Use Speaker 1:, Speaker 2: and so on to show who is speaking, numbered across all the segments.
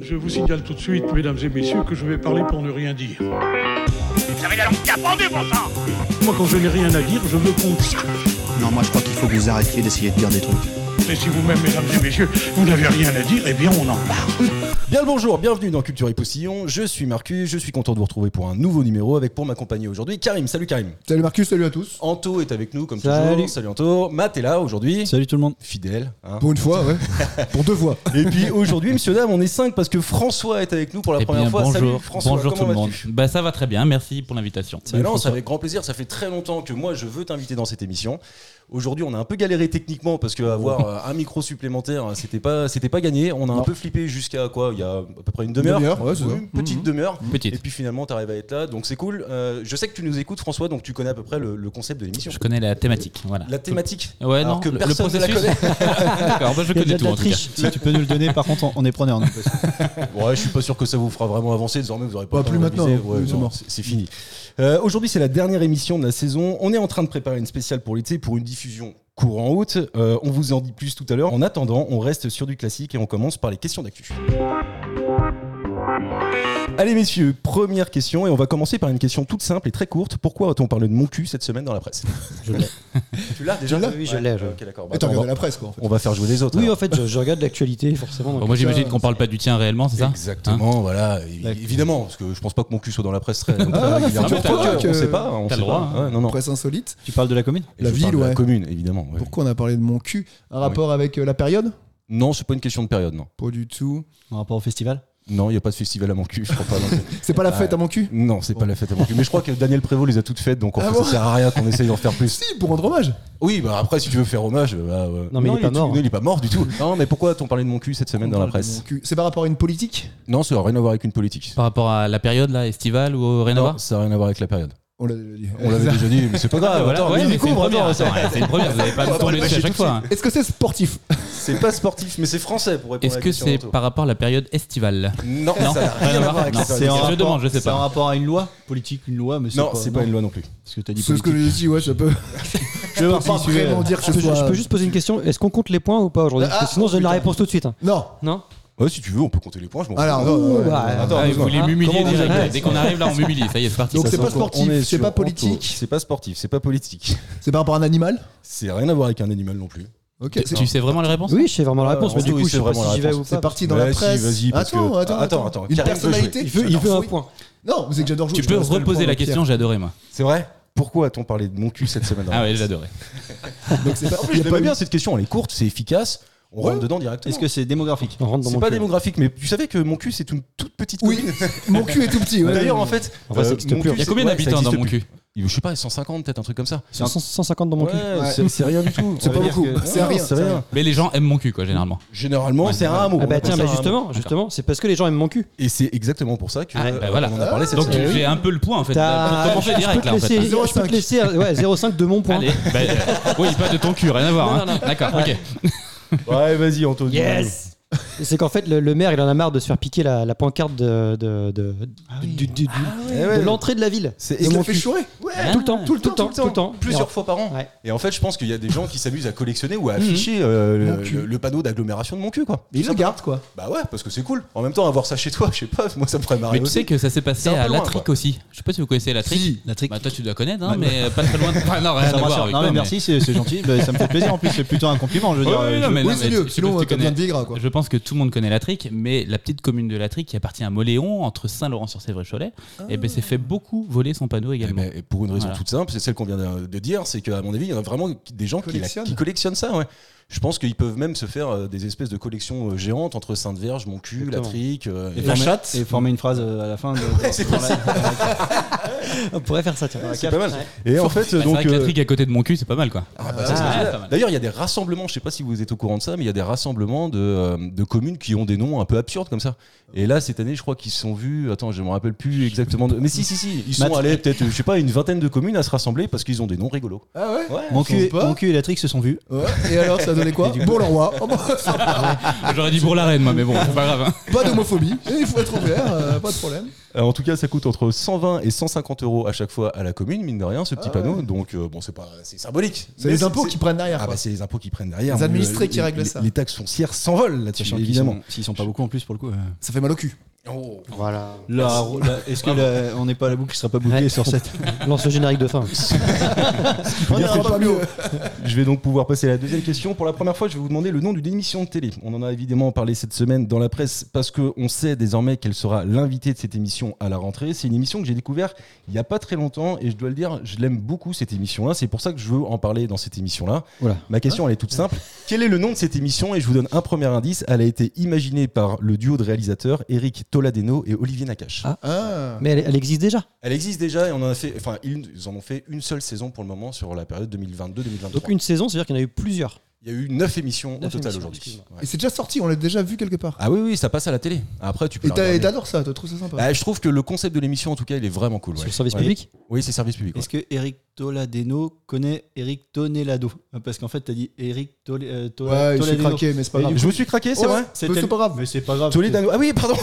Speaker 1: Je vous signale tout de suite, mesdames et messieurs, que je vais parler pour ne rien dire.
Speaker 2: Vous avez la langue capendue, bon sang
Speaker 1: Moi, quand je n'ai rien à dire, je veux qu'on tire.
Speaker 3: Non, moi je crois qu'il faut que vous arrêtiez d'essayer de dire des trucs.
Speaker 1: Mais si vous-même, mesdames et messieurs, vous n'avez rien à dire, eh bien, on en parle.
Speaker 4: Bien le bonjour, bienvenue dans Culture et Poussillon, je suis Marcus, je suis content de vous retrouver pour un nouveau numéro avec pour m'accompagner aujourd'hui Karim, salut Karim.
Speaker 5: Salut Marcus, salut à tous.
Speaker 4: Anto est avec nous comme
Speaker 6: Salut.
Speaker 4: toujours, salut Anto, Matt est là aujourd'hui,
Speaker 6: Salut tout le monde.
Speaker 4: fidèle. hein.
Speaker 5: Pour une fois, ouais. Pour deux fois.
Speaker 4: Et puis aujourd'hui, monsieur dame, on est cinq parce que François est avec nous pour la
Speaker 7: Eh
Speaker 4: première
Speaker 7: bien,
Speaker 4: fois.
Speaker 7: bonjour,
Speaker 4: Salut François,
Speaker 7: bonjour tout
Speaker 4: comment
Speaker 7: le monde.
Speaker 4: vas-tu
Speaker 7: Bah, ça va très bien, merci pour l'invitation.
Speaker 4: Mais non, c'est avec grand plaisir. Ça fait très longtemps que moi je veux t'inviter dans cette émission. Aujourd'hui, on a un peu galéré techniquement parce
Speaker 7: Oh.
Speaker 4: qu'avoir un micro supplémentaire, hein, c'était pas, c'était pas gagné. On a un peu flippé jusqu'à quoi Il y a à peu près une demi-heure.
Speaker 5: Demi-heure, ouais, c'est
Speaker 4: Oui,
Speaker 5: ça.
Speaker 4: une petite
Speaker 7: Mhm.
Speaker 4: demi-heure.
Speaker 7: Petite.
Speaker 4: Et puis finalement, t'arrives à être là, donc c'est cool. Euh, je sais que tu nous écoutes, François, donc tu connais à peu près le, le concept de l'émission.
Speaker 7: Je connais la thématique, voilà.
Speaker 4: La thématique.
Speaker 7: Ouais,
Speaker 4: alors
Speaker 7: non,
Speaker 4: que
Speaker 7: le- le
Speaker 4: personne ne la
Speaker 7: processus. D'accord, bah, je
Speaker 6: Il y a
Speaker 7: connais
Speaker 6: déjà de
Speaker 7: tout
Speaker 6: la
Speaker 7: en tout cas.
Speaker 6: triche. Si tu peux nous le donner, par contre, on- on est preneur. nous.
Speaker 4: Ouais, je suis pas sûr que ça vous fera vraiment avancer. Désormais, vous aurez
Speaker 5: Bah,
Speaker 4: pas. le temps
Speaker 5: plus
Speaker 4: de réviser.
Speaker 5: maintenant,
Speaker 4: Ouais,
Speaker 5: plus
Speaker 4: non,
Speaker 5: mort.
Speaker 4: c'est c'est fini. Euh, Aujourd'hui, c'est la dernière émission de la saison. On est en train de préparer une spéciale pour l'été pour une diffusion courant août. Euh, on vous en dit plus tout à l'heure. En attendant, on reste sur du classique et on commence par les questions d'actu. Allez messieurs, première question et on va commencer par une question toute simple et très courte. Pourquoi a-t-on parlé de mon cul cette semaine dans la presse
Speaker 6: Je l'ai.
Speaker 4: Tu l'as déjà
Speaker 5: l'as
Speaker 4: Ouais,
Speaker 6: Oui, je l'ai, je-
Speaker 4: Ok, d'accord. Bah,
Speaker 5: Et t'as
Speaker 4: on,
Speaker 5: regardé
Speaker 4: va,
Speaker 5: la presse, quoi, en fait.
Speaker 4: on va faire jouer les autres.
Speaker 6: Oui,
Speaker 4: alors.
Speaker 6: en fait, je, je regarde l'actualité, forcément.
Speaker 7: Bon,
Speaker 6: donc-
Speaker 7: moi j'imagine qu'on parle pas du tien réellement, c'est ça
Speaker 4: Exactement, voilà. é-
Speaker 6: D'accord.
Speaker 4: Évidemment, parce que je pense pas que mon cul soit dans la presse très, très régulièrement.
Speaker 7: mais t'as le
Speaker 5: droit
Speaker 4: Quoique,
Speaker 5: que-
Speaker 4: on sait pas, on
Speaker 7: t'as
Speaker 4: sait
Speaker 7: le droit,
Speaker 4: pas.
Speaker 7: hein.
Speaker 4: Ouais, non, non.
Speaker 5: Presse insolite.
Speaker 6: Tu parles de la commune
Speaker 4: Et
Speaker 5: La
Speaker 4: je
Speaker 5: ville,
Speaker 4: parle de La
Speaker 5: ouais.
Speaker 4: commune, évidemment. ouais.
Speaker 5: Pourquoi on a parlé de mon cul Un rapport avec euh, la période
Speaker 4: Non, c'est pas une question de période, non.
Speaker 5: Pas du tout.
Speaker 6: On va pas au festival
Speaker 4: Non, il n'y a pas de festival à mon cul, je crois pas. non.
Speaker 5: C'est pas la fête à mon cul
Speaker 4: Non, c'est pas la fête à mon cul. Mais je crois que Daniel Prévost les a toutes faites, donc en
Speaker 5: Ah
Speaker 4: fait,
Speaker 5: bon
Speaker 4: ça sert à rien qu'on essaye d'en faire plus.
Speaker 5: Si, pour rendre hommage.
Speaker 4: Oui, bah après, si tu veux faire hommage. bah, ouais.
Speaker 6: Non, mais il est pas mort.
Speaker 4: non, il est pas mort du tout. Non, mais pourquoi a-t-on parlé de mon cul cette semaine
Speaker 6: On
Speaker 4: dans la
Speaker 6: parle de
Speaker 4: presse
Speaker 5: Mon cul. C'est par rapport à une politique
Speaker 4: Non, ça n'a rien à voir avec une politique.
Speaker 7: Par rapport à la période là, estivale ou au Rénova
Speaker 4: Non, ça n'a rien à voir avec la période.
Speaker 5: On l'a déjà dit.
Speaker 4: On l'avait déjà dit, mais c'est pas grave.
Speaker 7: Ah, voilà,
Speaker 4: attends,
Speaker 7: ouais,
Speaker 4: mais
Speaker 7: mais c'est une
Speaker 4: découvre,
Speaker 7: première,
Speaker 4: attends,
Speaker 7: attends, ouais, c'est une première, vous n'avez pas me tomber dessus à chaque fois. hein.
Speaker 5: Est-ce que c'est sportif
Speaker 4: C'est pas sportif, mais c'est français pour répondre
Speaker 7: Est-ce
Speaker 4: à la
Speaker 7: que
Speaker 4: question
Speaker 7: c'est
Speaker 4: d'Anto.
Speaker 7: par rapport à la période estivale
Speaker 4: Non,
Speaker 7: Non, Ah
Speaker 4: ça n'a rien à voir avec
Speaker 7: Non,
Speaker 4: la
Speaker 7: c'est
Speaker 4: période.
Speaker 7: en- Je demande, je sais
Speaker 6: C'est
Speaker 7: pas.
Speaker 6: en rapport à une loi politique, une loi, mais c'est
Speaker 4: Non, c'est pas une loi non plus.
Speaker 6: Parce que t'as dit
Speaker 5: C'est ce que
Speaker 6: politique.
Speaker 5: j'ai dit, ouais, ça peut.
Speaker 6: Je veux voir
Speaker 5: pas
Speaker 6: si tu es-
Speaker 5: vraiment dire que ce
Speaker 6: Je peux-
Speaker 5: soit-
Speaker 6: je peux juste poser une question. Est-ce qu'on compte les points ou pas aujourd'hui Parce que
Speaker 5: Ah,
Speaker 6: Sinon, je donne la
Speaker 5: putain.
Speaker 6: réponse tout de suite. hein. Bah,
Speaker 5: Non
Speaker 6: Non
Speaker 4: Ouais, Oh, si tu veux, on peut compter les points, je m'en fous.
Speaker 5: Alors, euh, non, ouais, ouais.
Speaker 6: Attends,
Speaker 7: Ah, Vous voulez m'humilier
Speaker 6: Comment on
Speaker 7: direct.
Speaker 6: dirait
Speaker 7: Dès qu'on arrive là, on m'humilie, ça y est, c'est parti.
Speaker 5: Donc, c'est
Speaker 4: Ça
Speaker 5: pas
Speaker 4: s'entend.
Speaker 5: sportif,
Speaker 4: On est
Speaker 5: c'est
Speaker 4: sur
Speaker 5: pas
Speaker 4: Anto.
Speaker 5: politique.
Speaker 4: C'est pas sportif, c'est pas politique.
Speaker 5: C'est par rapport à un animal
Speaker 4: C'est rien à voir avec un animal non plus.
Speaker 5: Ok.
Speaker 7: Tu- Tu sais vraiment la réponse
Speaker 6: Oui, je sais vraiment la
Speaker 4: Ah,
Speaker 6: réponse, mais
Speaker 4: Anto,
Speaker 6: du
Speaker 4: il
Speaker 6: coup,
Speaker 4: sait
Speaker 6: je sais pas
Speaker 4: vraiment la
Speaker 6: si j'y vais ou
Speaker 4: réponse.
Speaker 6: pas.
Speaker 5: C'est parti dans la
Speaker 4: Vas-y,
Speaker 5: presse.
Speaker 4: vas-y, parce que-
Speaker 5: attends, attends,
Speaker 4: attends,
Speaker 5: attends,
Speaker 4: attends.
Speaker 5: Une
Speaker 4: Karim veut jouer.
Speaker 5: personnalité.
Speaker 6: Il veut, il veut un point.
Speaker 5: Non, vous savez que j'adore jouer.
Speaker 7: Tu
Speaker 5: je
Speaker 7: peux
Speaker 5: resterai le
Speaker 7: reposer
Speaker 5: point
Speaker 7: la
Speaker 5: dans le
Speaker 7: question,
Speaker 5: tiers.
Speaker 7: j'ai adoré moi.
Speaker 4: C'est vrai Pourquoi a-t-on parlé de mon cul cette semaine
Speaker 7: Ah ouais, j'ai adoré.
Speaker 5: Donc c'est pas-
Speaker 4: En
Speaker 5: il y
Speaker 4: plus, je
Speaker 5: a
Speaker 4: l'aimais
Speaker 5: pas eu-
Speaker 4: bien cette question, elle est courte, c'est efficace, on
Speaker 5: Ouais.
Speaker 4: rentre dedans directement.
Speaker 6: Est-ce que c'est démographique
Speaker 7: On rentre
Speaker 4: C'est pas démographique, mais tu savais que mon cul c'est une toute petite
Speaker 5: Oui.
Speaker 4: commune.
Speaker 5: Mon cul est tout petit. ouais.
Speaker 4: D'ailleurs, en fait,
Speaker 6: En vrai, ça
Speaker 4: euh,
Speaker 6: existe
Speaker 4: mon
Speaker 6: plus.
Speaker 4: cul,
Speaker 7: Il y a
Speaker 4: c'est-
Speaker 7: combien
Speaker 4: ouais, ça
Speaker 7: d'habitants dans
Speaker 4: existe
Speaker 7: mon
Speaker 4: plus.
Speaker 7: cul
Speaker 4: Je sais pas, 150 peut-être un truc comme ça.
Speaker 6: C'est 150 dans mon cul.
Speaker 4: Ouais, c'est- c'est rien du tout.
Speaker 5: C'est
Speaker 4: On
Speaker 5: pas
Speaker 4: va dire
Speaker 5: beaucoup.
Speaker 4: que-
Speaker 5: C'est
Speaker 4: Non,
Speaker 5: rien,
Speaker 4: c'est
Speaker 5: c'est
Speaker 4: rien.
Speaker 5: rien.
Speaker 7: Mais les gens aiment mon cul, quoi, généralement.
Speaker 4: Généralement, c'est un mot. on
Speaker 6: Ah bah tiens,
Speaker 4: appelle
Speaker 6: bah
Speaker 4: ça un mot.
Speaker 6: justement, justement, c'est parce que les gens aiment mon cul.
Speaker 4: Et c'est exactement pour ça que
Speaker 7: Ah,
Speaker 4: euh,
Speaker 7: bah voilà.
Speaker 4: on en a parlé cette
Speaker 7: Donc
Speaker 4: semaine.
Speaker 7: j'ai un peu le point en fait.
Speaker 6: T'as-
Speaker 7: Comment on
Speaker 6: je
Speaker 7: fait
Speaker 6: peux
Speaker 7: direct
Speaker 6: te
Speaker 7: là en fait
Speaker 6: laisser- Je peux te
Speaker 5: 0,5.
Speaker 6: laisser euh, ouais, 0,5 de mon point.
Speaker 7: Allez, bah, euh, oui, pas de ton cul, rien à voir. hein. D'accord, ok.
Speaker 4: Ouais, vas-y, Anthony.
Speaker 6: C'est qu'en fait, le, le maire, il en a marre de se faire piquer la, la pancarte de, de, de, du- du- du-
Speaker 4: Eh
Speaker 6: de
Speaker 4: ouais.
Speaker 6: l'entrée de la ville.
Speaker 4: C'est
Speaker 6: De
Speaker 4: il se
Speaker 6: mon
Speaker 4: l'a fait
Speaker 6: cul.
Speaker 4: chourer.
Speaker 6: Tout le temps, tout le
Speaker 4: Tout
Speaker 6: temps, tout le temps.
Speaker 4: Plusieurs fois par an.
Speaker 6: Ouais. Mhm.
Speaker 4: Et en fait, je pense qu'il y a des gens qui s'amusent à collectionner ou à afficher euh,
Speaker 5: Mon
Speaker 4: le,
Speaker 5: cul.
Speaker 4: le- le panneau d'agglomération de mon cul, quoi.
Speaker 5: Mais il le garde quoi.
Speaker 4: Bah ouais, parce que c'est cool. En même temps, avoir ça chez toi, je sais pas, moi ça me ferait marrer.
Speaker 7: Mais tu sais
Speaker 4: aussi.
Speaker 7: que ça s'est passé
Speaker 4: C'est un peu
Speaker 7: à
Speaker 4: loin,
Speaker 7: Latrique
Speaker 4: quoi.
Speaker 7: aussi. Je sais pas si vous connaissez Latrique.
Speaker 6: Si, Latrique.
Speaker 7: Bah toi tu dois connaître, hein, mais pas très loin. De... Ah, non, rien à
Speaker 6: Ça me
Speaker 7: voir
Speaker 6: rassure.
Speaker 7: avec
Speaker 6: Non,
Speaker 7: toi,
Speaker 6: mais merci, c'est c'est gentil. Bah, Ça me fait plaisir en plus, c'est plutôt un compliment. Je veux
Speaker 7: Ouais,
Speaker 6: dire,
Speaker 7: ouais, non,
Speaker 6: je-
Speaker 7: mais-
Speaker 5: Oui, c'est
Speaker 7: mais
Speaker 5: mieux.
Speaker 7: tu-
Speaker 5: Sinon,
Speaker 7: tu
Speaker 5: t'as
Speaker 7: connais-
Speaker 5: bien de Vigra quoi.
Speaker 7: Je pense que tout le monde connaît Latrique, mais la petite commune de Latrique qui appartient à Moléon, entre Saint-Laurent-sur-Sèvre-Cholet, et ben s'est fait beaucoup voler son panneau
Speaker 4: Eh
Speaker 7: également.
Speaker 4: ben, et pour une raison
Speaker 7: Voilà.
Speaker 4: toute simple, c'est celle qu'on vient de, de dire, c'est qu'à mon avis, il y en a vraiment qui- des gens qui, la-
Speaker 5: Collectionnent.
Speaker 4: qui collectionnent ça. Ouais. Je pense qu'ils peuvent même se faire euh, des espèces de collections euh, géantes entre Sainte-Verge, mon cul,
Speaker 6: Exactement.
Speaker 4: la trique, euh,
Speaker 6: Et
Speaker 4: la
Speaker 6: former-
Speaker 4: chatte.
Speaker 6: Et former une phrase euh, à la fin. de- dans la- On pourrait faire ça, tiens.
Speaker 4: C'est pas mal. Et en fait,
Speaker 7: Ah, c'est
Speaker 4: donc.
Speaker 7: vrai que
Speaker 4: euh,
Speaker 7: Latrique à côté de mon cul, c'est pas mal quoi.
Speaker 4: Ah, bah, ça, c'est
Speaker 7: Ah,
Speaker 4: génial.
Speaker 7: pas mal.
Speaker 4: D'ailleurs, il y a des rassemblements, je sais pas si vous êtes au courant de ça, mais il y a des rassemblements de, euh, de communes qui ont des noms un peu absurdes comme ça. Et là, cette année, je crois qu'ils se sont vus, attends, je me rappelle plus exactement, de- mais si, si, si, ils sont
Speaker 6: Matt-
Speaker 4: allés peut-être, je sais pas, une vingtaine de communes à se rassembler parce qu'ils ont des noms rigolos.
Speaker 5: Ah ouais
Speaker 4: Ouais.
Speaker 6: Mon cul,
Speaker 5: Ils sont
Speaker 6: et,
Speaker 5: pas.
Speaker 6: mon cul et la trique se sont vus.
Speaker 5: Ouais. Et alors ça T'as donné quoi Bon le roi. Oh, bah, ça va.
Speaker 7: J'aurais dit pour la reine, moi, mais bon, c'est pas grave. hein.
Speaker 5: pas d'homophobie. Et Il faut être ouvert, euh, pas de problème.
Speaker 4: Euh, en tout cas, ça coûte entre 120 et 150 euros à chaque fois à la commune, mine de rien, ce petit panneau. Donc, euh, bon, c'est pas, c'est symbolique.
Speaker 5: Ah C'est
Speaker 4: Mais
Speaker 5: les impôts qui prennent derrière.
Speaker 4: Ah
Speaker 5: quoi.
Speaker 4: bah c'est les impôts qui prennent derrière.
Speaker 5: Les
Speaker 4: On-
Speaker 5: administrés qui règlent
Speaker 4: les-
Speaker 5: ça.
Speaker 4: Les taxes foncières s'envolent là-dessus,
Speaker 8: Sachant qu'ils
Speaker 4: évidemment.
Speaker 8: sont- S'ils sont pas beaucoup en plus pour le coup. euh.
Speaker 5: ça fait mal au cul.
Speaker 6: Voilà.
Speaker 8: La- la- Est-ce que la- on n'est pas à la boucle qui sera pas bouclée
Speaker 6: Ouais.
Speaker 8: sur cette
Speaker 6: Lance le générique de fin.
Speaker 5: On n'ira pas mieux.
Speaker 4: Je vais donc pouvoir passer à la deuxième question. Pour la première fois, je vais vous demander le nom d'une émission de télé. On en a évidemment parlé cette semaine dans la presse parce qu'on sait désormais quelle sera l'invité de cette émission à la rentrée. C'est une émission que j'ai découverte il n'y a pas très longtemps et je dois le dire, je l'aime beaucoup cette émission-là. C'est pour ça que je veux en parler dans cette émission-là.
Speaker 8: Voilà.
Speaker 4: Ma question, elle est toute simple. Quel est le nom de cette émission Et je vous donne un premier indice. Elle a été imaginée par le duo de réalisateurs Eric Toladeno et Olivier Nakache.
Speaker 6: Ah.
Speaker 5: Ah.
Speaker 6: Mais elle, elle existe déjà.
Speaker 4: Elle existe déjà et on en a fait, enfin, ils en ont fait une seule saison pour le moment sur la période 2022-2023.
Speaker 6: Donc une saison, c'est-à-dire qu'il y en a eu plusieurs.
Speaker 4: Il y a eu 9 émissions au
Speaker 6: Neuf
Speaker 4: total
Speaker 6: émissions,
Speaker 4: aujourd'hui.
Speaker 6: excuse-moi.
Speaker 4: Ouais.
Speaker 5: Et c'est déjà sorti, on l'a déjà vu quelque part.
Speaker 4: Ah oui, oui, ça passe à la télé. Après, tu peux.
Speaker 5: Et
Speaker 4: la
Speaker 5: t'as- et
Speaker 4: regarder.
Speaker 5: t'adores ça, toi, trouves ça sympa.
Speaker 4: Ah, je trouve que le concept de l'émission, en tout cas, il est vraiment cool.
Speaker 6: Sur
Speaker 4: ouais.
Speaker 6: le service
Speaker 4: Ouais.
Speaker 6: public
Speaker 4: Oui, c'est service public. ouais.
Speaker 8: Est-ce que Eric Toladeno connaît Eric Tonelado Parce qu'en fait, t'as dit Eric Tol- euh, Tol-
Speaker 5: Ouais, je suis
Speaker 8: Toladeno.
Speaker 5: craqué, mais c'est pas
Speaker 8: Mais
Speaker 5: grave.
Speaker 8: du
Speaker 4: Je me suis craqué, c'est
Speaker 5: Ouais,
Speaker 4: vrai
Speaker 5: mais c'est
Speaker 8: tel-
Speaker 5: pas grave.
Speaker 8: Mais c'est pas grave.
Speaker 4: Toledano. Ah oui, pardon.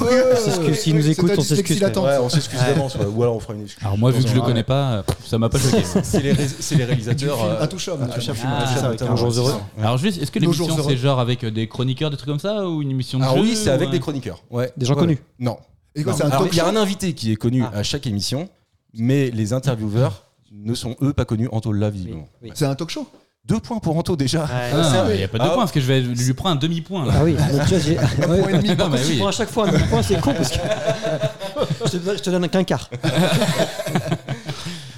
Speaker 6: C'est ce que s'ils nous écoutent, on s'excuse.
Speaker 4: Ouais, on s'excuse d'avance. ouais. Ou alors on fera une excuse.
Speaker 7: Alors, moi, vu que je le
Speaker 4: Ah,
Speaker 7: connais pas, euh, ça m'a pas choqué.
Speaker 4: C'est les, ré- c'est les réalisateurs. euh,
Speaker 5: À tout chum.
Speaker 7: Ah,
Speaker 4: Touchable,
Speaker 7: ça,
Speaker 4: notamment,
Speaker 6: Un jour
Speaker 4: ouais, c'est
Speaker 6: heureux.
Speaker 4: ça.
Speaker 7: Alors, juste, est-ce que
Speaker 5: Nos
Speaker 7: l'émission,
Speaker 5: jours heureux.
Speaker 7: c'est genre avec euh, des chroniqueurs, des trucs comme ça, ou une émission de
Speaker 4: Alors
Speaker 7: jeu,
Speaker 4: Ah oui, c'est avec
Speaker 7: ou,
Speaker 4: des
Speaker 7: euh,
Speaker 4: chroniqueurs. Ouais.
Speaker 6: Des gens
Speaker 4: Ouais.
Speaker 6: connus. Ah.
Speaker 4: Non.
Speaker 5: Et quoi,
Speaker 4: Non.
Speaker 5: c'est un
Speaker 4: Alors,
Speaker 5: talk
Speaker 4: il y a
Speaker 5: show
Speaker 4: un invité qui est connu à chaque émission, mais les intervieweurs ne sont eux pas connus. Anto là, visiblement.
Speaker 5: C'est un talk show.
Speaker 4: Deux points pour Anto déjà.
Speaker 7: Ah, il n'y a pas de
Speaker 4: Ah.
Speaker 7: points, parce que je vais lui prendre un demi-point. là.
Speaker 6: Ah oui, mais tu vois, j'ai- Ouais.
Speaker 7: Non,
Speaker 6: Par
Speaker 7: mais
Speaker 6: contre, si
Speaker 7: oui.
Speaker 6: tu prends à chaque fois un demi-point, c'est con parce que. je, te, je te donne qu'un quart.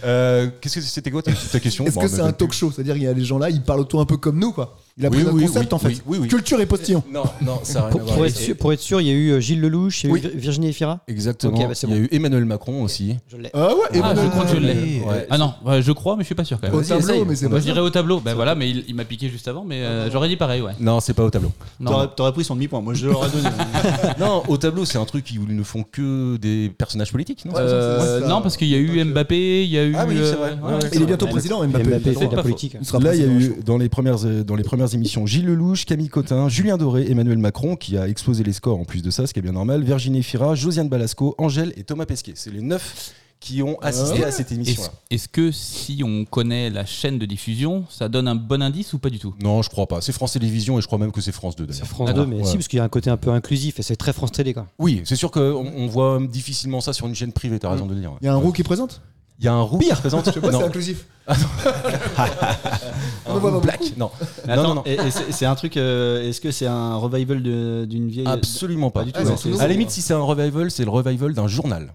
Speaker 4: Euh, Qu'est-ce que c'était quoi ta, ta question
Speaker 5: Est-ce
Speaker 4: Bon,
Speaker 5: que
Speaker 4: bah, on
Speaker 5: c'est
Speaker 4: a
Speaker 5: un
Speaker 4: plus-
Speaker 5: talk show C'est-à-dire, il y a les gens là, ils parlent autour un peu comme nous, quoi. Il a
Speaker 4: Oui,
Speaker 5: pris un
Speaker 4: oui,
Speaker 5: concept,
Speaker 4: oui,
Speaker 5: en fait.
Speaker 4: oui, oui, oui.
Speaker 5: Culture et postillon.
Speaker 4: Non, non, ça n'a rien
Speaker 6: Pour,
Speaker 4: à
Speaker 6: pour
Speaker 4: voir.
Speaker 6: être sûr, pour être sûr, il y a eu euh, Gilles Lelouch, il y a eu
Speaker 4: bah Oui.
Speaker 6: Vir- Virginie Efira. Euh,
Speaker 4: Exactement.
Speaker 6: Ok, bah, c'est
Speaker 4: Il y a
Speaker 6: bon.
Speaker 4: eu Emmanuel Macron aussi.
Speaker 6: Je l'ai.
Speaker 5: Ah ouais, et
Speaker 7: Ah, je
Speaker 5: Emmanuel
Speaker 7: crois que je l'ai.
Speaker 4: Ouais.
Speaker 7: Ah non, ouais, je crois, mais je suis pas sûr quand
Speaker 5: Au
Speaker 7: même.
Speaker 4: Vas-y, essaye.
Speaker 5: tableau, mais c'est
Speaker 7: Moi,
Speaker 5: pas
Speaker 7: je dirais au tableau. Ben voilà, mais il, il m'a piqué juste avant, mais euh, j'aurais dit pareil, ouais.
Speaker 4: Non, c'est pas au tableau.
Speaker 7: Non.
Speaker 8: T'aurais t'aurais pris son demi-point. Moi, je l'aurais donné.
Speaker 4: non, au tableau, c'est un truc où ils ne font que des personnages politiques, non
Speaker 7: Euh,
Speaker 5: c'est ça.
Speaker 7: non, parce qu'il y a eu Mbappé, il y a eu.
Speaker 4: Ah oui, c'est
Speaker 7: euh,
Speaker 4: vrai.
Speaker 7: ouais,
Speaker 4: Ouais,
Speaker 5: Il est bientôt président, Mbappé.
Speaker 6: Mbappé,
Speaker 7: c'est
Speaker 6: c'est de
Speaker 7: pas
Speaker 6: la
Speaker 7: faux.
Speaker 6: politique. hein.
Speaker 5: Il sera
Speaker 4: Là, il y a
Speaker 5: président, je
Speaker 4: eu dans les premières euh, dans les premières émissions Gilles Lelouch, Camille Cotin, Julien Doré, Emmanuel Macron qui a explosé les scores en plus de ça, ce qui est bien normal, Virginie Fira, Josiane Balasco, Angèle et Thomas Pesquet. C'est les neuf qui ont assisté à cette
Speaker 7: Est-ce
Speaker 4: émission.
Speaker 7: est-ce que si on connaît la chaîne de diffusion, ça donne un bon indice ou pas du tout
Speaker 4: Non, je crois pas. C'est France Télévisions et je crois même que c'est France 2 d'ailleurs.
Speaker 6: C'est France
Speaker 7: Ah,
Speaker 6: 2,
Speaker 7: non,
Speaker 6: mais
Speaker 4: ouais.
Speaker 6: si, parce qu'il y a un côté un peu inclusif et c'est très France Télé. Quoi.
Speaker 4: Oui, c'est sûr qu'on on voit difficilement ça sur une chaîne privée, t'as raison de le dire. ouais.
Speaker 5: Mm. Il y a un roux qui présente
Speaker 4: Il y a un roux qui se présente.
Speaker 5: Je sais pas,
Speaker 4: Non,
Speaker 5: c'est inclusif.
Speaker 4: un
Speaker 5: on voit
Speaker 4: roux
Speaker 5: pas
Speaker 4: black. Non.
Speaker 8: Mais
Speaker 4: Non,
Speaker 8: attends,
Speaker 4: non, non.
Speaker 8: et- et c'est c'est un truc. euh, Est-ce que c'est un revival de- d'une vieille.
Speaker 4: Absolument pas.
Speaker 8: Pas du tout. hein.
Speaker 5: Ah,
Speaker 8: ouais,
Speaker 5: c'est
Speaker 8: c'est-
Speaker 5: tout
Speaker 4: À la limite, si c'est un revival, c'est le revival d'un journal.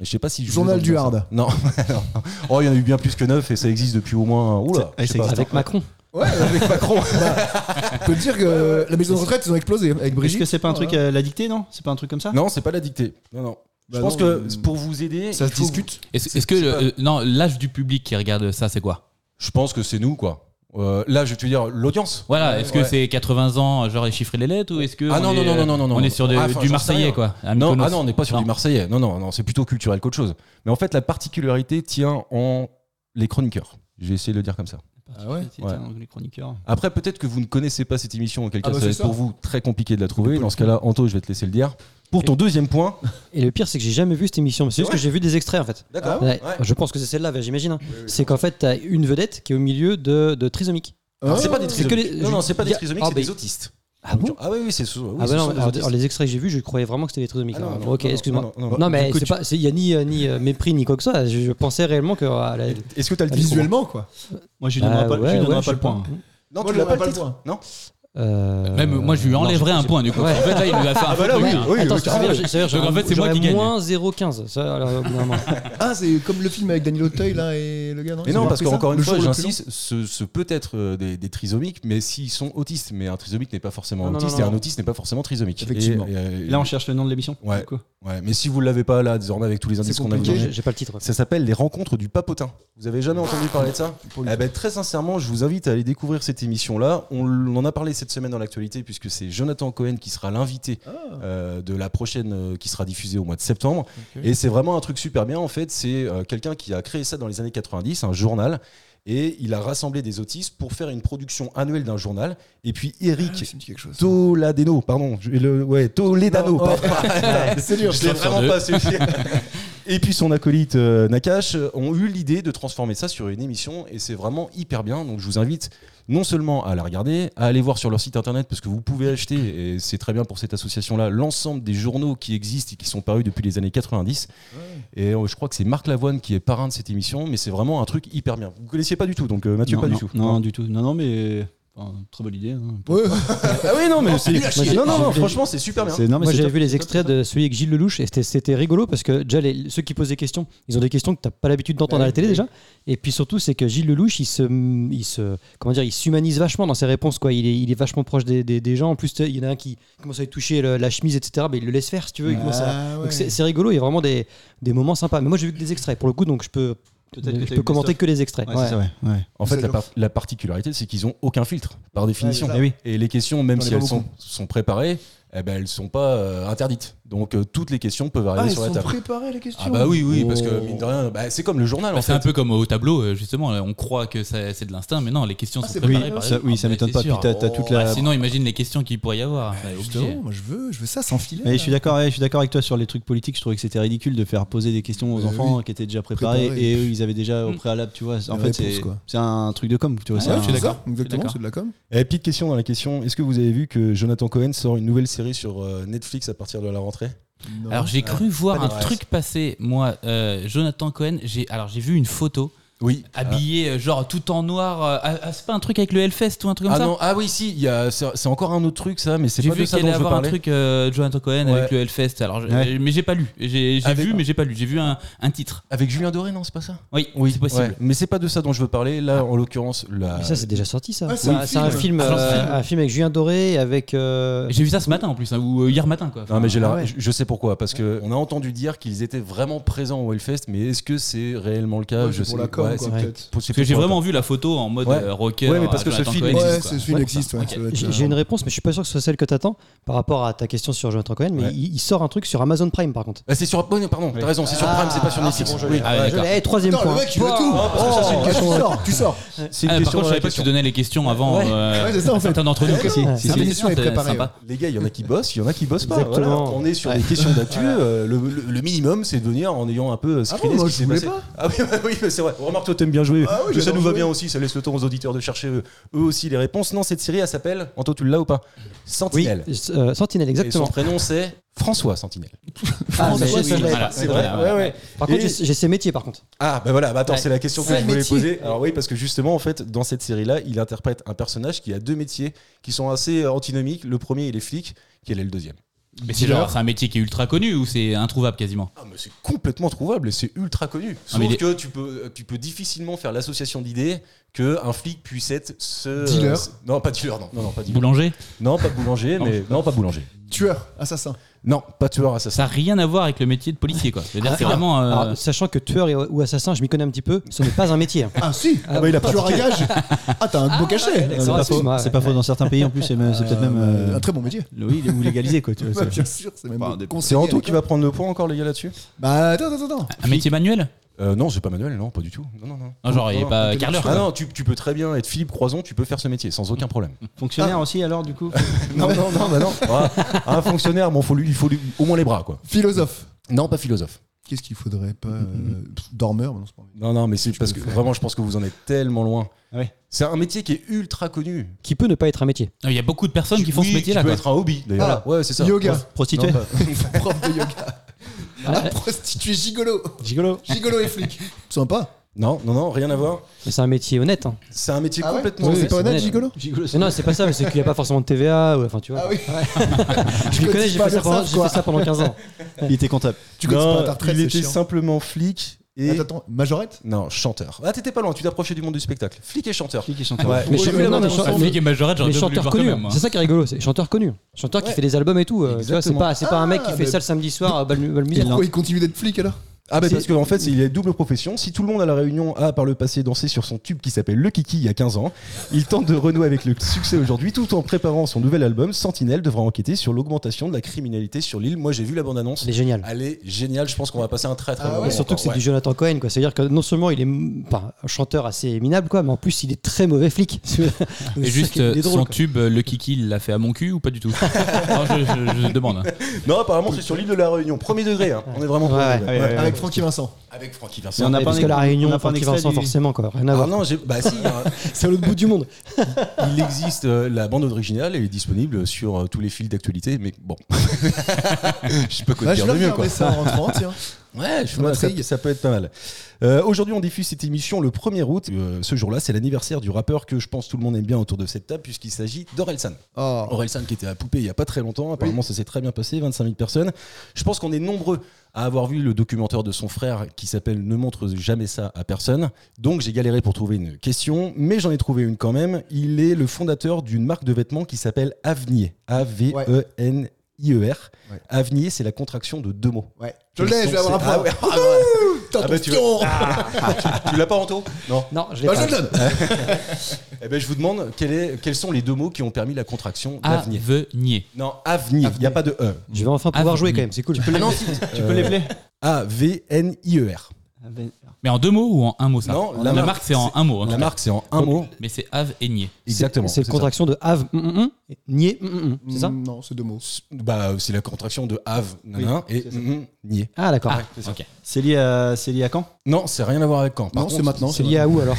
Speaker 4: Et Je sais pas si je
Speaker 5: Journal
Speaker 4: vous ai
Speaker 5: du
Speaker 4: entendu
Speaker 5: Hard.
Speaker 4: ça. Non. non. Oh, il y en a eu bien plus que neuf et ça existe depuis au moins. Oula.
Speaker 8: Ah,
Speaker 4: je sais
Speaker 8: ça
Speaker 4: pas.
Speaker 8: existe.
Speaker 6: Avec Macron.
Speaker 5: Ouais, avec Macron. On peut dire que la maison de retraite, ils ont explosé avec
Speaker 8: Est-ce
Speaker 5: Brigitte.
Speaker 8: que c'est pas un truc
Speaker 5: Voilà.
Speaker 8: euh, la dictée, non C'est pas un truc comme ça
Speaker 4: Non, c'est pas la dictée. Non, non. Je
Speaker 5: Bah non,
Speaker 4: pense que
Speaker 5: mais-
Speaker 4: c'est pour vous aider,
Speaker 5: Ça
Speaker 4: il
Speaker 5: se
Speaker 4: faut-
Speaker 5: discute.
Speaker 7: Est-ce est-ce que euh, non l'âge du public qui regarde ça, c'est quoi
Speaker 4: Je pense que c'est nous, quoi. Euh, là, je vais te dire l'audience.
Speaker 7: Voilà, est-ce que
Speaker 4: Ouais.
Speaker 7: c'est 80 ans, genre les chiffres et les lettres, ou est-ce que
Speaker 4: Ah
Speaker 7: on
Speaker 4: non,
Speaker 7: est,
Speaker 4: non, non, non, non, non,
Speaker 7: on
Speaker 4: non.
Speaker 7: est sur de-
Speaker 4: Ah, enfin,
Speaker 7: du
Speaker 4: j'en sais
Speaker 7: Marseillais
Speaker 4: rien.
Speaker 7: quoi à
Speaker 4: Non,
Speaker 7: Mykonos
Speaker 4: ah non, on n'est pas sur
Speaker 7: Non.
Speaker 4: du Marseillais. Non, non, non, c'est plutôt culturel qu'autre chose. Mais en fait, la particularité tient en les chroniqueurs. Je vais essayer de le dire comme ça.
Speaker 5: Ah ouais
Speaker 7: C'est
Speaker 4: Ouais.
Speaker 7: un- les chroniqueurs.
Speaker 4: Après, peut-être que vous ne connaissez pas cette émission, auquel
Speaker 5: Ah
Speaker 4: cas
Speaker 5: bah,
Speaker 4: ça va
Speaker 5: c'est
Speaker 4: être
Speaker 5: ça.
Speaker 4: pour vous très compliqué de la trouver. Dans ce cas-là, Anto, je vais te laisser le dire. Pour ton deuxième point,
Speaker 6: Et le pire, c'est que j'ai jamais vu cette émission. mais C'est juste
Speaker 4: Ouais.
Speaker 6: que j'ai vu des extraits en fait.
Speaker 4: d'accord.
Speaker 6: Ah Ouais. Je pense que c'est celle-là, j'imagine. hein. C'est qu'en fait, t'as une vedette qui est au milieu de, de trisomique.
Speaker 5: Ah,
Speaker 4: c'est pas des
Speaker 6: C'est que
Speaker 4: trisomiques.
Speaker 6: les-
Speaker 4: Non, non, c'est pas des
Speaker 6: y a-
Speaker 4: trisomiques,
Speaker 6: Ah,
Speaker 4: c'est
Speaker 6: bah,
Speaker 4: des autistes.
Speaker 6: Ah bon
Speaker 4: Ah oui, oui, c'est sous. oui,
Speaker 6: Ah
Speaker 4: ce
Speaker 6: bah non,
Speaker 4: sont des
Speaker 6: alors,
Speaker 4: autistes.
Speaker 6: alors, les extraits que j'ai vus, je croyais vraiment que c'était des trisomiques.
Speaker 4: Ah non,
Speaker 6: Alors,
Speaker 4: non,
Speaker 6: ok,
Speaker 4: non,
Speaker 6: excuse-moi.
Speaker 4: non,
Speaker 6: Non,
Speaker 4: non, non.
Speaker 6: mais
Speaker 4: Du coup,
Speaker 6: c'est pas- c'est- il n'y a ni, euh, ni euh, mépris ni quoi que ce soit. Je, je pensais réellement que. ah, la-
Speaker 4: Est-ce que tu as le
Speaker 6: Allez,
Speaker 4: visuel
Speaker 5: Visuellement, quoi.
Speaker 8: Moi, je lui donnerai
Speaker 6: Ah,
Speaker 8: pas, je lui
Speaker 6: ouais,
Speaker 8: donnerai
Speaker 6: ouais,
Speaker 8: pas
Speaker 6: je
Speaker 8: le
Speaker 6: sais
Speaker 8: point.
Speaker 4: Non,
Speaker 5: Moi,
Speaker 4: tu
Speaker 5: je
Speaker 4: l'as
Speaker 5: l'aurais
Speaker 4: pas le
Speaker 5: pas le
Speaker 4: titre. Non.
Speaker 6: Euh,
Speaker 7: Même moi, je lui
Speaker 6: non,
Speaker 7: enlèverais un point du coup. En fait, là, il lui a fait un
Speaker 6: Ah
Speaker 7: faux truc, hein.
Speaker 6: Attends, c'est-à-dire- c'est-à-dire,
Speaker 7: Donc, en
Speaker 6: j'aurais-
Speaker 7: fait, c'est moi qui
Speaker 6: j'aurais
Speaker 7: gagne.
Speaker 6: Moins 0,15. Ça, alors, euh, au bout d'un moment.
Speaker 5: Ah, c'est comme le film avec Danilo Teuil, là, et le gars, non
Speaker 4: Mais
Speaker 5: Ils ont
Speaker 4: non, parce
Speaker 5: repris ça
Speaker 4: qu'encore une
Speaker 5: Le jour
Speaker 4: fois,
Speaker 5: le plus
Speaker 4: j'insiste, ce, ce peut être euh, des, des trisomiques, mais s'ils sont autistes. Mais un trisomique n'est pas forcément
Speaker 5: Ah,
Speaker 6: Non, non,
Speaker 4: autiste
Speaker 6: non,
Speaker 4: et un
Speaker 6: non.
Speaker 4: autiste n'est pas forcément trisomique.
Speaker 8: Effectivement.
Speaker 4: Et, euh,
Speaker 8: Là, on cherche le nom de l'émission.
Speaker 4: Ouais.
Speaker 8: du coup.
Speaker 4: ouais, mais si vous ne l'avez pas là, désormais, avec tous les indices qu'on a vous
Speaker 5: compliqué.
Speaker 4: donnés,
Speaker 6: J'ai j'ai pas le titre.
Speaker 4: Ça s'appelle les rencontres du papotin. Vous avez jamais entendu parler de ça Eh ben, Très sincèrement, je vous invite à aller découvrir cette émission-là. On l- on en a parlé cette semaine dans l'actualité puisque c'est Jonathan Cohen qui sera l'invité euh, de la prochaine euh, qui sera diffusée au mois de septembre. Et c'est vraiment un truc super bien en fait. C'est euh, quelqu'un qui a créé ça dans les années 90, un journal. Et il a rassemblé des autistes pour faire une production annuelle d'un journal. Et puis
Speaker 5: Ça
Speaker 4: Eric
Speaker 5: me dit quelque chose.
Speaker 4: Toledano, pardon, je- le, ouais, Toledano,
Speaker 5: Non, oh.
Speaker 4: pardon.
Speaker 5: C'est dur.
Speaker 4: Je l'ai
Speaker 7: sur
Speaker 4: vraiment
Speaker 7: deux.
Speaker 4: pas celui Et puis son acolyte euh, Nakash ont eu l'idée de transformer ça sur une émission et c'est vraiment hyper bien. Donc je vous invite non seulement à la regarder, à aller voir sur leur site internet parce que vous pouvez acheter, et c'est très bien pour cette association-là, l'ensemble des journaux qui existent et qui sont parus depuis les années 90. Et euh, je crois que c'est Marc Lavoine qui est parrain de cette émission, mais c'est vraiment un truc hyper bien. Vous ne connaissiez pas du tout, donc euh, Mathieu,
Speaker 8: non,
Speaker 4: pas
Speaker 8: non,
Speaker 4: du tout.
Speaker 8: Non, du tout. Non, non, mais. enfin, très bonne idée. hein.
Speaker 5: Ouais.
Speaker 4: Ah oui, non, mais c'est.
Speaker 6: chier.
Speaker 4: Non, non, non,
Speaker 6: J'ai-
Speaker 4: franchement, c'est super bien.
Speaker 8: C'est- non, mais
Speaker 6: Moi
Speaker 8: c'est
Speaker 6: j'avais
Speaker 8: top.
Speaker 6: vu les extraits de celui avec Gilles Lelouch et c'était- c'était rigolo parce que déjà les- ceux qui posent des questions, ils ont des questions que t'as pas l'habitude d'entendre
Speaker 8: Bah
Speaker 6: à la télé déjà. Et puis surtout c'est que Gilles Lelouch il se, il se comment dire, il s'humanise vachement dans ses réponses quoi. Il est, il est vachement proche des, des- des gens. En plus t'as- il y en a un qui commence à lui toucher le- la chemise etc. Mais il le laisse faire si tu veux. Il commence à-
Speaker 5: Ah, ouais.
Speaker 6: Donc c'est c'est rigolo. Il y a vraiment des, des moments sympas. Mais moi j'ai vu que des extraits pour le coup donc je peux,
Speaker 8: Peut-être que t'as eu
Speaker 6: je
Speaker 8: des
Speaker 6: peux commenter
Speaker 8: stocks.
Speaker 6: que les extraits.
Speaker 8: Ouais, c'est ça, ouais, ouais.
Speaker 4: En fait,
Speaker 5: C'est
Speaker 4: la,
Speaker 5: dur.
Speaker 4: par- la particularité, c'est qu'ils ont aucun filtre, par définition.
Speaker 5: c'est
Speaker 7: Eh
Speaker 4: et,
Speaker 5: ça.
Speaker 4: les questions, même
Speaker 5: J'en ai
Speaker 4: si
Speaker 5: pas
Speaker 4: elles sont, sont préparées, eh ben, elles ne sont pas euh, interdites. Donc, euh, toutes les questions peuvent arriver
Speaker 5: Ah, ils
Speaker 4: sur la
Speaker 5: sont
Speaker 4: table.
Speaker 5: préparés les questions.
Speaker 4: Ah bah oui, oui, parce que mine de rien, bah, c'est comme le journal,
Speaker 7: Bah,
Speaker 4: en
Speaker 7: c'est
Speaker 4: fait.
Speaker 7: un peu comme au tableau, euh, justement, là, on croit que ça- c'est de l'instinct, mais non, les questions
Speaker 5: c'est
Speaker 7: sont préparées.
Speaker 5: vrai.
Speaker 7: par
Speaker 8: Ça,
Speaker 7: exemple.
Speaker 8: oui, ça
Speaker 7: Ah,
Speaker 8: m'étonne
Speaker 7: c'est
Speaker 8: pas.
Speaker 7: sûr.
Speaker 8: Puis t'as t'as toute
Speaker 7: Ah,
Speaker 8: la.
Speaker 7: sinon, imagine les questions qu'il pourrait y avoir. Ouais, obligé.
Speaker 5: Justement, moi je veux, je veux ça sans filet.
Speaker 8: Mais je suis d'accord, ouais, je suis d'accord avec toi sur les trucs politiques. Je trouvais que c'était ridicule de faire poser des questions aux
Speaker 5: Euh,
Speaker 8: enfants
Speaker 5: oui.
Speaker 8: qui étaient déjà préparés
Speaker 5: Préparés.
Speaker 8: et eux ils avaient déjà au
Speaker 7: Mm.
Speaker 8: préalable, tu vois. En
Speaker 5: La
Speaker 8: fait,
Speaker 5: réponse,
Speaker 8: c'est-
Speaker 5: quoi.
Speaker 8: c'est un truc de com, tu vois.
Speaker 6: Ah,
Speaker 8: c'est
Speaker 5: Ouais,
Speaker 8: un-
Speaker 5: c'est ça,
Speaker 7: Je
Speaker 5: Exactement,
Speaker 7: suis
Speaker 5: c'est de la com.
Speaker 4: Eh, petite question dans la question est-ce que vous avez vu que Jonathan Cohen sort une nouvelle série sur euh, Netflix à partir de la rentrée
Speaker 7: Alors j'ai cru voir
Speaker 4: pas
Speaker 7: un
Speaker 4: des
Speaker 7: truc passer, moi, euh, Jonathan Cohen, j'ai alors j'ai vu une photo
Speaker 4: Oui.
Speaker 7: habillé euh, genre tout en noir, euh, ah, ah, c'est pas un truc avec le Hellfest ou un truc comme
Speaker 4: Ah
Speaker 7: ça
Speaker 4: non, ah oui, si, il y a- c'est c'est encore un autre truc, ça, mais c'est
Speaker 7: J'ai
Speaker 4: pas de
Speaker 7: vu
Speaker 4: ça
Speaker 7: qu'il allait
Speaker 4: dont je veux
Speaker 7: avoir un
Speaker 4: parler.
Speaker 7: truc euh, Jonathan Cohen
Speaker 4: Ouais. Ah,
Speaker 7: avec le Hellfest, alors je-
Speaker 8: Ouais.
Speaker 7: mais j'ai pas lu, j'ai j'ai
Speaker 4: Avec-
Speaker 7: vu mais j'ai pas lu, j'ai vu un, un titre.
Speaker 4: Avec Julien Doré, non, c'est pas ça
Speaker 7: Oui, oui c'est possible.
Speaker 4: Ouais, Mais c'est pas de ça dont je veux parler. Là, en l'occurrence, la.
Speaker 6: Mais ça c'est déjà sorti ça.
Speaker 5: Ah, c'est
Speaker 6: c'est
Speaker 5: un
Speaker 6: un- c'est un film,
Speaker 7: Ah, c'est un
Speaker 6: euh,
Speaker 7: film.
Speaker 6: un film avec Julien Doré et avec. euh,
Speaker 7: J'ai vu ça ce matin en plus, hein, ou euh, hier matin quoi.
Speaker 4: Non, mais j'ai la-
Speaker 6: Ah ouais.
Speaker 4: je- je sais pourquoi, parce que on a entendu dire qu'ils étaient vraiment présents au Hellfest, mais est-ce que c'est réellement le
Speaker 5: Ouais,
Speaker 4: cas Je
Speaker 5: c'est pour
Speaker 4: sais
Speaker 5: la com,
Speaker 4: ouais,
Speaker 5: quoi,
Speaker 4: c'est-
Speaker 5: peut-être.
Speaker 4: pour- c'est
Speaker 7: Parce que j'ai
Speaker 4: pour la
Speaker 7: vraiment vu la photo en mode
Speaker 4: Ouais.
Speaker 7: euh, rocker.
Speaker 4: Ouais, mais parce que
Speaker 7: euh,
Speaker 4: ce
Speaker 7: Jonathan
Speaker 4: film
Speaker 7: Cohen,
Speaker 4: existe,
Speaker 5: Ouais,
Speaker 7: quoi.
Speaker 5: ce film
Speaker 4: Ouais,
Speaker 5: existe. ouais,
Speaker 7: Ok.
Speaker 5: ça doit être,
Speaker 6: J'ai
Speaker 5: euh,
Speaker 6: j'ai une réponse, mais je suis pas sûr que ce soit celle que t'attends par rapport à ta question sur Jonathan Cohen. Mais
Speaker 4: Ouais.
Speaker 6: il, il sort un truc sur Amazon Prime par contre.
Speaker 4: com. Ah, c'est sur. oh, non, pardon, t'as raison, c'est sur
Speaker 6: Ah,
Speaker 4: Prime, c'est pas sur
Speaker 6: ah,
Speaker 4: Netflix.
Speaker 6: c'est bon, je
Speaker 4: Oui.
Speaker 7: Ah ouais,
Speaker 6: Je
Speaker 7: d'accord.
Speaker 6: l'ai- eh, troisième
Speaker 5: Putain,
Speaker 6: point.
Speaker 5: le mec, il veut tout. Oh, tu sors, tu sors.
Speaker 4: C'est une
Speaker 7: Ah, par
Speaker 4: question
Speaker 7: contre, je
Speaker 4: dans la
Speaker 7: savais pas que tu
Speaker 4: question.
Speaker 7: donnais les questions avant. euh,
Speaker 5: Ouais, c'est ça, en fait.
Speaker 7: certains d'entre nous.
Speaker 5: Ouais,
Speaker 7: Si,
Speaker 5: non,
Speaker 7: si,
Speaker 5: cette
Speaker 7: si,
Speaker 5: émission
Speaker 7: c'est
Speaker 5: est préparée,
Speaker 7: sympa.
Speaker 4: Les gars, il y en a qui bossent, il y en a qui bossent pas.
Speaker 6: Exactement.
Speaker 4: voilà. On est sur des questions d'actu. euh, le, le- le minimum, c'est de venir en ayant un peu euh,
Speaker 5: Ah
Speaker 4: screené
Speaker 5: bon, moi
Speaker 4: ce qui
Speaker 5: je
Speaker 4: s'est
Speaker 5: voulais
Speaker 4: passé.
Speaker 5: pas.
Speaker 4: Ah oui, bah oui, mais c'est vrai. Remarque, toi, t'aimes bien jouer.
Speaker 5: Ah oui,
Speaker 4: Mais ça
Speaker 5: j'adore
Speaker 4: nous va
Speaker 5: jouer.
Speaker 4: bien aussi. Ça laisse le temps aux auditeurs de chercher euh, eux aussi les réponses. Non, cette série, elle s'appelle. Anto, tu l'as ou pas
Speaker 6: Oui,
Speaker 4: Sentinelle.
Speaker 6: euh, Sentinelle,
Speaker 4: Et
Speaker 6: exactement.
Speaker 4: son prénom, c'est François Sentinelle.
Speaker 6: Ah, mais
Speaker 5: François,
Speaker 6: je- je-
Speaker 7: Voilà,
Speaker 4: C'est vrai.
Speaker 7: voilà,
Speaker 4: ouais,
Speaker 7: ouais.
Speaker 4: ouais.
Speaker 6: Par
Speaker 4: Et-
Speaker 6: contre, j'ai j'ai ses métiers par contre.
Speaker 4: Ah, bah voilà, bah attends,
Speaker 6: Ouais.
Speaker 4: c'est la question que
Speaker 5: C'est
Speaker 4: je
Speaker 5: un
Speaker 4: voulais
Speaker 5: métier.
Speaker 4: poser. Alors oui, parce que justement, en fait, dans cette série-là, il interprète un personnage qui a deux métiers qui sont assez euh, antinomiques. Le premier, il est flic. Quel est le deuxième
Speaker 7: Mais c'est genre, c'est un métier qui est ultra connu ou c'est introuvable quasiment
Speaker 4: Ah, mais c'est complètement trouvable et c'est ultra connu. Sauf
Speaker 7: mais il est-
Speaker 4: que tu peux, euh, tu peux difficilement faire l'association d'idées que un flic puisse être ce euh,
Speaker 5: Dealer.
Speaker 4: ce- non, pas dealer, non, non, non, pas dealer.
Speaker 7: Boulanger
Speaker 4: Non, pas boulanger,
Speaker 7: Non,
Speaker 4: mais non, pas boulanger.
Speaker 5: Tueur, assassin.
Speaker 4: Non, pas tueur assassin.
Speaker 7: Ça n'a rien à voir avec le métier de policier quoi. Je veux dire,
Speaker 6: Ah,
Speaker 7: c'est
Speaker 6: ah,
Speaker 7: vraiment. euh,
Speaker 6: Alors, sachant que tueur et- ou assassin, je m'y connais un petit peu, ce n'est pas un métier. hein.
Speaker 5: Ah si
Speaker 6: Ah bah, il a
Speaker 5: Tueur à gage Ah, t'as un beau cachet
Speaker 8: C'est pas faux.
Speaker 6: Excuse-moi,
Speaker 8: C'est pas faux dans certains pays en plus. C'est même- c'est peut-être même. euh,
Speaker 5: Un très bon métier.
Speaker 8: Oui, il est- ou légalisé quoi. tu vois,
Speaker 5: Bah,
Speaker 8: c'est-
Speaker 5: Bien sûr, c'est même
Speaker 8: Bah,
Speaker 5: beau.
Speaker 4: C'est Anto
Speaker 5: Conseiller,
Speaker 4: qui va prendre le point encore, les gars, là-dessus
Speaker 5: Bah attends, attends, attends.
Speaker 7: Un métier manuel
Speaker 4: euh, Non, c'est pas Manuel, non, pas du tout. Non, non, non.
Speaker 7: Non, genre, il n'est pas carleur.
Speaker 4: Ah
Speaker 7: quoi.
Speaker 4: non, tu, tu peux très bien être Philippe Croison, tu peux faire ce métier sans aucun problème.
Speaker 8: Fonctionnaire aussi alors du coup.
Speaker 4: non, non, non, bah non. Ah, un fonctionnaire, bon, faut lui, il faut lui- au moins les bras, quoi.
Speaker 5: Philosophe.
Speaker 4: Non, pas philosophe.
Speaker 5: Qu'est-ce qu'il faudrait pas euh, pff, Dormeur, mais non, c'est pas
Speaker 4: Non, non, mais c'est parce que vraiment, je pense que vous en êtes tellement loin.
Speaker 8: Ouais.
Speaker 4: C'est un métier qui est ultra connu.
Speaker 6: Qui peut ne pas être un métier.
Speaker 7: Il y a beaucoup de personnes qui font
Speaker 4: ah, Oui,
Speaker 7: ce métier là.
Speaker 4: Qui peut
Speaker 7: quoi.
Speaker 4: être un hobby, d'ailleurs.
Speaker 5: Ah,
Speaker 4: ouais, c'est ça.
Speaker 5: yoga.
Speaker 4: Ouais.
Speaker 8: Prostituée.
Speaker 6: bah,
Speaker 4: Non, pas-
Speaker 5: prof de yoga. Ah, prostituée gigolo.
Speaker 6: Gigolo.
Speaker 5: Gigolo et flic. Sympa.
Speaker 4: Non, non, non, rien à voir.
Speaker 6: Mais c'est un métier honnête. hein.
Speaker 4: C'est un métier
Speaker 5: Ah ouais
Speaker 4: complètement.
Speaker 5: C'est pas honnête,
Speaker 6: honnête.
Speaker 5: gigolo
Speaker 6: Mais non, c'est pas ça, mais c'est qu'il n'y a pas forcément de TVA. ou- Enfin, tu vois.
Speaker 5: Ah oui.
Speaker 6: Je les connais, j'ai
Speaker 5: pas
Speaker 6: fait, ça
Speaker 5: l'URSSAF,
Speaker 6: pendant- j'ai fait
Speaker 5: quoi.
Speaker 6: ça pendant 15 ans.
Speaker 8: Il était comptable.
Speaker 5: Tu connais
Speaker 4: Non,
Speaker 5: pas ta retraite,
Speaker 4: Il
Speaker 5: c'est
Speaker 4: était
Speaker 5: chiant.
Speaker 4: simplement flic et.
Speaker 5: Attends, attends, majorette
Speaker 4: Non, chanteur. Ah, t'étais pas loin, tu t'approchais du monde du spectacle. Flic et chanteur.
Speaker 8: Flic et chanteur.
Speaker 4: Ouais,
Speaker 6: Mais
Speaker 4: j'ai
Speaker 6: chanteur-
Speaker 4: vu la
Speaker 6: non, mais
Speaker 4: bande-annonce.
Speaker 6: chanteur-
Speaker 7: Un flic et Ah, majorette, j'aurais
Speaker 6: Mais
Speaker 7: bien voulu le
Speaker 6: chanteur
Speaker 7: voir quand
Speaker 6: connu,
Speaker 7: même. hein. moi.
Speaker 6: hein.
Speaker 4: hein.
Speaker 6: c'est ça qui est rigolo, c'est chanteur connu, chanteur qui
Speaker 4: Ouais.
Speaker 6: fait des albums et tout. euh, tu vois, c'est
Speaker 4: Exactement.
Speaker 6: pas, c'est pas un mec
Speaker 5: Ah,
Speaker 6: qui fait
Speaker 5: mais-
Speaker 6: ça le samedi soir à euh, Balmu- Balmusette.
Speaker 5: Pourquoi il continue d'être flic alors
Speaker 4: Ah bah
Speaker 6: C'est-
Speaker 4: parce qu'en en fait, c'est- il y a double profession. Si tout le monde à la Réunion a par le passé dansé sur son tube qui s'appelle Le Kiki il y a 15 ans, il tente de renouer avec le succès aujourd'hui tout en préparant son nouvel album. Sentinelle devra enquêter sur l'augmentation de la criminalité sur l'île. Moi, j'ai vu la bande-annonce.
Speaker 6: Elle est géniale.
Speaker 4: Elle est géniale. Je pense qu'on va passer un très très
Speaker 5: Ah
Speaker 4: bon
Speaker 5: ouais.
Speaker 4: moment
Speaker 6: Et surtout
Speaker 4: encore,
Speaker 6: que c'est
Speaker 4: Ah, ouais.
Speaker 6: du Jonathan Cohen, quoi. C'est-à-dire que non seulement il est mm, enfin, un chanteur assez minable, quoi, mais en plus il est très mauvais flic. Donc, c'est
Speaker 7: Et
Speaker 6: ça
Speaker 7: juste,
Speaker 6: qui est- il est
Speaker 7: euh,
Speaker 6: drôle,
Speaker 7: son
Speaker 6: quoi.
Speaker 7: tube, euh, le kiki, il l'a fait à mon cul ou pas du tout Non, je, je- je demande. hein.
Speaker 4: Non, apparemment, c'est sur l'île de la Réunion. Premier degré. hein. On est vraiment. premier
Speaker 6: Ouais,
Speaker 4: degré.
Speaker 7: ouais.
Speaker 4: Ouais.
Speaker 5: Avec Francky Vincent.
Speaker 4: Avec Francky
Speaker 8: Mais
Speaker 4: Vincent.
Speaker 8: on a
Speaker 6: Ouais,
Speaker 8: pas
Speaker 6: parce
Speaker 8: un
Speaker 6: que la
Speaker 8: extrait- on
Speaker 6: Réunion,
Speaker 8: a pas un
Speaker 6: Francky
Speaker 8: extrait
Speaker 6: Vincent,
Speaker 8: du-
Speaker 6: forcément, quoi. Rien à
Speaker 4: Ah
Speaker 6: voir.
Speaker 4: non, j'ai- bah si, il y a-
Speaker 6: C'est à l'autre bout du monde.
Speaker 4: il existe euh, la bande originale, elle est disponible sur euh, tous les fils d'actualité, mais bon. je peux quoi
Speaker 5: Là, Bah,
Speaker 4: te
Speaker 5: je
Speaker 4: dire
Speaker 5: vais
Speaker 4: de mieux quoi.
Speaker 5: regarder ça en rentrant, tiens.
Speaker 4: Ouais, je
Speaker 5: Ça
Speaker 4: vois, ça,
Speaker 5: m'intrigue.
Speaker 4: ça peut être pas mal. Euh, Aujourd'hui, on diffuse cette émission le 1er août. Euh, ce jour-là, c'est l'anniversaire du rappeur que je pense tout le monde aime bien autour de cette table, puisqu'il s'agit d'Orelsan.
Speaker 5: Oh.
Speaker 4: Orelsan qui était à Poupée il y a pas très longtemps, apparemment ça s'est très bien passé, 25 000 personnes. Je pense qu'on est nombreux à avoir vu le documentaire de son frère qui s'appelle Ne montre jamais ça à personne. Donc j'ai galéré pour trouver une question, mais j'en ai trouvé une quand même. Il est le fondateur d'une marque de vêtements qui s'appelle Avenier. E A-V-E-N-I-E-R.
Speaker 5: Ouais.
Speaker 4: Avenier, c'est la contraction de deux mots.
Speaker 5: Ouais. Je l'ai, je vais avoir un
Speaker 4: Ah
Speaker 5: point.
Speaker 4: ouais, ah ouais.
Speaker 5: T'as
Speaker 4: Ah
Speaker 5: ton
Speaker 4: bah, tu
Speaker 5: pion. Ah.
Speaker 4: Tu l'as pas en taux Non.
Speaker 6: Non, je l'ai
Speaker 5: Bah,
Speaker 6: pas.
Speaker 5: je le donne.
Speaker 4: Eh ben, je vous demande quel est- quels sont les deux mots qui ont permis la contraction
Speaker 7: Ah.
Speaker 4: d'avenir.
Speaker 7: Avenir.
Speaker 4: Non, avenir. Il n'y a pas de E.
Speaker 6: Je vais enfin pouvoir
Speaker 7: Ah,
Speaker 6: jouer
Speaker 7: oui.
Speaker 6: quand même, c'est cool.
Speaker 4: Tu peux les plaire A V N I E R.
Speaker 7: Mais en deux mots ou en un mot ça
Speaker 4: Non, la
Speaker 7: la,
Speaker 4: marque,
Speaker 7: marque, c'est en un mot. hein.
Speaker 4: La marque c'est en un mot.
Speaker 7: Mais c'est Ave et Nier.
Speaker 4: Exactement.
Speaker 6: C'est
Speaker 4: ça.
Speaker 6: la contraction de Have, mm, mm, mm, et Nier, mm, mm, mm, c'est ça
Speaker 5: Non, c'est deux mots.
Speaker 4: Bah c'est la contraction de Ave nanan et mm, mm, nier.
Speaker 6: Ah, d'accord.
Speaker 7: Ah, ok.
Speaker 8: C'est lié à, c'est lié à quand
Speaker 4: Non, c'est rien à voir avec quand. Par
Speaker 5: Non, c'est
Speaker 4: contre,
Speaker 5: maintenant.
Speaker 6: c'est lié à où alors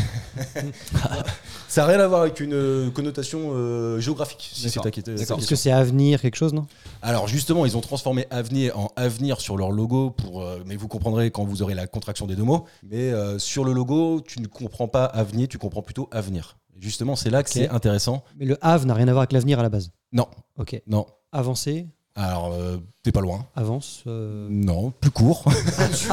Speaker 4: Ça n'a rien à voir avec une euh, connotation euh, géographique. Si c'est ta question.
Speaker 6: Est-ce que c'est Avenir, quelque chose, non
Speaker 4: Alors justement, ils ont transformé avenir en avenir sur leur logo pour euh, mais vous comprendrez quand vous aurez la contraction des deux mots, mais euh, sur le logo, tu ne comprends pas avenir, tu comprends plutôt avenir. Justement, c'est là que
Speaker 6: Ok.
Speaker 4: c'est intéressant.
Speaker 6: Mais le Have n'a rien à voir avec l'avenir à la base.
Speaker 4: Non,
Speaker 6: Ok.
Speaker 4: non.
Speaker 6: Avancer,
Speaker 4: Alors euh, t'es pas loin.
Speaker 6: avance. euh,
Speaker 4: Non, plus court.
Speaker 6: Avant,
Speaker 4: est sur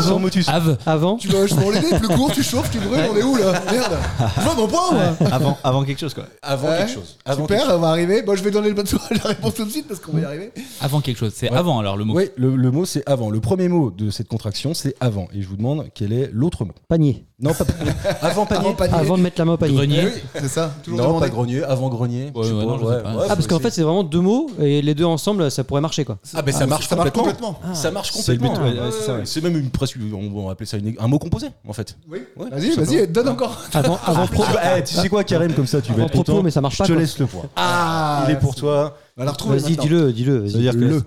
Speaker 6: avant,
Speaker 4: Motus.
Speaker 7: Ave.
Speaker 6: avant.
Speaker 5: Tu vas je vais l'aider, plus court, tu chauffes, tu brûles, on est où là Merde Je vois mon point moi
Speaker 8: avant, avant quelque chose, quoi.
Speaker 4: Avant
Speaker 5: Ouais.
Speaker 4: quelque chose. Avant
Speaker 5: Super,
Speaker 4: quelque
Speaker 5: on va arriver. Bon, je vais donner le bateau à la réponse tout de suite parce qu'on va y arriver.
Speaker 7: Avant quelque chose. C'est
Speaker 4: Ouais.
Speaker 7: avant alors le mot.
Speaker 4: chose. Oui, le, le mot c'est avant. Le premier mot de cette contraction c'est avant. Et je vous demande quel est l'autre mot.
Speaker 6: Panier.
Speaker 4: Non, pas avant panier.
Speaker 5: Avant panier.
Speaker 6: Avant de mettre la main au panier.
Speaker 7: Grenier.
Speaker 5: C'est ça, toujours
Speaker 4: Non, pas
Speaker 5: demander.
Speaker 4: grenier. Avant grenier.
Speaker 7: Ouais,
Speaker 4: je sais
Speaker 7: ouais,
Speaker 4: pas,
Speaker 7: non, je sais pas.
Speaker 4: ouais,
Speaker 6: Ah, parce
Speaker 4: faut
Speaker 6: qu'en fait,
Speaker 4: essayer.
Speaker 6: c'est vraiment deux mots et les deux ensemble, ça pourrait marcher quoi.
Speaker 4: ah ben ça,
Speaker 5: Ah,
Speaker 4: marche
Speaker 5: ça marche
Speaker 4: complètement.
Speaker 6: Ah.
Speaker 4: Ça marche
Speaker 8: C'est le but,
Speaker 4: complètement.
Speaker 8: ouais, ouais, c'est ça, ouais.
Speaker 4: C'est même une presque, on va appeler ça une- un mot composé en fait.
Speaker 5: Oui.
Speaker 4: Ouais,
Speaker 5: Vas-y,
Speaker 4: tout
Speaker 5: vas-y, donne encore.
Speaker 6: Avant,
Speaker 8: Ah,
Speaker 6: avant pro-
Speaker 4: Eh, tu sais quoi, Karim, comme ça, tu
Speaker 6: Avant propos, mais ça marche pas, quoi.
Speaker 4: le point.
Speaker 5: Ah
Speaker 4: Il est pour toi.
Speaker 5: Alors, retrouve
Speaker 6: Vas-y, dis-le, dis-le. vas-y.
Speaker 4: C'est-à-dire que-
Speaker 5: le.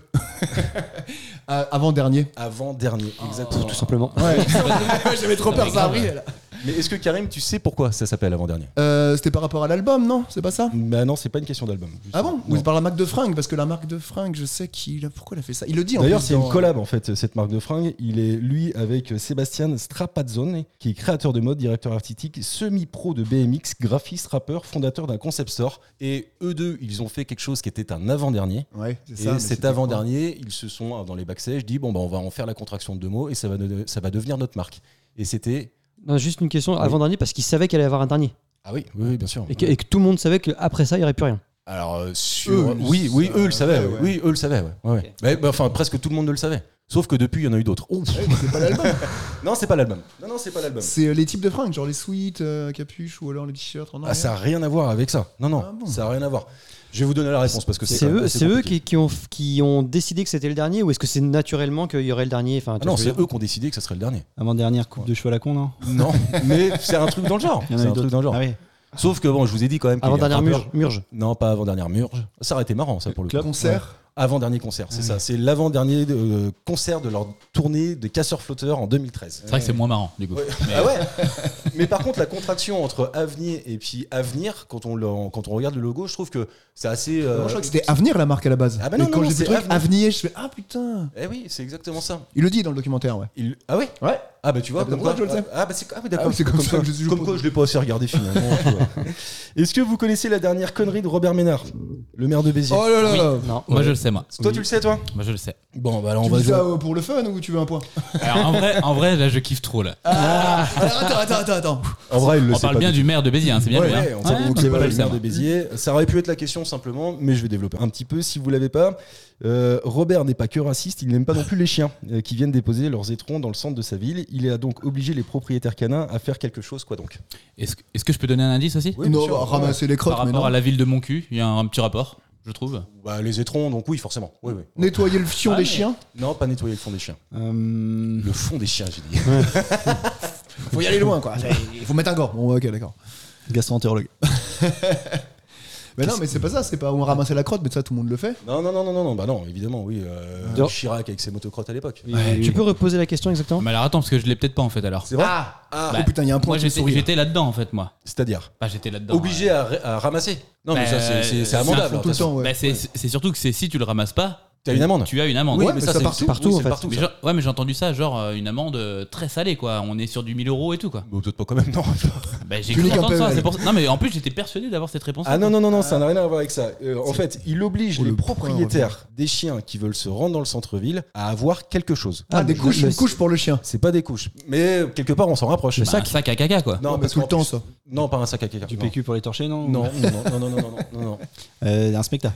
Speaker 5: Ah, Avant dernier.
Speaker 4: Avant dernier, exactement.
Speaker 6: Tout simplement.
Speaker 5: Ouais. J'avais trop peur, ça arrive.
Speaker 4: Mais est-ce que Karim, tu sais pourquoi ça s'appelle avant dernier
Speaker 5: Euh, C'était par rapport à l'album, non C'est pas ça
Speaker 4: Bah non, c'est pas une question d'album.
Speaker 5: Ah bon Ou
Speaker 4: Non.
Speaker 5: c'est par la marque de fringues Parce que la marque de fringues, je sais qu'il. Pourquoi il a fait ça Il le dit en
Speaker 4: D'ailleurs,
Speaker 5: plus
Speaker 4: c'est une
Speaker 5: dans-
Speaker 4: collab en fait, cette marque de fringues. Il est lui avec Sébastien Strapazzone, qui est créateur de mode, directeur artistique, semi-pro de BMX, graphiste, rappeur, fondateur d'un concept store. Et eux deux, ils ont fait quelque chose qui était un avant-dernier.
Speaker 5: Ouais, c'est ça.
Speaker 4: Et
Speaker 5: mais
Speaker 4: cet
Speaker 5: c'était quoi
Speaker 4: avant-dernier, ils se sont euh, dans les backstage dit bon bah on va en faire la contraction de deux mots et ça va, de- ça va devenir notre marque. Et c'était
Speaker 6: Non, juste une question avant dernier parce qu'il savait qu'il allait y avoir un dernier
Speaker 4: ah oui oui, oui, bien sûr.
Speaker 6: et que, et que tout le monde savait qu'après ça il n'y aurait plus rien.
Speaker 4: Alors euh, sur
Speaker 5: Eux,
Speaker 4: oui
Speaker 5: ils
Speaker 4: oui eux le savaient
Speaker 5: savaient,
Speaker 4: oui,
Speaker 5: ouais.
Speaker 4: oui, eux le savaient ouais, ouais, ouais. Mais, bah, enfin presque tout le monde ne le savait. Sauf que depuis il y en a eu d'autres. Ouf.
Speaker 5: C'est pas l'album.
Speaker 4: Non c'est pas l'album. Non non c'est pas l'album.
Speaker 5: C'est euh, les types de fringues, genre les sweats, euh, capuches ou alors les t-shirts. Oh en
Speaker 4: Ah, ça n'a rien à voir avec ça. Non, non,
Speaker 5: Ah bon
Speaker 4: ça n'a rien à voir. Je vais vous donner la réponse parce que c'est
Speaker 6: C'est
Speaker 4: quand même
Speaker 6: eux,
Speaker 4: assez
Speaker 6: c'est eux
Speaker 4: compliqué.
Speaker 6: qui, qui ont, qui ont décidé que c'était le dernier ou est-ce que c'est naturellement qu'il y aurait le dernier enfin,
Speaker 4: Ah non, c'est eux qui ont décidé que ça serait le dernier.
Speaker 8: Avant-dernière coupe de cheveux à la con, non
Speaker 4: Non, mais c'est un truc dans le genre.
Speaker 8: Il y en a
Speaker 4: C'est
Speaker 8: eu
Speaker 4: un truc
Speaker 8: d'autres.
Speaker 4: dans le genre.
Speaker 8: Ah oui.
Speaker 4: Sauf que bon, je vous ai dit quand même. qu'il y a
Speaker 6: Avant dernière
Speaker 4: un rappeur-
Speaker 6: murge. murge.
Speaker 4: Non, pas avant dernière murge. Ça aurait été marrant, ça pour le
Speaker 5: Le
Speaker 4: coup.
Speaker 5: concert.
Speaker 4: Avant dernier concert, c'est ça. C'est l'avant dernier concert de leur tournée de casseurs flotteurs en 2013.
Speaker 7: C'est vrai que c'est moins marrant du coup. Mais-
Speaker 4: Ah ouais Mais par contre, la contraction entre avenir et puis avenir, quand on, le- quand on regarde le logo, je trouve que c'est assez. euh,
Speaker 5: Moi, je crois que c'était Avenir la marque à la base.
Speaker 4: Ah bah
Speaker 5: Et
Speaker 4: non, non,
Speaker 5: quand
Speaker 4: non,
Speaker 5: j'ai vu le
Speaker 4: c'est
Speaker 5: truc
Speaker 4: Avenir.
Speaker 5: Avenir, je fais Ah putain
Speaker 4: Eh oui, c'est exactement ça.
Speaker 5: Il le dit dans le documentaire, ouais.
Speaker 4: Il- Ah oui
Speaker 5: Ouais.
Speaker 4: Ah bah tu vois,
Speaker 5: Ah,
Speaker 4: comme
Speaker 5: pourquoi je
Speaker 4: quoi,
Speaker 5: le sais
Speaker 4: ah, bah c'est ah oui, d'accord.
Speaker 5: Ah oui, c'est comme ça que je suis-
Speaker 4: comme quoi, je l'ai pas assez regardé finalement. tu vois. Est-ce que vous connaissez la dernière connerie de Robert Ménard, le maire de Béziers
Speaker 5: Oh là là
Speaker 7: Oui.
Speaker 5: là.
Speaker 6: Non.
Speaker 7: Moi je le sais, moi.
Speaker 4: Toi, tu le sais, toi
Speaker 7: Moi, je le sais.
Speaker 4: Bon, bah là, on
Speaker 5: Tu
Speaker 4: va
Speaker 5: dis
Speaker 4: jouer.
Speaker 5: ça euh, pour le fun ou tu veux un point
Speaker 7: Alors, en vrai, en vrai, là, je kiffe trop, là.
Speaker 5: Alors, Ah, Attends, attends, attends, attends.
Speaker 4: En vrai, il le
Speaker 7: on parle bien du maire de Béziers, hein, c'est bien lui. hein.
Speaker 4: Ouais, on sait
Speaker 7: Ouais,
Speaker 4: donc
Speaker 7: bah,
Speaker 4: c'est pas
Speaker 7: voilà, je
Speaker 4: le
Speaker 7: sais,
Speaker 4: maire
Speaker 7: moi.
Speaker 4: de Béziers. Ça aurait pu être la question simplement, mais je vais développer un petit peu si vous l'avez pas. Euh, Robert n'est pas que raciste, il n'aime pas non plus les chiens euh, qui viennent déposer leurs étrons dans le centre de sa ville. Il a donc obligé les propriétaires canins à faire quelque chose, quoi donc.
Speaker 7: Est-ce que- est-ce que je peux donner un indice aussi
Speaker 4: Oui,
Speaker 5: non,
Speaker 4: bien sûr.
Speaker 5: bah, ramasser les
Speaker 7: Par
Speaker 5: crottes, mais
Speaker 7: rapport
Speaker 5: non.
Speaker 7: à la ville de mon cul, il y a un, un petit rapport, je trouve.
Speaker 4: Bah, les étrons, donc oui, forcément. Oui, oui.
Speaker 5: Nettoyer le fion
Speaker 7: Ah,
Speaker 5: des
Speaker 7: mais-
Speaker 5: chiens.
Speaker 4: Non, pas nettoyer le fond des chiens.
Speaker 8: Euh,
Speaker 4: Le fond des chiens, j'ai dit.
Speaker 5: Faut y aller loin, quoi. Il faut mettre un gant. Bon, ok, d'accord.
Speaker 8: Gastro-entérologue.
Speaker 5: Mais non, mais c'est pas ça. C'est pas on ramassait la crotte, mais ça, tout le monde le fait.
Speaker 4: Non, non, non, non, non, non, bah non, évidemment, oui. euh,
Speaker 6: Dehors.
Speaker 4: Chirac avec ses motocrottes à l'époque.
Speaker 6: Tu peux reposer la question exactement
Speaker 7: Mais alors attends, parce que je l'ai peut-être pas en fait alors.
Speaker 4: C'est vrai
Speaker 5: Ah,
Speaker 7: Bah,
Speaker 5: oh putain, il y a un point
Speaker 7: Moi
Speaker 5: qui me
Speaker 7: j'étais
Speaker 5: sourit.
Speaker 7: j'étais là-dedans en fait, moi.
Speaker 4: C'est-à-dire
Speaker 7: Bah, j'étais là-dedans.
Speaker 4: Obligé à, ra- à ramasser Non, mais
Speaker 7: Bah,
Speaker 4: ça, c'est- c'est- c'est
Speaker 7: c'est un
Speaker 5: Ils
Speaker 4: amendable. hein,
Speaker 5: font tout
Speaker 4: de
Speaker 5: le
Speaker 4: toute façon.
Speaker 5: temps, ouais.
Speaker 7: Bah, c'est c'est surtout que c'est si tu le ramasses pas,
Speaker 4: T'as une amende
Speaker 7: tu as une amende.
Speaker 5: Oui,
Speaker 4: Ouais,
Speaker 5: mais ça, partout.
Speaker 4: c'est
Speaker 6: Partout,
Speaker 4: oui,
Speaker 6: en
Speaker 4: c'est
Speaker 6: fait.
Speaker 4: partout,
Speaker 7: Mais
Speaker 4: ça.
Speaker 7: genre- ouais, mais j'ai entendu ça, genre euh, une amende euh, très salée quoi. On est sur du 1000 euros et tout quoi.
Speaker 4: Bon, peut-être pas quand même, non.
Speaker 7: Bah,
Speaker 5: Tu
Speaker 7: j'ai cru
Speaker 5: niques un
Speaker 7: entendre
Speaker 5: peu,
Speaker 7: ça.
Speaker 5: ouais.
Speaker 7: c'est pour ça- Non, mais en plus j'étais persuadé d'avoir cette réponse.
Speaker 4: Ah non, non, non, non, ça n'a rien à voir avec ça. Euh, en fait, il oblige
Speaker 5: Oh,
Speaker 4: les
Speaker 5: le point,
Speaker 4: propriétaires des chiens qui veulent se rendre dans le centre-ville à avoir quelque chose.
Speaker 5: Ah, des
Speaker 6: le-
Speaker 5: couches,
Speaker 6: le-
Speaker 5: une couche pour le chien.
Speaker 4: C'est pas des couches, mais quelque part on s'en rapproche.
Speaker 7: Bah,
Speaker 4: Bah,
Speaker 7: un sac à caca quoi.
Speaker 4: Non,
Speaker 5: Ouais,
Speaker 4: parce
Speaker 5: tout le
Speaker 4: qu'en
Speaker 5: temps,
Speaker 4: plus-
Speaker 5: ça.
Speaker 4: Non, pas un sac à caca.
Speaker 8: Du
Speaker 4: non.
Speaker 8: PQ pour les torcher, non
Speaker 4: Non, non, non, non, non, non, non, non.
Speaker 8: Euh, un spectacle.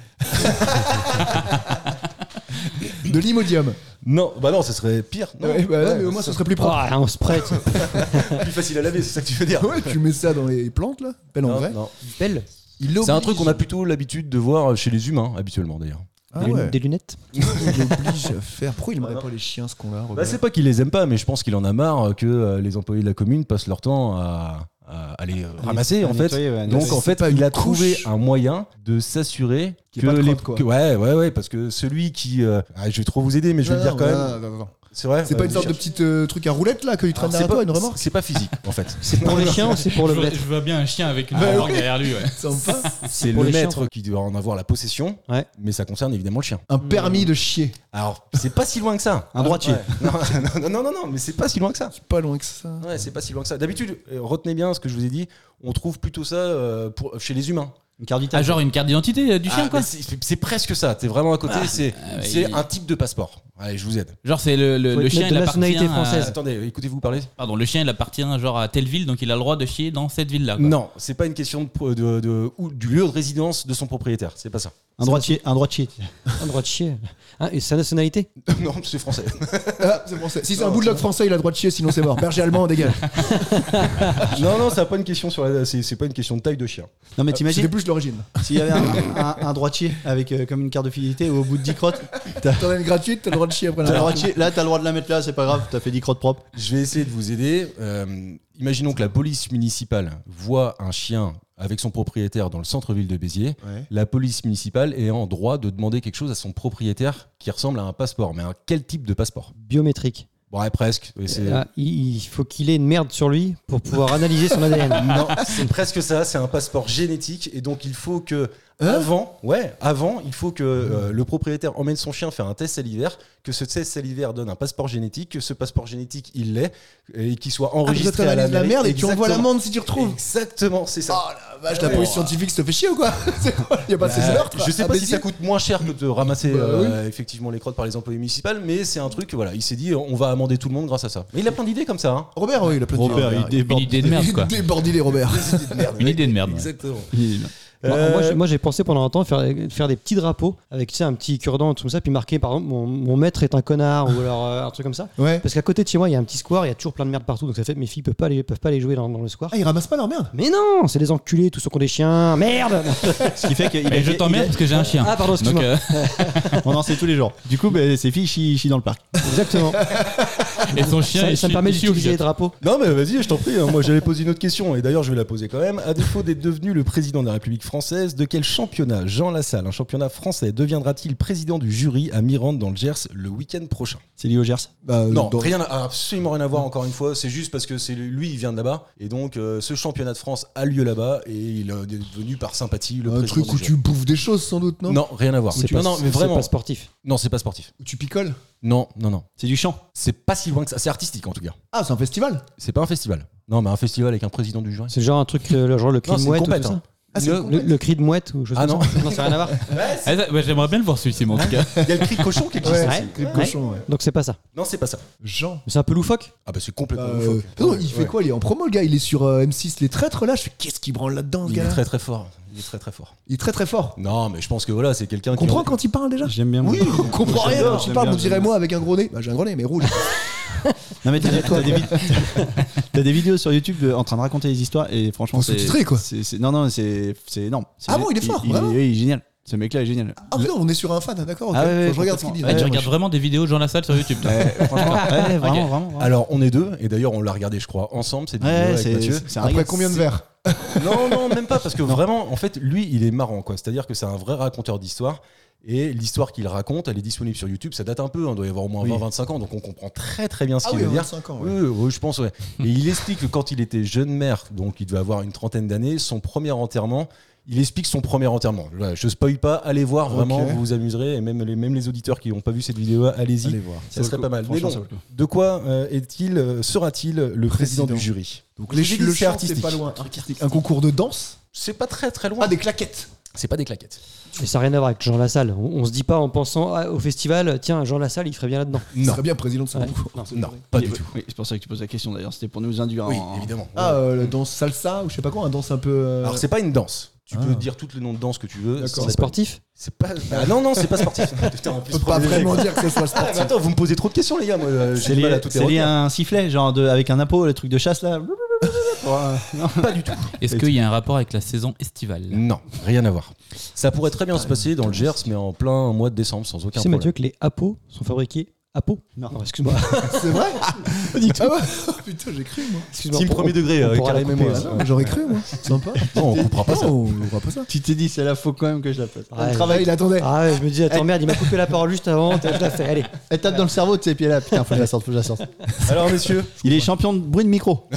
Speaker 5: De l'imodium.
Speaker 4: Non, bah non, ce serait pire. Non,
Speaker 5: Ouais, bah,
Speaker 4: Ouais,
Speaker 5: mais au moins,
Speaker 4: ça
Speaker 5: ça serait plus propre.
Speaker 6: Ah, on se prête.
Speaker 4: serait plus facile à laver, c'est ça que tu veux dire.
Speaker 5: Ah. Ouais, tu mets ça dans les plantes, là. Belle en
Speaker 4: Non,
Speaker 5: vrai.
Speaker 4: non.
Speaker 6: Belle.
Speaker 5: Il
Speaker 4: C'est un truc qu'on a
Speaker 5: oblige-
Speaker 4: plutôt l'habitude de voir chez les humains, habituellement d'ailleurs.
Speaker 5: Ah
Speaker 6: Des lun-
Speaker 5: ouais.
Speaker 6: Des lunettes.
Speaker 5: Il oblige à faire. Pourquoi il aimerait
Speaker 4: Ah, non.
Speaker 5: pas les chiens, ce qu'on a
Speaker 4: Bah, c'est pas qu'il les aime pas, mais je pense qu'il en a marre que euh, les employés de la commune passent leur temps à, à- à les euh, ramasser
Speaker 8: à
Speaker 4: en fait.
Speaker 8: nettoyer, ouais, à
Speaker 4: Donc
Speaker 8: nettoyer.
Speaker 4: en fait,
Speaker 5: pas une
Speaker 4: il a trouvé
Speaker 5: couche.
Speaker 4: un moyen de s'assurer que
Speaker 5: Qu'il y ait pas de
Speaker 4: les
Speaker 5: crotte, quoi.
Speaker 4: que- ouais ouais ouais parce que celui qui euh, ah, je vais trop vous aider mais je vais le dire quand
Speaker 5: Ah,
Speaker 4: même. C'est vrai.
Speaker 5: bah, C'est
Speaker 4: euh,
Speaker 5: pas une sorte de petit euh, truc à roulette là que tu traînes
Speaker 4: Ah, c'est
Speaker 5: derrière toi,
Speaker 4: pas,
Speaker 5: une remorque
Speaker 4: c'est pas physique en fait.
Speaker 6: C'est pour les chiens ou c'est pour
Speaker 7: Je,
Speaker 6: le
Speaker 7: vois-
Speaker 6: maître
Speaker 7: je vois bien un chien avec une
Speaker 5: Bah,
Speaker 7: remorque
Speaker 5: oui.
Speaker 7: derrière lui. Ouais.
Speaker 5: Sympa.
Speaker 4: C'est
Speaker 6: pour
Speaker 4: le
Speaker 6: les chiens,
Speaker 4: maître qui doit en avoir la possession,
Speaker 6: Ouais.
Speaker 4: mais ça concerne évidemment le chien.
Speaker 5: Un permis de chier.
Speaker 4: Alors c'est pas si loin que ça.
Speaker 6: Un droitier.
Speaker 4: Non, non non non non mais c'est pas si loin que ça.
Speaker 5: Pas loin que ça.
Speaker 4: Ouais, c'est pas si loin que ça. D'habitude, euh, retenez bien ce que je vous ai dit, on trouve plutôt ça euh, pour, chez les humains.
Speaker 8: Une carte vitale.
Speaker 7: Ah, genre une carte d'identité euh, du chien
Speaker 4: Ah,
Speaker 7: quoi.
Speaker 4: mais c'est- C'est presque ça, t'es vraiment à côté, c'est
Speaker 7: ouais,
Speaker 4: c'est
Speaker 7: il-
Speaker 4: un type de passeport. Allez, je vous aide.
Speaker 7: Genre c'est le, le,
Speaker 6: Faut
Speaker 7: le
Speaker 6: être
Speaker 7: chien
Speaker 6: maître
Speaker 7: il
Speaker 6: de
Speaker 7: appartient
Speaker 6: nationalité
Speaker 7: à-
Speaker 6: française.
Speaker 4: Attendez, écoutez-vous parler.
Speaker 7: Pardon, le chien il appartient genre à telle ville, donc il a le droit de chier dans cette ville là.
Speaker 4: Non, c'est pas une question de, pro- de- de- ou du lieu de résidence de son propriétaire, c'est pas ça.
Speaker 8: Un droitier, un droitier.
Speaker 6: Un droit de chier. Hein, et sa nationalité
Speaker 4: non, c'est français.
Speaker 5: Ah, c'est français. Si c'est un bootleg français, il a le droit de chier, sinon c'est mort. Berger allemand, on dégage.
Speaker 4: non, non, c'est pas une question sur la- c'est c'est pas une question de taille de chien.
Speaker 8: Non, mais
Speaker 5: C'était
Speaker 8: t'imagines
Speaker 5: plus l'origine.
Speaker 8: s'il y avait un, un- un droitier avec euh, comme une carte de fidélité où au bout de 10 crottes, t'as
Speaker 5: T'en as une gratuite, t'as le droit de chier après
Speaker 8: t'as le
Speaker 5: la
Speaker 8: droitier, là t'as le droit de la mettre là, c'est pas grave, t'as fait 10 crottes propres.
Speaker 4: Je vais essayer de vous aider. Euh, imaginons que la police municipale voit un chien avec son propriétaire dans le centre-ville de Béziers.
Speaker 8: Ouais.
Speaker 4: La police municipale est en droit de demander quelque chose à son propriétaire qui ressemble à un passeport. Mais un quel type de passeport
Speaker 6: Biométrique.
Speaker 4: Bon, ouais, presque. Et c'est-
Speaker 6: Ah, il il faut qu'il ait une merde sur lui pour pouvoir analyser son ADN.
Speaker 4: Non, c'est presque ça. C'est un passeport génétique et donc il faut que
Speaker 5: Hein
Speaker 4: avant, ouais, avant, il faut que euh, le propriétaire emmène son chien faire un test salivaire, que ce test salivaire donne un passeport génétique, que ce passeport génétique il l'est et qu'il
Speaker 5: Ah,
Speaker 4: soit enregistré à
Speaker 5: la
Speaker 4: la, mairie.
Speaker 5: merde et tu envoies
Speaker 4: Exactement.
Speaker 5: l'amende si tu retrouves.
Speaker 4: Exactement, c'est ça.
Speaker 5: Oh la vache, la police scientifique se fait chier ou quoi C'est quoi Ah, Y a pas de
Speaker 4: Euh,
Speaker 5: ces heures toi,
Speaker 4: je sais
Speaker 5: à
Speaker 4: pas si
Speaker 5: Béziers
Speaker 4: ça coûte moins cher que de ramasser
Speaker 5: Bah,
Speaker 4: euh, effectivement les crottes par les employés municipaux, mais c'est un truc, voilà, il s'est dit on va amender tout le monde grâce à ça. Mais il a plein d'idées comme ça. Hein.
Speaker 5: Robert, oui, il a plein de
Speaker 8: Robert, il
Speaker 7: Une
Speaker 8: déborde.
Speaker 7: idée de merde quoi.
Speaker 5: Il déborde, il est Robert.
Speaker 7: Une idée de merde. ouais.
Speaker 4: Exactement.
Speaker 6: Moi-
Speaker 4: Euh,
Speaker 6: Moi, j'ai- moi, j'ai pensé pendant un temps faire, faire des petits drapeaux avec tu sais, un petit cure-dent, tout ça, puis marquer par exemple mon, mon maître est un connard ou alors euh, un truc comme ça.
Speaker 5: Ouais.
Speaker 6: Parce qu'à côté de chez moi, il y a un petit square, il y a toujours plein de merde partout, donc ça fait que mes filles peuvent pas aller, peuvent pas aller jouer dans, dans le square.
Speaker 5: Ah, ils ramassent pas leur merde.
Speaker 6: Mais non, c'est des enculés, tous ceux qui ont des chiens, merde
Speaker 8: Ce qui fait qu'il
Speaker 7: Mais je t'emmerde parce que j'ai un chien.
Speaker 6: Ah, pardon,
Speaker 7: Donc,
Speaker 6: excuse-moi.
Speaker 7: euh,
Speaker 8: On en sait tous les jours. Du coup, bah, ces filles chient, chient dans le parc.
Speaker 6: Exactement.
Speaker 7: et son chien
Speaker 6: ça,
Speaker 7: il
Speaker 6: ça me
Speaker 7: chie-
Speaker 6: permet
Speaker 7: il chie au
Speaker 6: d'utiliser les
Speaker 7: chiottes.
Speaker 6: drapeaux.
Speaker 4: Non mais vas-y, je t'en prie. hein. Moi j'allais poser une autre question et d'ailleurs je vais la poser quand même. À défaut d'être devenu le président de la République française, de quel championnat Jean Lassalle, un championnat français, deviendra-t-il président du jury à Mirande dans le Gers le week-end prochain euh,
Speaker 8: C'est lié au Gers.
Speaker 5: Bah,
Speaker 4: Non,
Speaker 5: dans-
Speaker 4: rien, à- absolument rien à voir encore une fois. C'est juste parce que c'est lui, il vient de là-bas et donc euh, ce championnat de France a lieu là-bas et il euh, est devenu par sympathie le
Speaker 5: un
Speaker 4: président
Speaker 5: truc
Speaker 4: du
Speaker 5: où
Speaker 4: jury.
Speaker 5: tu bouffes des choses sans doute, non
Speaker 4: Non, rien à voir.
Speaker 6: C'est
Speaker 4: non,
Speaker 6: pas,
Speaker 4: non, mais
Speaker 6: c'est
Speaker 4: vraiment.
Speaker 6: pas sportif.
Speaker 4: Non, c'est pas sportif.
Speaker 5: Où tu picoles
Speaker 4: Non, non, non.
Speaker 8: C'est du chant.
Speaker 4: C'est pas si loin que ça. C'est artistique en tout cas.
Speaker 5: Ah, c'est un festival
Speaker 4: C'est pas un festival. Non, mais un festival avec un président du jury.
Speaker 6: C'est genre un truc, euh, le- genre le
Speaker 4: Non,
Speaker 6: crime
Speaker 4: c'est une
Speaker 6: ou tout
Speaker 4: compète.
Speaker 6: ça.
Speaker 4: hein.
Speaker 5: Ah, c'est
Speaker 4: Ne-
Speaker 5: con.
Speaker 6: Le, le cri de mouette ou chose
Speaker 4: Ah
Speaker 6: comme ça. Non, c'est rien à voir.
Speaker 7: Ah, ça- ouais, J'aimerais bien le voir celui-ci, moi, en tout cas.
Speaker 4: Il y a le cri de cochon qui existe.
Speaker 5: Ouais,
Speaker 4: aussi.
Speaker 5: c'est le
Speaker 6: Ouais.
Speaker 5: cochon, ouais.
Speaker 6: Donc c'est pas ça.
Speaker 4: Non, c'est pas ça.
Speaker 5: Jean.
Speaker 6: Mais C'est un peu loufoque.
Speaker 4: Ah bah c'est complètement
Speaker 5: Euh,
Speaker 4: loufoque.
Speaker 5: non, il fait
Speaker 4: Ouais.
Speaker 5: quoi Il est en promo, le gars. Il est sur euh, M6, les traîtres là. Je fais qu'est-ce qu'il branle là-dedans, ce
Speaker 4: Il
Speaker 5: gars
Speaker 4: est très très fort. Il est très très fort.
Speaker 5: Il est très très fort.
Speaker 4: Non, mais je pense que voilà, c'est quelqu'un
Speaker 5: On
Speaker 4: qui.
Speaker 5: comprend quand il parle déjà
Speaker 8: J'aime bien.
Speaker 5: Oui, on comprend rien quand il
Speaker 8: j'aime
Speaker 5: parle.
Speaker 8: bien,
Speaker 5: On dirait
Speaker 8: j'aime
Speaker 5: moi avec un gros nez. Bah, j'ai un gros nez, mais rouge.
Speaker 8: Non mais t'as t'as des, vid- t'as des vidéos sur YouTube de- en train de raconter des histoires et franchement
Speaker 5: En
Speaker 8: c'est
Speaker 5: sous-titré, quoi.
Speaker 8: c'est- c'est- non non c'est c'est énorme. C'est-
Speaker 5: Ah bon, il est fort,
Speaker 8: il,
Speaker 5: vraiment
Speaker 8: oui, il est génial. Ce mec-là est génial.
Speaker 5: Ah, non, on est sur un fan, d'accord. ok.
Speaker 8: Ah ouais, ouais,
Speaker 5: Faut que je regarde ce qu'il dit.
Speaker 8: complètement.
Speaker 7: Ah,
Speaker 8: Ouais,
Speaker 7: tu
Speaker 8: moi,
Speaker 7: regardes
Speaker 8: je-
Speaker 7: vraiment des vidéos Jean Lassalle sur YouTube. toi.
Speaker 8: franchement, ouais, Eh, vraiment,
Speaker 7: Ok.
Speaker 8: vraiment, vraiment.
Speaker 4: Alors on est deux et d'ailleurs on l'a regardé je crois ensemble cette vidéo
Speaker 8: Ouais,
Speaker 4: avec
Speaker 8: c'est
Speaker 4: Mathieu.
Speaker 8: c'est- c'est un
Speaker 5: Après
Speaker 8: régal.
Speaker 5: combien de
Speaker 8: C'est-
Speaker 5: verres
Speaker 4: Non non même pas parce que vraiment en fait lui il est marrant quoi c'est à dire que c'est un vrai raconteur d'histoire et l'histoire qu'il raconte elle est disponible sur YouTube ça date un peu hein, doit y avoir au moins
Speaker 8: Oui.
Speaker 4: 20-25 ans donc on comprend très très bien ce
Speaker 5: Ah
Speaker 4: qu'il
Speaker 5: oui,
Speaker 4: veut dire
Speaker 5: 25 ans.
Speaker 4: Oui,
Speaker 5: ouais.
Speaker 4: oui, je pense, ouais. Et il explique que quand il était jeune maire, donc il devait avoir une trentaine d'années, son premier enterrement, il explique son premier enterrement. Voilà, Je spoil pas, allez voir, vraiment,
Speaker 5: Ok.
Speaker 4: vous vous amuserez, et même les, même les auditeurs qui n'ont pas vu cette vidéo, allez-y,
Speaker 5: Allez voir.
Speaker 4: ça serait pas mal. Mais
Speaker 8: Franchement,
Speaker 4: bon,
Speaker 8: ça vaut le coup.
Speaker 4: de quoi euh, est-il, euh, sera-t-il le président,
Speaker 5: Président.
Speaker 4: du jury
Speaker 5: Donc les
Speaker 4: le
Speaker 5: le
Speaker 4: chant,
Speaker 5: chant, c'est pas loin.
Speaker 4: Artistique.
Speaker 5: Un concours de danse
Speaker 4: C'est pas très très loin.
Speaker 5: Ah, des claquettes.
Speaker 4: C'est pas des claquettes.
Speaker 6: Mais ça n'a rien à voir avec Jean Lassalle. On, on se dit pas en pensant ah, au festival, tiens, Jean Lassalle, il ferait bien là-dedans.
Speaker 5: Il serait bien président de ce
Speaker 6: Ouais.
Speaker 5: concours.
Speaker 4: Non, pas
Speaker 8: Oui,
Speaker 4: du tout.
Speaker 8: Oui, c'est pour ça que tu poses la question d'ailleurs. C'était pour nous induire
Speaker 4: Oui,
Speaker 8: en.
Speaker 4: évidemment.
Speaker 5: Ah, euh, la danse salsa ou je sais pas quoi, un danse un peu. euh,
Speaker 4: Alors c'est pas une danse. Tu
Speaker 5: Ah.
Speaker 4: peux dire tout le nom de danse que tu veux.
Speaker 5: D'accord.
Speaker 4: ça
Speaker 6: C'est
Speaker 4: s'appelle-
Speaker 6: sportif
Speaker 4: C'est pas. Ah, non non, c'est pas sportif. Putain, en
Speaker 5: on
Speaker 4: plus,
Speaker 5: peut pas
Speaker 4: premier degré,
Speaker 5: vraiment
Speaker 4: quoi.
Speaker 5: dire que ce soit
Speaker 4: Ah, mais
Speaker 5: sportif.
Speaker 4: attends, vous me posez trop de questions les gars. Moi, euh, j'ai
Speaker 8: C'est
Speaker 4: du mal
Speaker 8: lié,
Speaker 4: à tout
Speaker 8: c'est lié à un sifflet, genre de, avec un impôt, le truc de chasse là.
Speaker 4: Pas du tout.
Speaker 7: Est-ce qu'il y a un rapport avec la saison estivale
Speaker 4: Non, rien à voir. Ça pourrait très bien se passer dans le Gers, mais en plein mois de décembre, sans
Speaker 6: Tu
Speaker 4: aucun
Speaker 6: sais, Mathieu,
Speaker 4: problème.
Speaker 6: que les apos sont fabriqués apos
Speaker 8: Non.
Speaker 6: excuse-moi.
Speaker 5: C'est vrai Ah ouais Putain, j'ai cru moi.
Speaker 6: Excuse-moi.
Speaker 4: Team
Speaker 6: on-
Speaker 4: premier
Speaker 6: on-
Speaker 4: degré,
Speaker 6: on
Speaker 4: euh,
Speaker 6: pourra
Speaker 4: Carré
Speaker 6: la
Speaker 4: Mémoire.
Speaker 6: couper,
Speaker 5: Ah, non, mais J'aurais cru moi. Sympa.
Speaker 4: Non, on coupera pas ça.
Speaker 5: Non, on aura pas ça.
Speaker 8: Tu t'es dit, c'est là, faut quand même que je la fasse.
Speaker 6: Ouais,
Speaker 8: Elle
Speaker 5: Ah,
Speaker 8: travaille,
Speaker 5: il attendait.
Speaker 6: Ah ouais, je me dis,
Speaker 4: Eh.
Speaker 6: attends, merde, il m'a coupé la parole juste avant. t'as- Je la fais, allez.
Speaker 8: elle tape dans le cerveau de ses pieds là. Putain, faut que je la sorte, faut que je la sorte.
Speaker 4: Alors, messieurs,
Speaker 8: Il est champion de bruit de micro.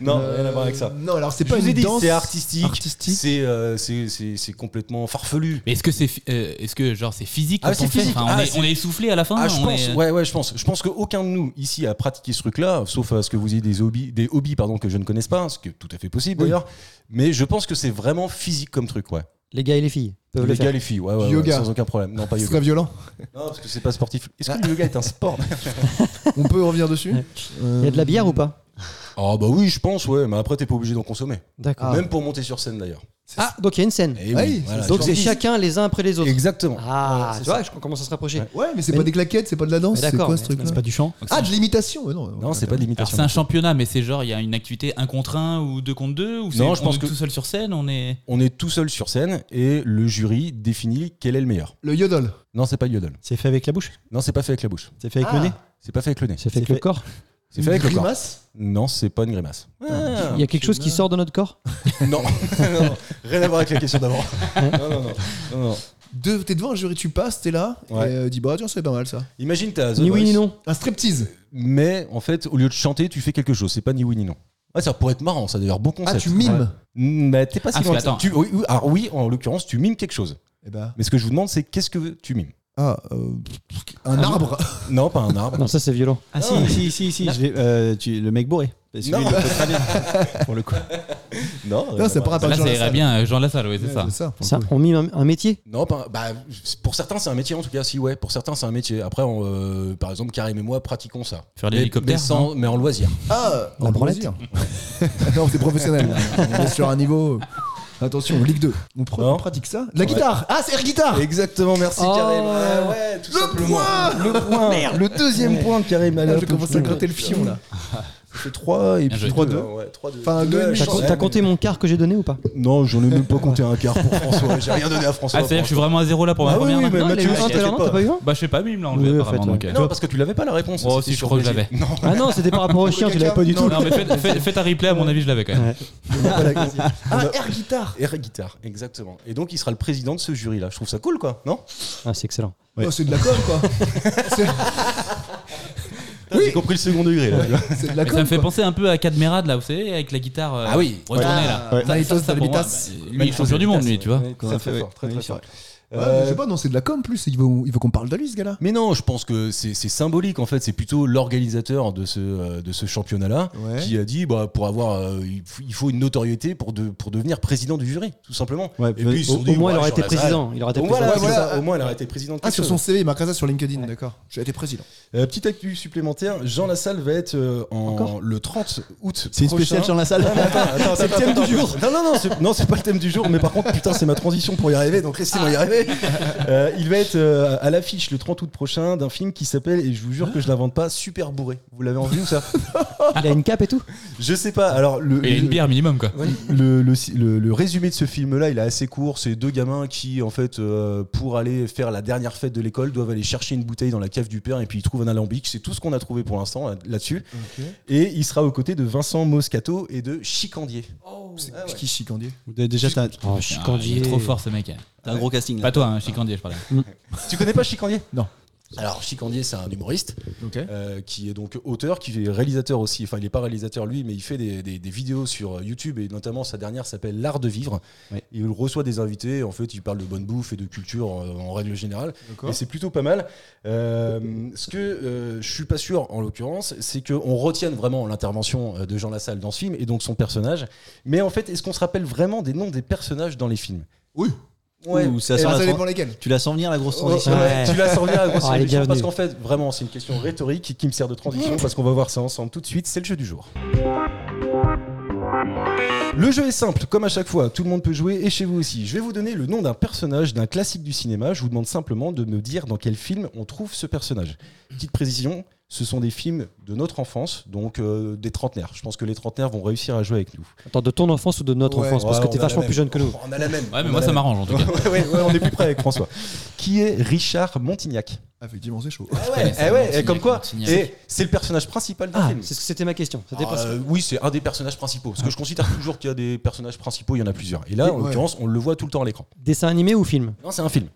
Speaker 4: non,
Speaker 5: Euh,
Speaker 4: rien à voir avec ça.
Speaker 5: Non, alors c'est
Speaker 4: Je
Speaker 5: pas
Speaker 4: vous ai
Speaker 5: une
Speaker 4: dit,
Speaker 5: danse.
Speaker 4: c'est artistique,
Speaker 5: artistique.
Speaker 4: c'est euh, c'est- c'est- c'est complètement farfelu.
Speaker 7: Mais est-ce que c'est fi- euh, est-ce que genre c'est physique
Speaker 4: Ah,
Speaker 7: quand
Speaker 4: c'est
Speaker 7: on le fait
Speaker 4: physique.
Speaker 7: Enfin, on,
Speaker 4: Ah,
Speaker 7: est,
Speaker 4: c'est-
Speaker 7: on est essoufflé à la fin
Speaker 4: Ah, je
Speaker 7: on
Speaker 4: pense,
Speaker 7: est-
Speaker 4: ouais, ouais, je pense. Je pense qu'aucun de nous ici a pratiqué ce truc-là, sauf à ce que vous ayez des hobbies, des hobbies pardon, que je ne connaisse pas, ce qui est tout à fait possible
Speaker 5: Oui.
Speaker 4: d'ailleurs. Mais je pense que c'est vraiment physique comme truc, ouais.
Speaker 6: Les gars et les filles peuvent le
Speaker 4: les
Speaker 6: faire.
Speaker 4: gars, les filles, ouais, ouais,
Speaker 5: Du
Speaker 4: ouais,
Speaker 5: yoga.
Speaker 4: sans aucun problème. Non, pas
Speaker 5: C'est
Speaker 4: yoga.
Speaker 5: très violent.
Speaker 4: Non, parce que c'est pas sportif. Est-ce que le yoga est un sport
Speaker 5: On peut revenir dessus
Speaker 6: Ouais. Il y a de la bière ou pas
Speaker 4: Ah bah oui, je pense, ouais, mais après t'es pas obligé d'en consommer.
Speaker 6: D'accord.
Speaker 4: Même pour monter sur scène d'ailleurs.
Speaker 6: Ah, donc il y a une scène.
Speaker 4: Eh
Speaker 5: Ah oui,
Speaker 4: voilà,
Speaker 5: c'est
Speaker 4: tu
Speaker 6: Donc
Speaker 4: vois.
Speaker 6: c'est chacun les uns après les autres.
Speaker 4: Exactement.
Speaker 6: Ah,
Speaker 4: Voilà, c'est
Speaker 6: tu vois, je commence à se rapprocher.
Speaker 4: Ouais.
Speaker 5: Ouais, mais c'est
Speaker 6: Mais-
Speaker 5: pas des claquettes, c'est pas de la danse.
Speaker 6: Mais
Speaker 5: C'est
Speaker 6: d'accord,
Speaker 5: quoi ce
Speaker 6: mais-
Speaker 5: truc-là
Speaker 8: C'est pas du chant.
Speaker 5: Ah, de l'imitation. ouais, Non,
Speaker 4: Non, c'est pas de
Speaker 7: Alors
Speaker 4: l'imitation.
Speaker 7: c'est un championnat, mais c'est genre il y a une activité 1 contre 1 ou 2 contre 2 ou c'est-
Speaker 4: Non, je
Speaker 7: on
Speaker 4: pense
Speaker 7: est
Speaker 4: que-
Speaker 7: tout seul sur scène, on est.
Speaker 4: On est tout seul sur scène et le jury définit quel est le meilleur.
Speaker 5: Le yodel.
Speaker 4: Non, c'est pas le yodel.
Speaker 8: C'est fait avec la bouche
Speaker 4: Non, c'est pas fait avec la bouche.
Speaker 8: C'est fait avec
Speaker 5: Ah.
Speaker 8: le nez
Speaker 4: C'est pas fait avec le nez.
Speaker 6: C'est fait avec
Speaker 8: C'est
Speaker 6: le corps.
Speaker 4: C'est fait avec le corps.
Speaker 5: Grimace
Speaker 4: Non, c'est pas une grimace. Ah.
Speaker 6: Il y a quelque chose qui sort de notre corps
Speaker 4: Non. Non, rien à voir avec la question d'avant. Non, non, non. Non, non.
Speaker 5: De- T'es devant un jury, tu passes, t'es là.
Speaker 4: Ouais.
Speaker 5: Et euh, dis, bah tiens, c'est pas mal ça.
Speaker 4: Imagine t'as The
Speaker 6: Ni oui
Speaker 4: Voice,
Speaker 6: ni non.
Speaker 5: Un striptease.
Speaker 4: mais en fait, au lieu de chanter, tu fais quelque chose. C'est pas ni oui ni non. Ah, ça pourrait être marrant, ça d'ailleurs. Bon concept.
Speaker 5: Ah, tu mimes.
Speaker 4: Mm, bah, t'es pas si
Speaker 7: Ah,
Speaker 4: loin.
Speaker 7: parce
Speaker 4: que ça.
Speaker 7: que, attends.
Speaker 4: Tu- oui, oui, alors oui, en l'occurrence, tu mimes quelque chose.
Speaker 5: Eh ben,
Speaker 4: Mais ce que je vous demande, c'est qu'est-ce que tu mimes
Speaker 5: ah, euh, un
Speaker 6: Ah,
Speaker 5: arbre.
Speaker 4: Non, pas un arbre.
Speaker 6: Non, ça c'est violent.
Speaker 8: Ah si, si, si, si, je l'ai- euh, tu- le mec bourré. Parce que
Speaker 4: Non.
Speaker 8: lui, il le fait très bien. pour le coup.
Speaker 4: non,
Speaker 5: Non, c'est pas
Speaker 7: Là,
Speaker 5: rapport
Speaker 7: ça irait bien euh, Jean Lassalle, oui, c'est
Speaker 5: C'est
Speaker 7: ça.
Speaker 5: ça. pour
Speaker 6: Ça,
Speaker 5: le coup.
Speaker 6: on mime un, un métier.
Speaker 4: Non, pas- bah, pour certains, c'est un métier en tout cas. Si, ouais, pour certains, c'est un métier. Après, on, euh, par exemple, Karim et moi pratiquons ça.
Speaker 7: Faire
Speaker 4: Mais-
Speaker 7: l'hélicoptère,
Speaker 4: mais, sans- mais en loisir.
Speaker 5: Ah,
Speaker 6: La
Speaker 5: en
Speaker 6: branlette.
Speaker 5: plaisir. Non, c'est professionnel. là. On est sur un niveau. Attention, Ligue 2. On, pr-
Speaker 4: Non.
Speaker 5: on pratique ça. La guitare. Ah, c'est air guitare.
Speaker 4: Exactement, merci
Speaker 6: Oh.
Speaker 4: Karim. Ouais, ouais, tout simplement. le point Le deuxième point de Karim.
Speaker 5: Ah, je commence à gratter le fion là.
Speaker 4: Ça fait 3 et
Speaker 7: Bien
Speaker 4: puis
Speaker 7: joué.
Speaker 4: 3-2.
Speaker 5: Deux,
Speaker 4: Ouais, 3-2.
Speaker 5: Enfin, deux et demi,
Speaker 6: T'as
Speaker 5: je
Speaker 6: co-
Speaker 5: pense.
Speaker 6: t'as compté mon quart que j'ai donné ou pas
Speaker 4: Non, j'en ai même pas compté un quart pour François. J'ai rien donné à François.
Speaker 7: Ah, c'est-à-dire que je suis vraiment à zéro là pour ma
Speaker 4: Ah oui,
Speaker 7: première
Speaker 4: oui,
Speaker 7: là
Speaker 4: mais
Speaker 6: Non, il a eu
Speaker 4: Mathieu,
Speaker 6: un tout à l'heure, non,
Speaker 4: t'inquiète
Speaker 6: T'as
Speaker 4: pas.
Speaker 6: pas eu un
Speaker 7: Bah, je sais pas, mais il me l'a enlevé
Speaker 6: Oui, en
Speaker 7: apparemment.
Speaker 6: fait,
Speaker 7: donc,
Speaker 4: Non, parce que tu l'avais pas la réponse.
Speaker 7: Oh,
Speaker 4: c'était
Speaker 7: si, je
Speaker 4: sur
Speaker 7: crois que je
Speaker 4: Belgique.
Speaker 7: l'avais.
Speaker 4: Non.
Speaker 6: Ah non, c'était par rapport au chien, tu l'avais pas du
Speaker 7: euh.
Speaker 6: tout.
Speaker 7: Non, mais faites, faites- faites un replay, à mon avis, je l'avais quand même.
Speaker 5: Ah, air guitare.
Speaker 4: Air guitare, exactement. Et donc, il sera le président de ce jury-là. Je trouve ça cool, quoi, non
Speaker 6: Ah, c'est excellent.
Speaker 8: Ouais.
Speaker 5: Oh, c'est de la com quoi. C'est-
Speaker 4: J'ai compris le second degré, là.
Speaker 5: C'est de la
Speaker 7: Mais
Speaker 5: com.
Speaker 7: ça me fait
Speaker 5: quoi.
Speaker 7: penser un peu à Cadmerade là, vous savez, avec la guitare. euh,
Speaker 4: Ah oui.
Speaker 7: retournée
Speaker 5: Ah,
Speaker 7: là.
Speaker 5: Manitos
Speaker 7: Ça, ça, pour moi,
Speaker 5: Dolitas.
Speaker 7: bah, lui, il est champion du monde, lui, tu vois.
Speaker 4: Très, très
Speaker 8: Ouais.
Speaker 4: fort, très, très fort.
Speaker 5: Ouais, Je sais pas, non, c'est de la com plus. Il veut, il veut qu'on parle de lui, ce gars-là.
Speaker 4: Mais non, je pense que c'est c'est symbolique en fait. C'est plutôt l'organisateur de ce, euh, de ce championnat-là
Speaker 5: Ouais.
Speaker 4: qui a dit bah, pour avoir, euh, il f- il faut une notoriété pour, de, pour devenir président du jury, tout simplement.
Speaker 8: Ouais,
Speaker 4: Et puis ils se
Speaker 6: Au,
Speaker 4: sont dit,
Speaker 6: au moins,
Speaker 4: ouais,
Speaker 6: il aurait
Speaker 4: sur
Speaker 6: été
Speaker 4: la salle.
Speaker 6: président. Il aurait été
Speaker 4: Au moins,
Speaker 6: président.
Speaker 4: voilà,
Speaker 5: Ouais,
Speaker 4: c'est
Speaker 5: voilà.
Speaker 4: ça. Au moins, elle aurait été président de
Speaker 5: Ah,
Speaker 4: quelque
Speaker 5: sur
Speaker 4: chose.
Speaker 5: son CV, il marquera ça sur LinkedIn, d'accord. J'ai été président.
Speaker 4: Euh, petite actu supplémentaire, Jean Lassalle va être euh, en, le 30 août.
Speaker 8: C'est une
Speaker 4: prochain. Ah,
Speaker 8: spéciale sur la salle.
Speaker 4: Attends, attends,
Speaker 8: C'est le
Speaker 4: attends,
Speaker 8: thème
Speaker 4: attends,
Speaker 8: du jour.
Speaker 4: attends. Non, non, non, c'est, non, c'est pas le thème du jour, mais par contre, putain, c'est ma transition pour y arriver, donc laissez-moi y arriver. Euh, il va être euh, à l'affiche le 30 août prochain d'un film qui s'appelle, et je vous
Speaker 8: Hein
Speaker 4: jure que je l'invente pas, Super Bourré. Vous l'avez entendu ou ça
Speaker 6: Il a une cape et tout.
Speaker 4: Je sais pas, alors le.
Speaker 7: Et une
Speaker 4: le-
Speaker 7: bière minimum, quoi.
Speaker 4: Ouais, le, le, le- le résumé de ce film-là, il est assez court. C'est deux gamins qui, en fait, euh, pour aller faire la dernière fête de l'école, doivent aller chercher une bouteille dans la cave du père et puis ils trouvent un alambic. C'est tout ce qu'on a trouvé pour l'instant là- là-dessus. Et il sera aux côtés de Vincent Moscato et de Chicandier.
Speaker 5: C'est
Speaker 4: Ah ouais.
Speaker 5: qui chicandier
Speaker 8: Déjà, t'as
Speaker 6: Oh,
Speaker 7: Ah, il est trop fort ce mec.
Speaker 8: t'as un gros casting. là.
Speaker 7: Pas toi, hein, Chicandier, je parlais.
Speaker 4: tu connais pas Chicandier
Speaker 5: Non.
Speaker 4: Alors Chicandier, c'est un humoriste
Speaker 5: Ok.
Speaker 4: euh, qui est donc auteur, qui est réalisateur aussi. Enfin, il est pas réalisateur lui, mais il fait des, des- des vidéos sur euh, YouTube et notamment sa dernière s'appelle L'art de vivre.
Speaker 7: Ouais.
Speaker 4: Et il reçoit des invités. En fait, il parle de bonne bouffe et de culture euh, en règle générale.
Speaker 5: D'accord.
Speaker 4: Et c'est plutôt pas mal. Euh, ce que euh, je suis pas sûr en l'occurrence, c'est qu'on retienne vraiment l'intervention euh, de Jean Lassalle dans ce film et donc son personnage. Mais en fait, est-ce qu'on se rappelle vraiment des noms des personnages dans les films
Speaker 5: Oui.
Speaker 4: Ouais.
Speaker 8: Ouh, ça
Speaker 4: Et
Speaker 8: sent
Speaker 5: Eh ben, Ça
Speaker 8: la
Speaker 5: dépend
Speaker 8: tran-
Speaker 5: lesquels.
Speaker 8: Tu la sens venir la grosse
Speaker 4: Ouais,
Speaker 8: transition.
Speaker 4: ouais, Tu la sens bien, la grosse
Speaker 6: Oh, elle
Speaker 4: transition, Parce
Speaker 6: est bienvenue.
Speaker 4: qu'en fait, vraiment, c'est une question rhétorique qui me sert de transition parce qu'on va voir ça ensemble tout de suite. C'est le jeu du jour. Le jeu est simple, comme à chaque fois, tout le monde peut jouer et chez vous aussi. Je vais vous donner le nom d'un personnage d'un classique du cinéma. Je vous demande simplement de me dire dans quel film on trouve ce personnage. Petite précision, ce sont des films de notre enfance, donc euh, des trentenaires. Je pense que les trentenaires vont réussir à jouer avec nous.
Speaker 6: Attends, de ton enfance ou de notre
Speaker 5: Ouais,
Speaker 6: enfance Parce que
Speaker 4: Ouais,
Speaker 6: t'es
Speaker 4: on a la
Speaker 6: vachement
Speaker 4: même.
Speaker 6: plus jeune que nous.
Speaker 4: On a la même.
Speaker 7: Ouais, mais
Speaker 4: On
Speaker 7: moi
Speaker 4: a
Speaker 7: ça
Speaker 4: la
Speaker 7: m'arrange en tout cas.
Speaker 4: même. Ouais, ouais, on est plus près avec François. Qui est Richard Montignac
Speaker 5: Ah, Effectivement, c'est chaud.
Speaker 4: Ah ouais, eh ouais,
Speaker 7: Montignac,
Speaker 4: et comme quoi,
Speaker 7: Montignac.
Speaker 4: et c'est le personnage principal du
Speaker 6: Ah,
Speaker 4: film.
Speaker 6: c'est ce que c'était ma question. C'était pas
Speaker 4: Ah,
Speaker 6: ça.
Speaker 4: euh, oui, c'est un des personnages principaux. Parce que je considère toujours qu'il y a des personnages principaux, il y en a plusieurs. Et là,
Speaker 5: Oui,
Speaker 4: en
Speaker 5: ouais.
Speaker 4: l'occurrence, on le voit tout le temps à l'écran.
Speaker 6: Dessin animé ou film
Speaker 4: Non, c'est un film.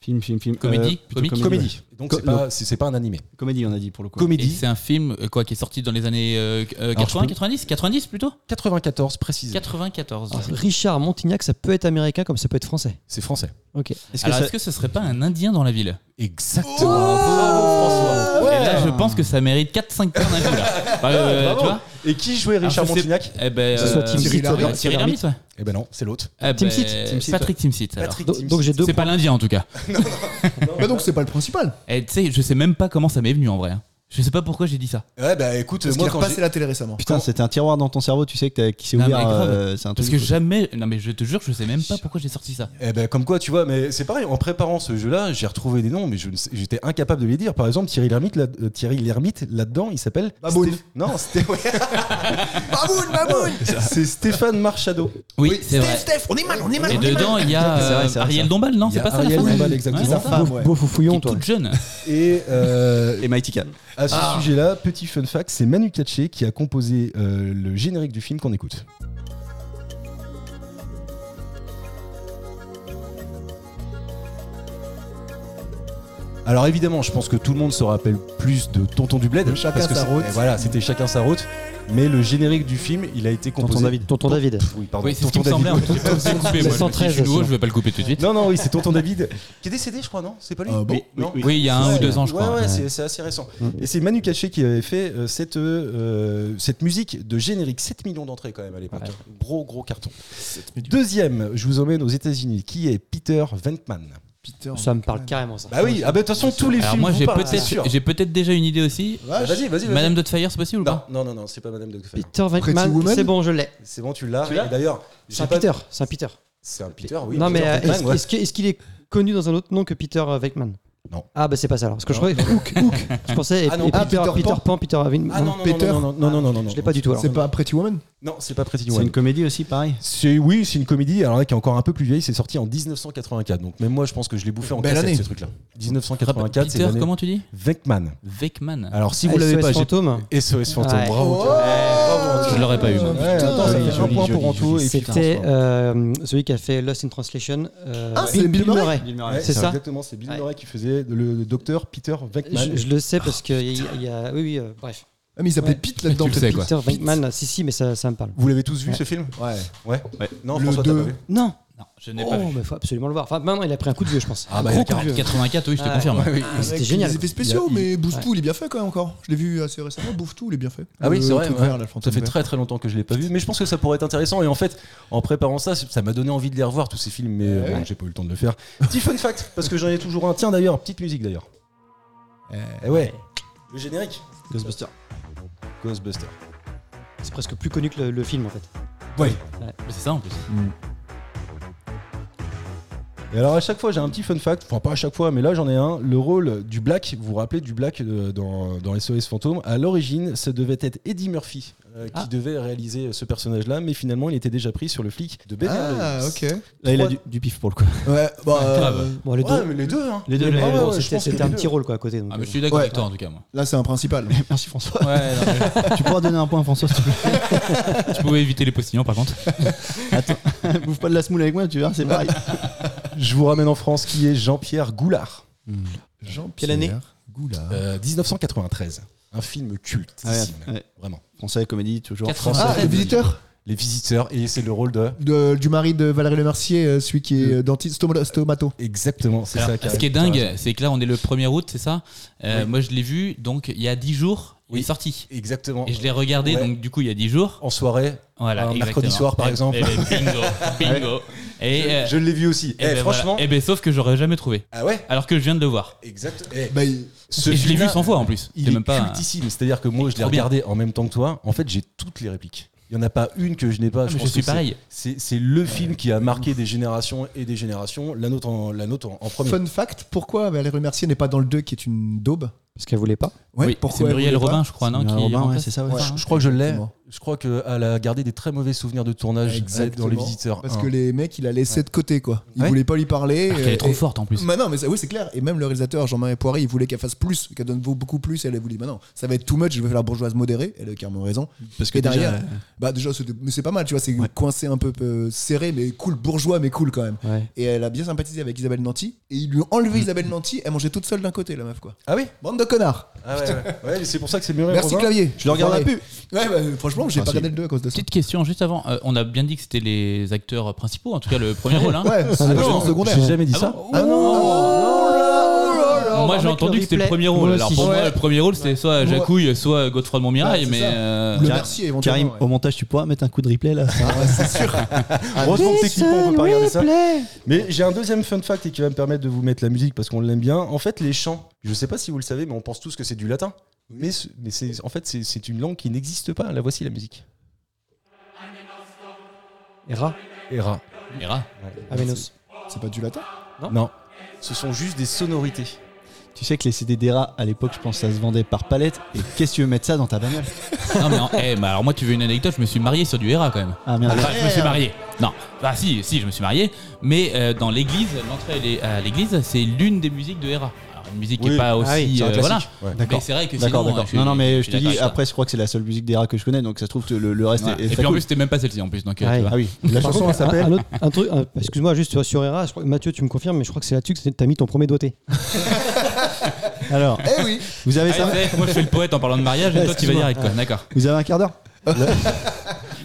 Speaker 8: Film, film, film. Euh,
Speaker 7: Comédie,
Speaker 8: plutôt
Speaker 7: comique.
Speaker 8: Comédie.
Speaker 4: Comédie. Donc,
Speaker 8: Co-
Speaker 4: c'est pas, c'est- c'est pas un animé.
Speaker 8: ouais. Comédie, on a dit pour le coup.
Speaker 7: Et
Speaker 4: Comédie,
Speaker 7: c'est un film euh, quoi qui est sorti dans les années euh, euh, 80, 90, 90 plutôt
Speaker 4: 94 précisément.
Speaker 7: 94.
Speaker 6: Alors, Ah, Richard Montignac, ça peut être américain comme ça peut être français.
Speaker 4: C'est français.
Speaker 6: Ok.
Speaker 8: Est-ce que
Speaker 7: Alors
Speaker 8: ça-
Speaker 7: est-ce que ce serait pas un Indien dans la ville
Speaker 4: Exactement.
Speaker 7: Et là je pense que ça mérite 4-5 points d'un coup là. Bah, euh,
Speaker 4: Bravo.
Speaker 7: tu vois
Speaker 4: Et qui jouait Richard
Speaker 7: Alors, je sais-
Speaker 4: Montignac
Speaker 7: Eh ben,
Speaker 6: Ce soit Tim
Speaker 7: Thierry
Speaker 5: Seat,
Speaker 7: Lhermitte,
Speaker 5: Lhermitte.
Speaker 7: Thierry Lhermitte, ouais.
Speaker 4: Eh ben non, c'est l'autre.
Speaker 7: Eh
Speaker 6: Tim
Speaker 7: ben,
Speaker 6: Seat, Tim Seat,
Speaker 7: Patrick Tim Seat, alors.
Speaker 4: Patrick
Speaker 6: Do-
Speaker 4: Timsit.
Speaker 6: donc j'ai deux
Speaker 7: C'est pas
Speaker 6: points.
Speaker 7: l'Indien en tout cas.
Speaker 5: Bah donc, c'est pas le principal.
Speaker 7: Et tu sais, je sais même pas comment ça m'est venu en vrai. hein. Je sais pas pourquoi j'ai dit ça.
Speaker 4: Ouais, bah écoute,
Speaker 5: Parce qu'il
Speaker 4: moi
Speaker 5: est
Speaker 4: quand
Speaker 5: repassé
Speaker 4: j'ai-
Speaker 5: la télé récemment.
Speaker 8: Putain, c'était un tiroir dans ton cerveau, tu sais, que t'as- qui s'est
Speaker 7: Non,
Speaker 8: ouvert.
Speaker 7: mais grave.
Speaker 8: euh, C'est un truc.
Speaker 7: Parce que jamais. Non mais je te jure, je sais même pas pourquoi j'ai sorti ça.
Speaker 4: Eh ben, comme quoi, tu vois, mais c'est pareil, en préparant ce jeu-là, j'ai retrouvé des noms, mais je ne sais- j'étais incapable de les dire. Par exemple, Thierry Lhermitte, là, euh, Thierry Lhermitte, là-dedans, il s'appelle.
Speaker 5: Baboune.
Speaker 4: Stéph- Non, c'était. Baboune, Baboune C'est Stéphane Marchado.
Speaker 7: Oui, c'est vrai.
Speaker 5: on est mal, on est
Speaker 7: Et dedans, il y a
Speaker 8: C'est vrai,
Speaker 7: euh,
Speaker 8: c'est vrai, c'est
Speaker 7: Ariel
Speaker 8: vrai.
Speaker 7: Dombal, non
Speaker 4: Il y
Speaker 7: C'est
Speaker 4: a
Speaker 7: pas ça
Speaker 4: Ariel
Speaker 7: la femme
Speaker 4: Dombal,
Speaker 7: Ouais,
Speaker 4: exactement.
Speaker 7: c'est
Speaker 5: Sa
Speaker 7: ça.
Speaker 5: femme,
Speaker 6: Beau,
Speaker 5: ouais.
Speaker 6: beau
Speaker 7: Qui
Speaker 6: foufouillon,
Speaker 7: est
Speaker 6: toi.
Speaker 7: toute jeune.
Speaker 4: Et euh,
Speaker 8: Et Mighty Cat.
Speaker 4: à ce
Speaker 7: Ah.
Speaker 4: sujet-là, petit fun fact, c'est Manu Katché qui a composé euh, le générique du film qu'on écoute. Alors évidemment, je pense que tout le monde se rappelle plus de Tonton du Bled.
Speaker 5: Chacun
Speaker 4: parce que
Speaker 5: sa
Speaker 4: c'est-
Speaker 5: route.
Speaker 4: eh, Voilà, c'était chacun sa route. Mais le générique du film, il a été composé.
Speaker 6: Tonton David.
Speaker 4: Oui, pardon.
Speaker 7: Oui, c'est ce qui
Speaker 4: Tonton
Speaker 7: me semblait. hein.
Speaker 4: David.
Speaker 7: en fait. J'ai pas osé le couper, moi. Je me suis dit,
Speaker 6: 113,
Speaker 7: je suis nouveau,
Speaker 6: sinon.
Speaker 7: je vais pas le couper tout de suite.
Speaker 4: Non, non, oui, c'est Tonton David. Euh, Qui est décédé, je crois, non C'est pas lui
Speaker 5: Ah bon
Speaker 4: Non
Speaker 7: Oui, il y a un
Speaker 4: Ouais,
Speaker 7: ou deux ans, je
Speaker 4: ouais,
Speaker 7: crois.
Speaker 4: Ouais, c'est- c'est assez récent. Et c'est Manu Katché qui avait fait euh, cette, euh, cette musique de générique. 7 millions d'entrées quand même à l'époque. Gros, gros carton. Deuxième, je vous emmène aux États-Unis, qui est Peter Venkman.
Speaker 5: Peter.
Speaker 6: Ça me parle carrément, ça.
Speaker 4: Bah oui, ah bah, de toute façon, tous les
Speaker 7: Alors
Speaker 4: films.
Speaker 7: moi,
Speaker 4: vous
Speaker 7: j'ai
Speaker 4: parlent, c'est
Speaker 7: peut-être,
Speaker 4: sûr.
Speaker 7: j'ai peut-être déjà une idée aussi.
Speaker 4: Bah, Vas-y, vas-y, vas-y.
Speaker 7: Madame Dotfire, c'est possible ou
Speaker 4: Non,
Speaker 7: pas
Speaker 4: non, non, non, c'est pas Madame de Gaulle.
Speaker 6: Peter
Speaker 5: Woman
Speaker 6: Venkman, c'est bon, je l'ai.
Speaker 4: C'est bon, tu l'as.
Speaker 6: Tu l'as
Speaker 4: Et D'ailleurs, j'ai
Speaker 6: Saint
Speaker 4: pas-
Speaker 6: Peter. Saint Peter.
Speaker 4: C'est un Peter, Ah oui.
Speaker 6: non,
Speaker 4: Peter
Speaker 6: mais euh,
Speaker 4: Venkman,
Speaker 6: est-ce
Speaker 4: ouais.
Speaker 6: est-ce qu'il- est-ce qu'il est connu dans un autre nom que Peter euh, Venkman
Speaker 4: Non.
Speaker 6: Ah, bah c'est pas ça alors. Parce que je croyais. Hook, Hook. Je pensais. et-
Speaker 4: Ah non.
Speaker 6: et
Speaker 5: Ah,
Speaker 6: Peter,
Speaker 5: Peter
Speaker 6: Peter
Speaker 5: Pan.
Speaker 6: Pan, Peter Venkman.
Speaker 4: Ah non, non,
Speaker 5: Peter.
Speaker 4: non, non, non, non, non, non, non.
Speaker 6: Je l'ai pas du tout alors.
Speaker 5: C'est pas Pretty Woman
Speaker 4: Non, c'est pas Pretty
Speaker 8: C'est
Speaker 4: Woman.
Speaker 8: une comédie aussi, pareil.
Speaker 4: C'est oui, c'est une comédie. Alors là, qui est encore un peu plus vieille, c'est sorti en 1984. Donc même moi, je pense que je l'ai bouffé en
Speaker 5: Belle
Speaker 4: cassette
Speaker 5: année.
Speaker 4: ce truc-là. 1984, c'est
Speaker 7: Peter,
Speaker 4: l'année Ah.
Speaker 7: comment tu dis
Speaker 4: Venkman.
Speaker 7: Veckman.
Speaker 4: Alors si vous
Speaker 6: SOS
Speaker 4: l'avez pas, j'ai
Speaker 6: fantôme.
Speaker 4: SOS fantôme.
Speaker 6: Ouais.
Speaker 4: Bravo.
Speaker 7: Je l'aurais pas eu. moi.
Speaker 4: Ouais, attends, ça
Speaker 5: joli,
Speaker 4: fait un
Speaker 5: joli,
Speaker 4: point
Speaker 5: joli,
Speaker 4: pour Anto et puis
Speaker 6: C'était euh, celui qui a fait Lost in Translation. euh,
Speaker 5: Ah, c'est Bill Murray.
Speaker 4: Ouais,
Speaker 6: c'est ça
Speaker 4: Exactement, c'est Bill
Speaker 6: Ouais.
Speaker 4: Murray qui faisait le, le docteur Peter Venkman.
Speaker 6: je, je le sais parce que
Speaker 4: Oh,
Speaker 6: il y, a- il y a. Oui, oui, euh, bref.
Speaker 5: Ah, mais il s'appelait
Speaker 6: Ouais.
Speaker 5: Pete là-dedans,
Speaker 7: Tu le
Speaker 5: peut-être.
Speaker 7: sais, quoi.
Speaker 6: Peter Venkman, si, si, mais ça, ça me parle.
Speaker 4: Vous l'avez tous vu
Speaker 6: Ouais.
Speaker 4: ce film
Speaker 5: Ouais.
Speaker 4: Ouais. Non,
Speaker 5: Le
Speaker 4: François, t'as
Speaker 5: deux.
Speaker 4: pas vu.
Speaker 6: Non
Speaker 7: Non, je n'ai pas
Speaker 6: Oh,
Speaker 7: vu.
Speaker 6: mais faut absolument le voir. Enfin, maintenant, il a pris un coup de vieux, je pense.
Speaker 4: Ah, bah,
Speaker 6: Un
Speaker 4: il y a
Speaker 6: gros coup de vieux.
Speaker 7: 84, oui, je te
Speaker 6: Ah,
Speaker 7: confirme.
Speaker 6: Ah, C'était génial.
Speaker 5: Les effets spéciaux,
Speaker 6: Il y a-
Speaker 5: mais Bouffetou, il est bien fait quand même encore. Je l'ai vu assez récemment. Bouffetou, il est bien fait.
Speaker 4: Ah oui,
Speaker 5: Le
Speaker 4: c'est vrai,
Speaker 5: truc
Speaker 4: ouais.
Speaker 5: vert, là, le
Speaker 4: Ça
Speaker 5: fantôme
Speaker 4: fait
Speaker 5: vert.
Speaker 4: très très longtemps que je l'ai pas vu, mais je pense que ça pourrait être intéressant. Et en fait, en préparant ça, ça m'a donné envie de les revoir tous ces films, mais euh, bon, j'ai pas eu le temps de le faire. Petit fun fact, parce que j'en ai toujours un. Tiens d'ailleurs, petite musique d'ailleurs. Eh ouais. Le générique.
Speaker 8: Ghostbuster.
Speaker 4: Ghostbuster.
Speaker 6: C'est presque plus connu que le, le film, en fait.
Speaker 7: Mais c'est ça en plus.
Speaker 4: Et alors à chaque fois, j'ai un petit fun fact. Enfin pas à chaque fois, mais là j'en ai un. Le rôle du Black, vous vous rappelez du Black euh, dans dans SOS Fantôme À l'origine, ça devait être Eddie Murphy euh, qui
Speaker 6: Ah.
Speaker 4: devait réaliser ce personnage-là, mais finalement, il était déjà pris sur le flic de Beverly
Speaker 5: Ah, ok.
Speaker 8: Là, il a
Speaker 4: Trois-
Speaker 8: du, du pif pour le coup.
Speaker 5: Ouais, bah. euh,
Speaker 6: Bon, les deux.
Speaker 4: mais les deux, hein.
Speaker 6: les deux,
Speaker 4: Ouais,
Speaker 6: mais
Speaker 5: Ah,
Speaker 4: ouais,
Speaker 6: bon,
Speaker 4: ouais, je
Speaker 6: c'était-
Speaker 4: pense que
Speaker 6: c'était
Speaker 4: les
Speaker 6: un
Speaker 4: deux.
Speaker 6: petit rôle, quoi, à côté. donc,
Speaker 7: Ah, mais je
Speaker 6: euh,
Speaker 7: suis d'accord
Speaker 5: Ouais.
Speaker 7: avec toi en tout cas, moi.
Speaker 5: Là, c'est un principal.
Speaker 8: Merci François.
Speaker 7: Ouais, non, mais
Speaker 8: tu pourras donner un point à François s'il te plaît.
Speaker 7: tu pouvais éviter les postillons par contre.
Speaker 8: Bouffe pas de la smoule avec moi, tu verras, c'est pareil.
Speaker 4: Je vous ramène en France qui est Jean-Pierre Goulard.
Speaker 6: Quelle année
Speaker 5: Goulard.
Speaker 4: Euh, 1993. Un film culte.
Speaker 8: Ah ouais, ouais.
Speaker 4: Vraiment.
Speaker 8: Français, comédie, toujours.
Speaker 7: 93.
Speaker 5: Ah, les visiteurs
Speaker 4: Les visiteurs, et c'est le rôle de.
Speaker 5: de- du mari de Valérie Lemercier, euh, celui qui est dentiste, stoma- stomato.
Speaker 4: Exactement, c'est
Speaker 7: Alors,
Speaker 4: ça.
Speaker 7: ce qui est dingue, c'est que là, on est le 1er août, c'est ça Euh, Moi, je l'ai vu, donc il y a 10 jours, il
Speaker 4: Oui.
Speaker 7: est sorti.
Speaker 4: Exactement.
Speaker 7: Et je l'ai regardé,
Speaker 4: Ouais.
Speaker 7: donc du coup, il y a 10 jours.
Speaker 4: En soirée,
Speaker 7: Voilà,
Speaker 4: un
Speaker 7: exactement.
Speaker 4: mercredi soir, par
Speaker 7: Eh,
Speaker 4: exemple.
Speaker 7: eh ben, bingo, bingo. Et, euh,
Speaker 4: je l'ai vu aussi.
Speaker 7: eh ben,
Speaker 4: Eh, franchement.
Speaker 7: voilà. Eh ben, sauf que j'aurais jamais trouvé.
Speaker 4: Ah ouais
Speaker 7: Alors que je viens de le voir.
Speaker 4: Exact. eh,
Speaker 5: Bah, il-
Speaker 4: ce
Speaker 7: Et je l'ai vu
Speaker 4: film-là,
Speaker 7: 100 fois en plus.
Speaker 4: Il
Speaker 7: C'est
Speaker 4: est
Speaker 7: même pas.
Speaker 4: cultissime. C'est-à-dire que moi, je l'ai
Speaker 7: Trop bien.
Speaker 4: regardé en même temps que toi. En fait, j'ai toutes les répliques. Il n'y en a pas une que je n'ai pas.
Speaker 7: Ah, mais je
Speaker 4: pense
Speaker 7: suis
Speaker 4: que c'est-
Speaker 7: pareil.
Speaker 4: C'est c'est le film qui a marqué des générations et des générations. La nôtre en, la nôtre en, en premier.
Speaker 5: Fun fact, pourquoi Valérie Mercier n'est pas dans le 2 qui est une daube
Speaker 6: Parce qu'elle voulait pas.
Speaker 5: Ouais,
Speaker 7: oui, c'est
Speaker 5: pourquoi elle
Speaker 7: Muriel
Speaker 5: voulait
Speaker 7: Robin,
Speaker 5: pas
Speaker 7: je crois, non
Speaker 8: C'est Muriel
Speaker 7: qui
Speaker 8: Robin, ouais,
Speaker 7: remplace
Speaker 8: c'est ça, ouais.
Speaker 7: Ouais.
Speaker 4: Je crois que je l'ai.
Speaker 5: Exactement.
Speaker 4: Je crois qu'elle a gardé des très mauvais souvenirs de tournage Bah, dans Les Visiteurs. Hein.
Speaker 5: Parce
Speaker 4: un.
Speaker 5: que les mecs, il la laissé de côté, quoi. Il
Speaker 4: Ouais.
Speaker 5: voulait pas lui parler.
Speaker 7: Parce qu'elle est
Speaker 5: euh,
Speaker 7: trop
Speaker 5: et-
Speaker 7: forte en plus.
Speaker 5: Bah non, mais ça- oui, c'est clair. Et même le réalisateur Jean-Marie Poiré, il voulait qu'elle fasse plus, qu'elle donne beaucoup plus. Et elle a voulu, bah non, ça va être too much, je vais faire la bourgeoise modérée. Elle a carrément raison.
Speaker 8: Parce que
Speaker 5: Et
Speaker 8: déjà,
Speaker 5: derrière,
Speaker 4: euh,
Speaker 5: bah déjà, c'était- mais c'est pas mal, tu vois, c'est
Speaker 8: Ouais.
Speaker 5: coincé un peu peu serré, mais cool, bourgeois, mais cool quand même.
Speaker 6: Ouais.
Speaker 5: Et elle a bien sympathisé avec Isabelle Nanty. Et ils lui ont
Speaker 7: Mm.
Speaker 5: enlevé Isabelle Nanty, elle mangeait toute seule d'un côté, la meuf, quoi.
Speaker 4: Ah oui
Speaker 5: Bande de connards
Speaker 4: Ah ouais, ouais. Ouais, mais c'est pour ça que c'est Muriel
Speaker 5: Merci
Speaker 4: Robin.
Speaker 5: clavier
Speaker 4: Je le regarde
Speaker 5: Enfoiré.
Speaker 4: la pub.
Speaker 5: Ouais, bah, franchement, j'ai
Speaker 4: Ah,
Speaker 5: pas
Speaker 4: si.
Speaker 5: regardé le 2 à cause de ça.
Speaker 7: Petite question juste avant. Euh, on a bien dit que c'était les acteurs principaux, en tout cas le premier rôle. hein.
Speaker 5: Ouais, c'est
Speaker 4: Ah
Speaker 5: le
Speaker 4: non,
Speaker 5: secondaire.
Speaker 4: J'ai jamais dit
Speaker 7: Ah
Speaker 4: ça.
Speaker 7: bon
Speaker 5: Ah non, Oh
Speaker 7: Moi
Speaker 6: va
Speaker 7: j'ai
Speaker 6: mettre
Speaker 7: entendu
Speaker 6: le
Speaker 7: que c'était le
Speaker 6: replay.
Speaker 7: premier
Speaker 6: Moi
Speaker 7: rôle.
Speaker 6: aussi.
Speaker 7: Alors pour moi,
Speaker 5: Ouais.
Speaker 7: le premier rôle c'était soit Jacouille, soit Godefroy de Montmirail,
Speaker 5: Ouais, c'est
Speaker 7: mais.
Speaker 5: ça.
Speaker 7: euh,
Speaker 5: Le Mercier,
Speaker 8: Karim,
Speaker 5: éventuellement. ouais.
Speaker 8: au montage, tu pourras mettre un coup de replay là.
Speaker 5: Ah ouais, c'est sûr.
Speaker 4: Heureusement que techniquement, on peut pas regarder ça. Mais j'ai un deuxième fun fact et qui va me permettre de vous mettre la musique parce qu'on l'aime bien. En fait, les chants, je sais pas si vous le savez, mais on pense tous que c'est du latin. Mais, ce- mais c'est- en fait, c'est- c'est une langue qui n'existe pas. La voici la musique.
Speaker 6: Et Ra,
Speaker 4: Era.
Speaker 7: Mira.
Speaker 6: Amenos.
Speaker 5: C'est pas du latin
Speaker 4: Non. Ce sont juste des sonorités.
Speaker 8: Tu sais que les CD des rats, à l'époque, je pense que ça se vendait par palette. Et qu'est-ce que tu veux mettre ça dans ta bagnole
Speaker 7: Non mais, en- eh, mais alors moi tu veux une anecdote, je me suis marié sur du Hera quand même.
Speaker 8: Ah merde.
Speaker 7: Enfin, je me suis marié. Non, bah si, si, je me suis marié, mais euh, dans l'église, l'entrée à l'é- à l'église, c'est l'une des musiques de Hera. Alors une musique qui
Speaker 4: Oui.
Speaker 7: n'est pas
Speaker 6: Ah
Speaker 7: aussi
Speaker 6: oui,
Speaker 7: euh, voilà.
Speaker 4: Ouais.
Speaker 7: Mais
Speaker 8: D'accord.
Speaker 7: c'est vrai que sinon,
Speaker 8: D'accord,
Speaker 7: euh,
Speaker 8: d'accord.
Speaker 7: je suis-
Speaker 8: Non, non, mais je te
Speaker 7: suis
Speaker 8: dis,
Speaker 7: d'accord avec
Speaker 8: après, je crois que c'est la seule musique des rats que je connais, donc ça se trouve que le, le reste
Speaker 7: toi.
Speaker 8: est, est
Speaker 7: Et
Speaker 8: très
Speaker 7: puis en
Speaker 8: cool.
Speaker 7: plus c'était même pas celle-ci en plus donc euh,
Speaker 6: Ah
Speaker 7: tu
Speaker 6: oui.
Speaker 7: vois.
Speaker 8: ah oui,
Speaker 6: La
Speaker 5: chanson, elle s'appelle
Speaker 6: un, autre- un truc, un- bah, excuse-moi, juste tu vois, sur Hera, je crois- Mathieu, tu me confirmes, mais je crois que c'est là-dessus que t'as mis ton premier doigté.
Speaker 8: alors,
Speaker 5: Eh oui
Speaker 8: vous avez, ça,
Speaker 7: Ah, c'est- moi je fais le poète en parlant de mariage et toi tu vas direct quoi, d'accord.
Speaker 8: vous avez un quart d'heure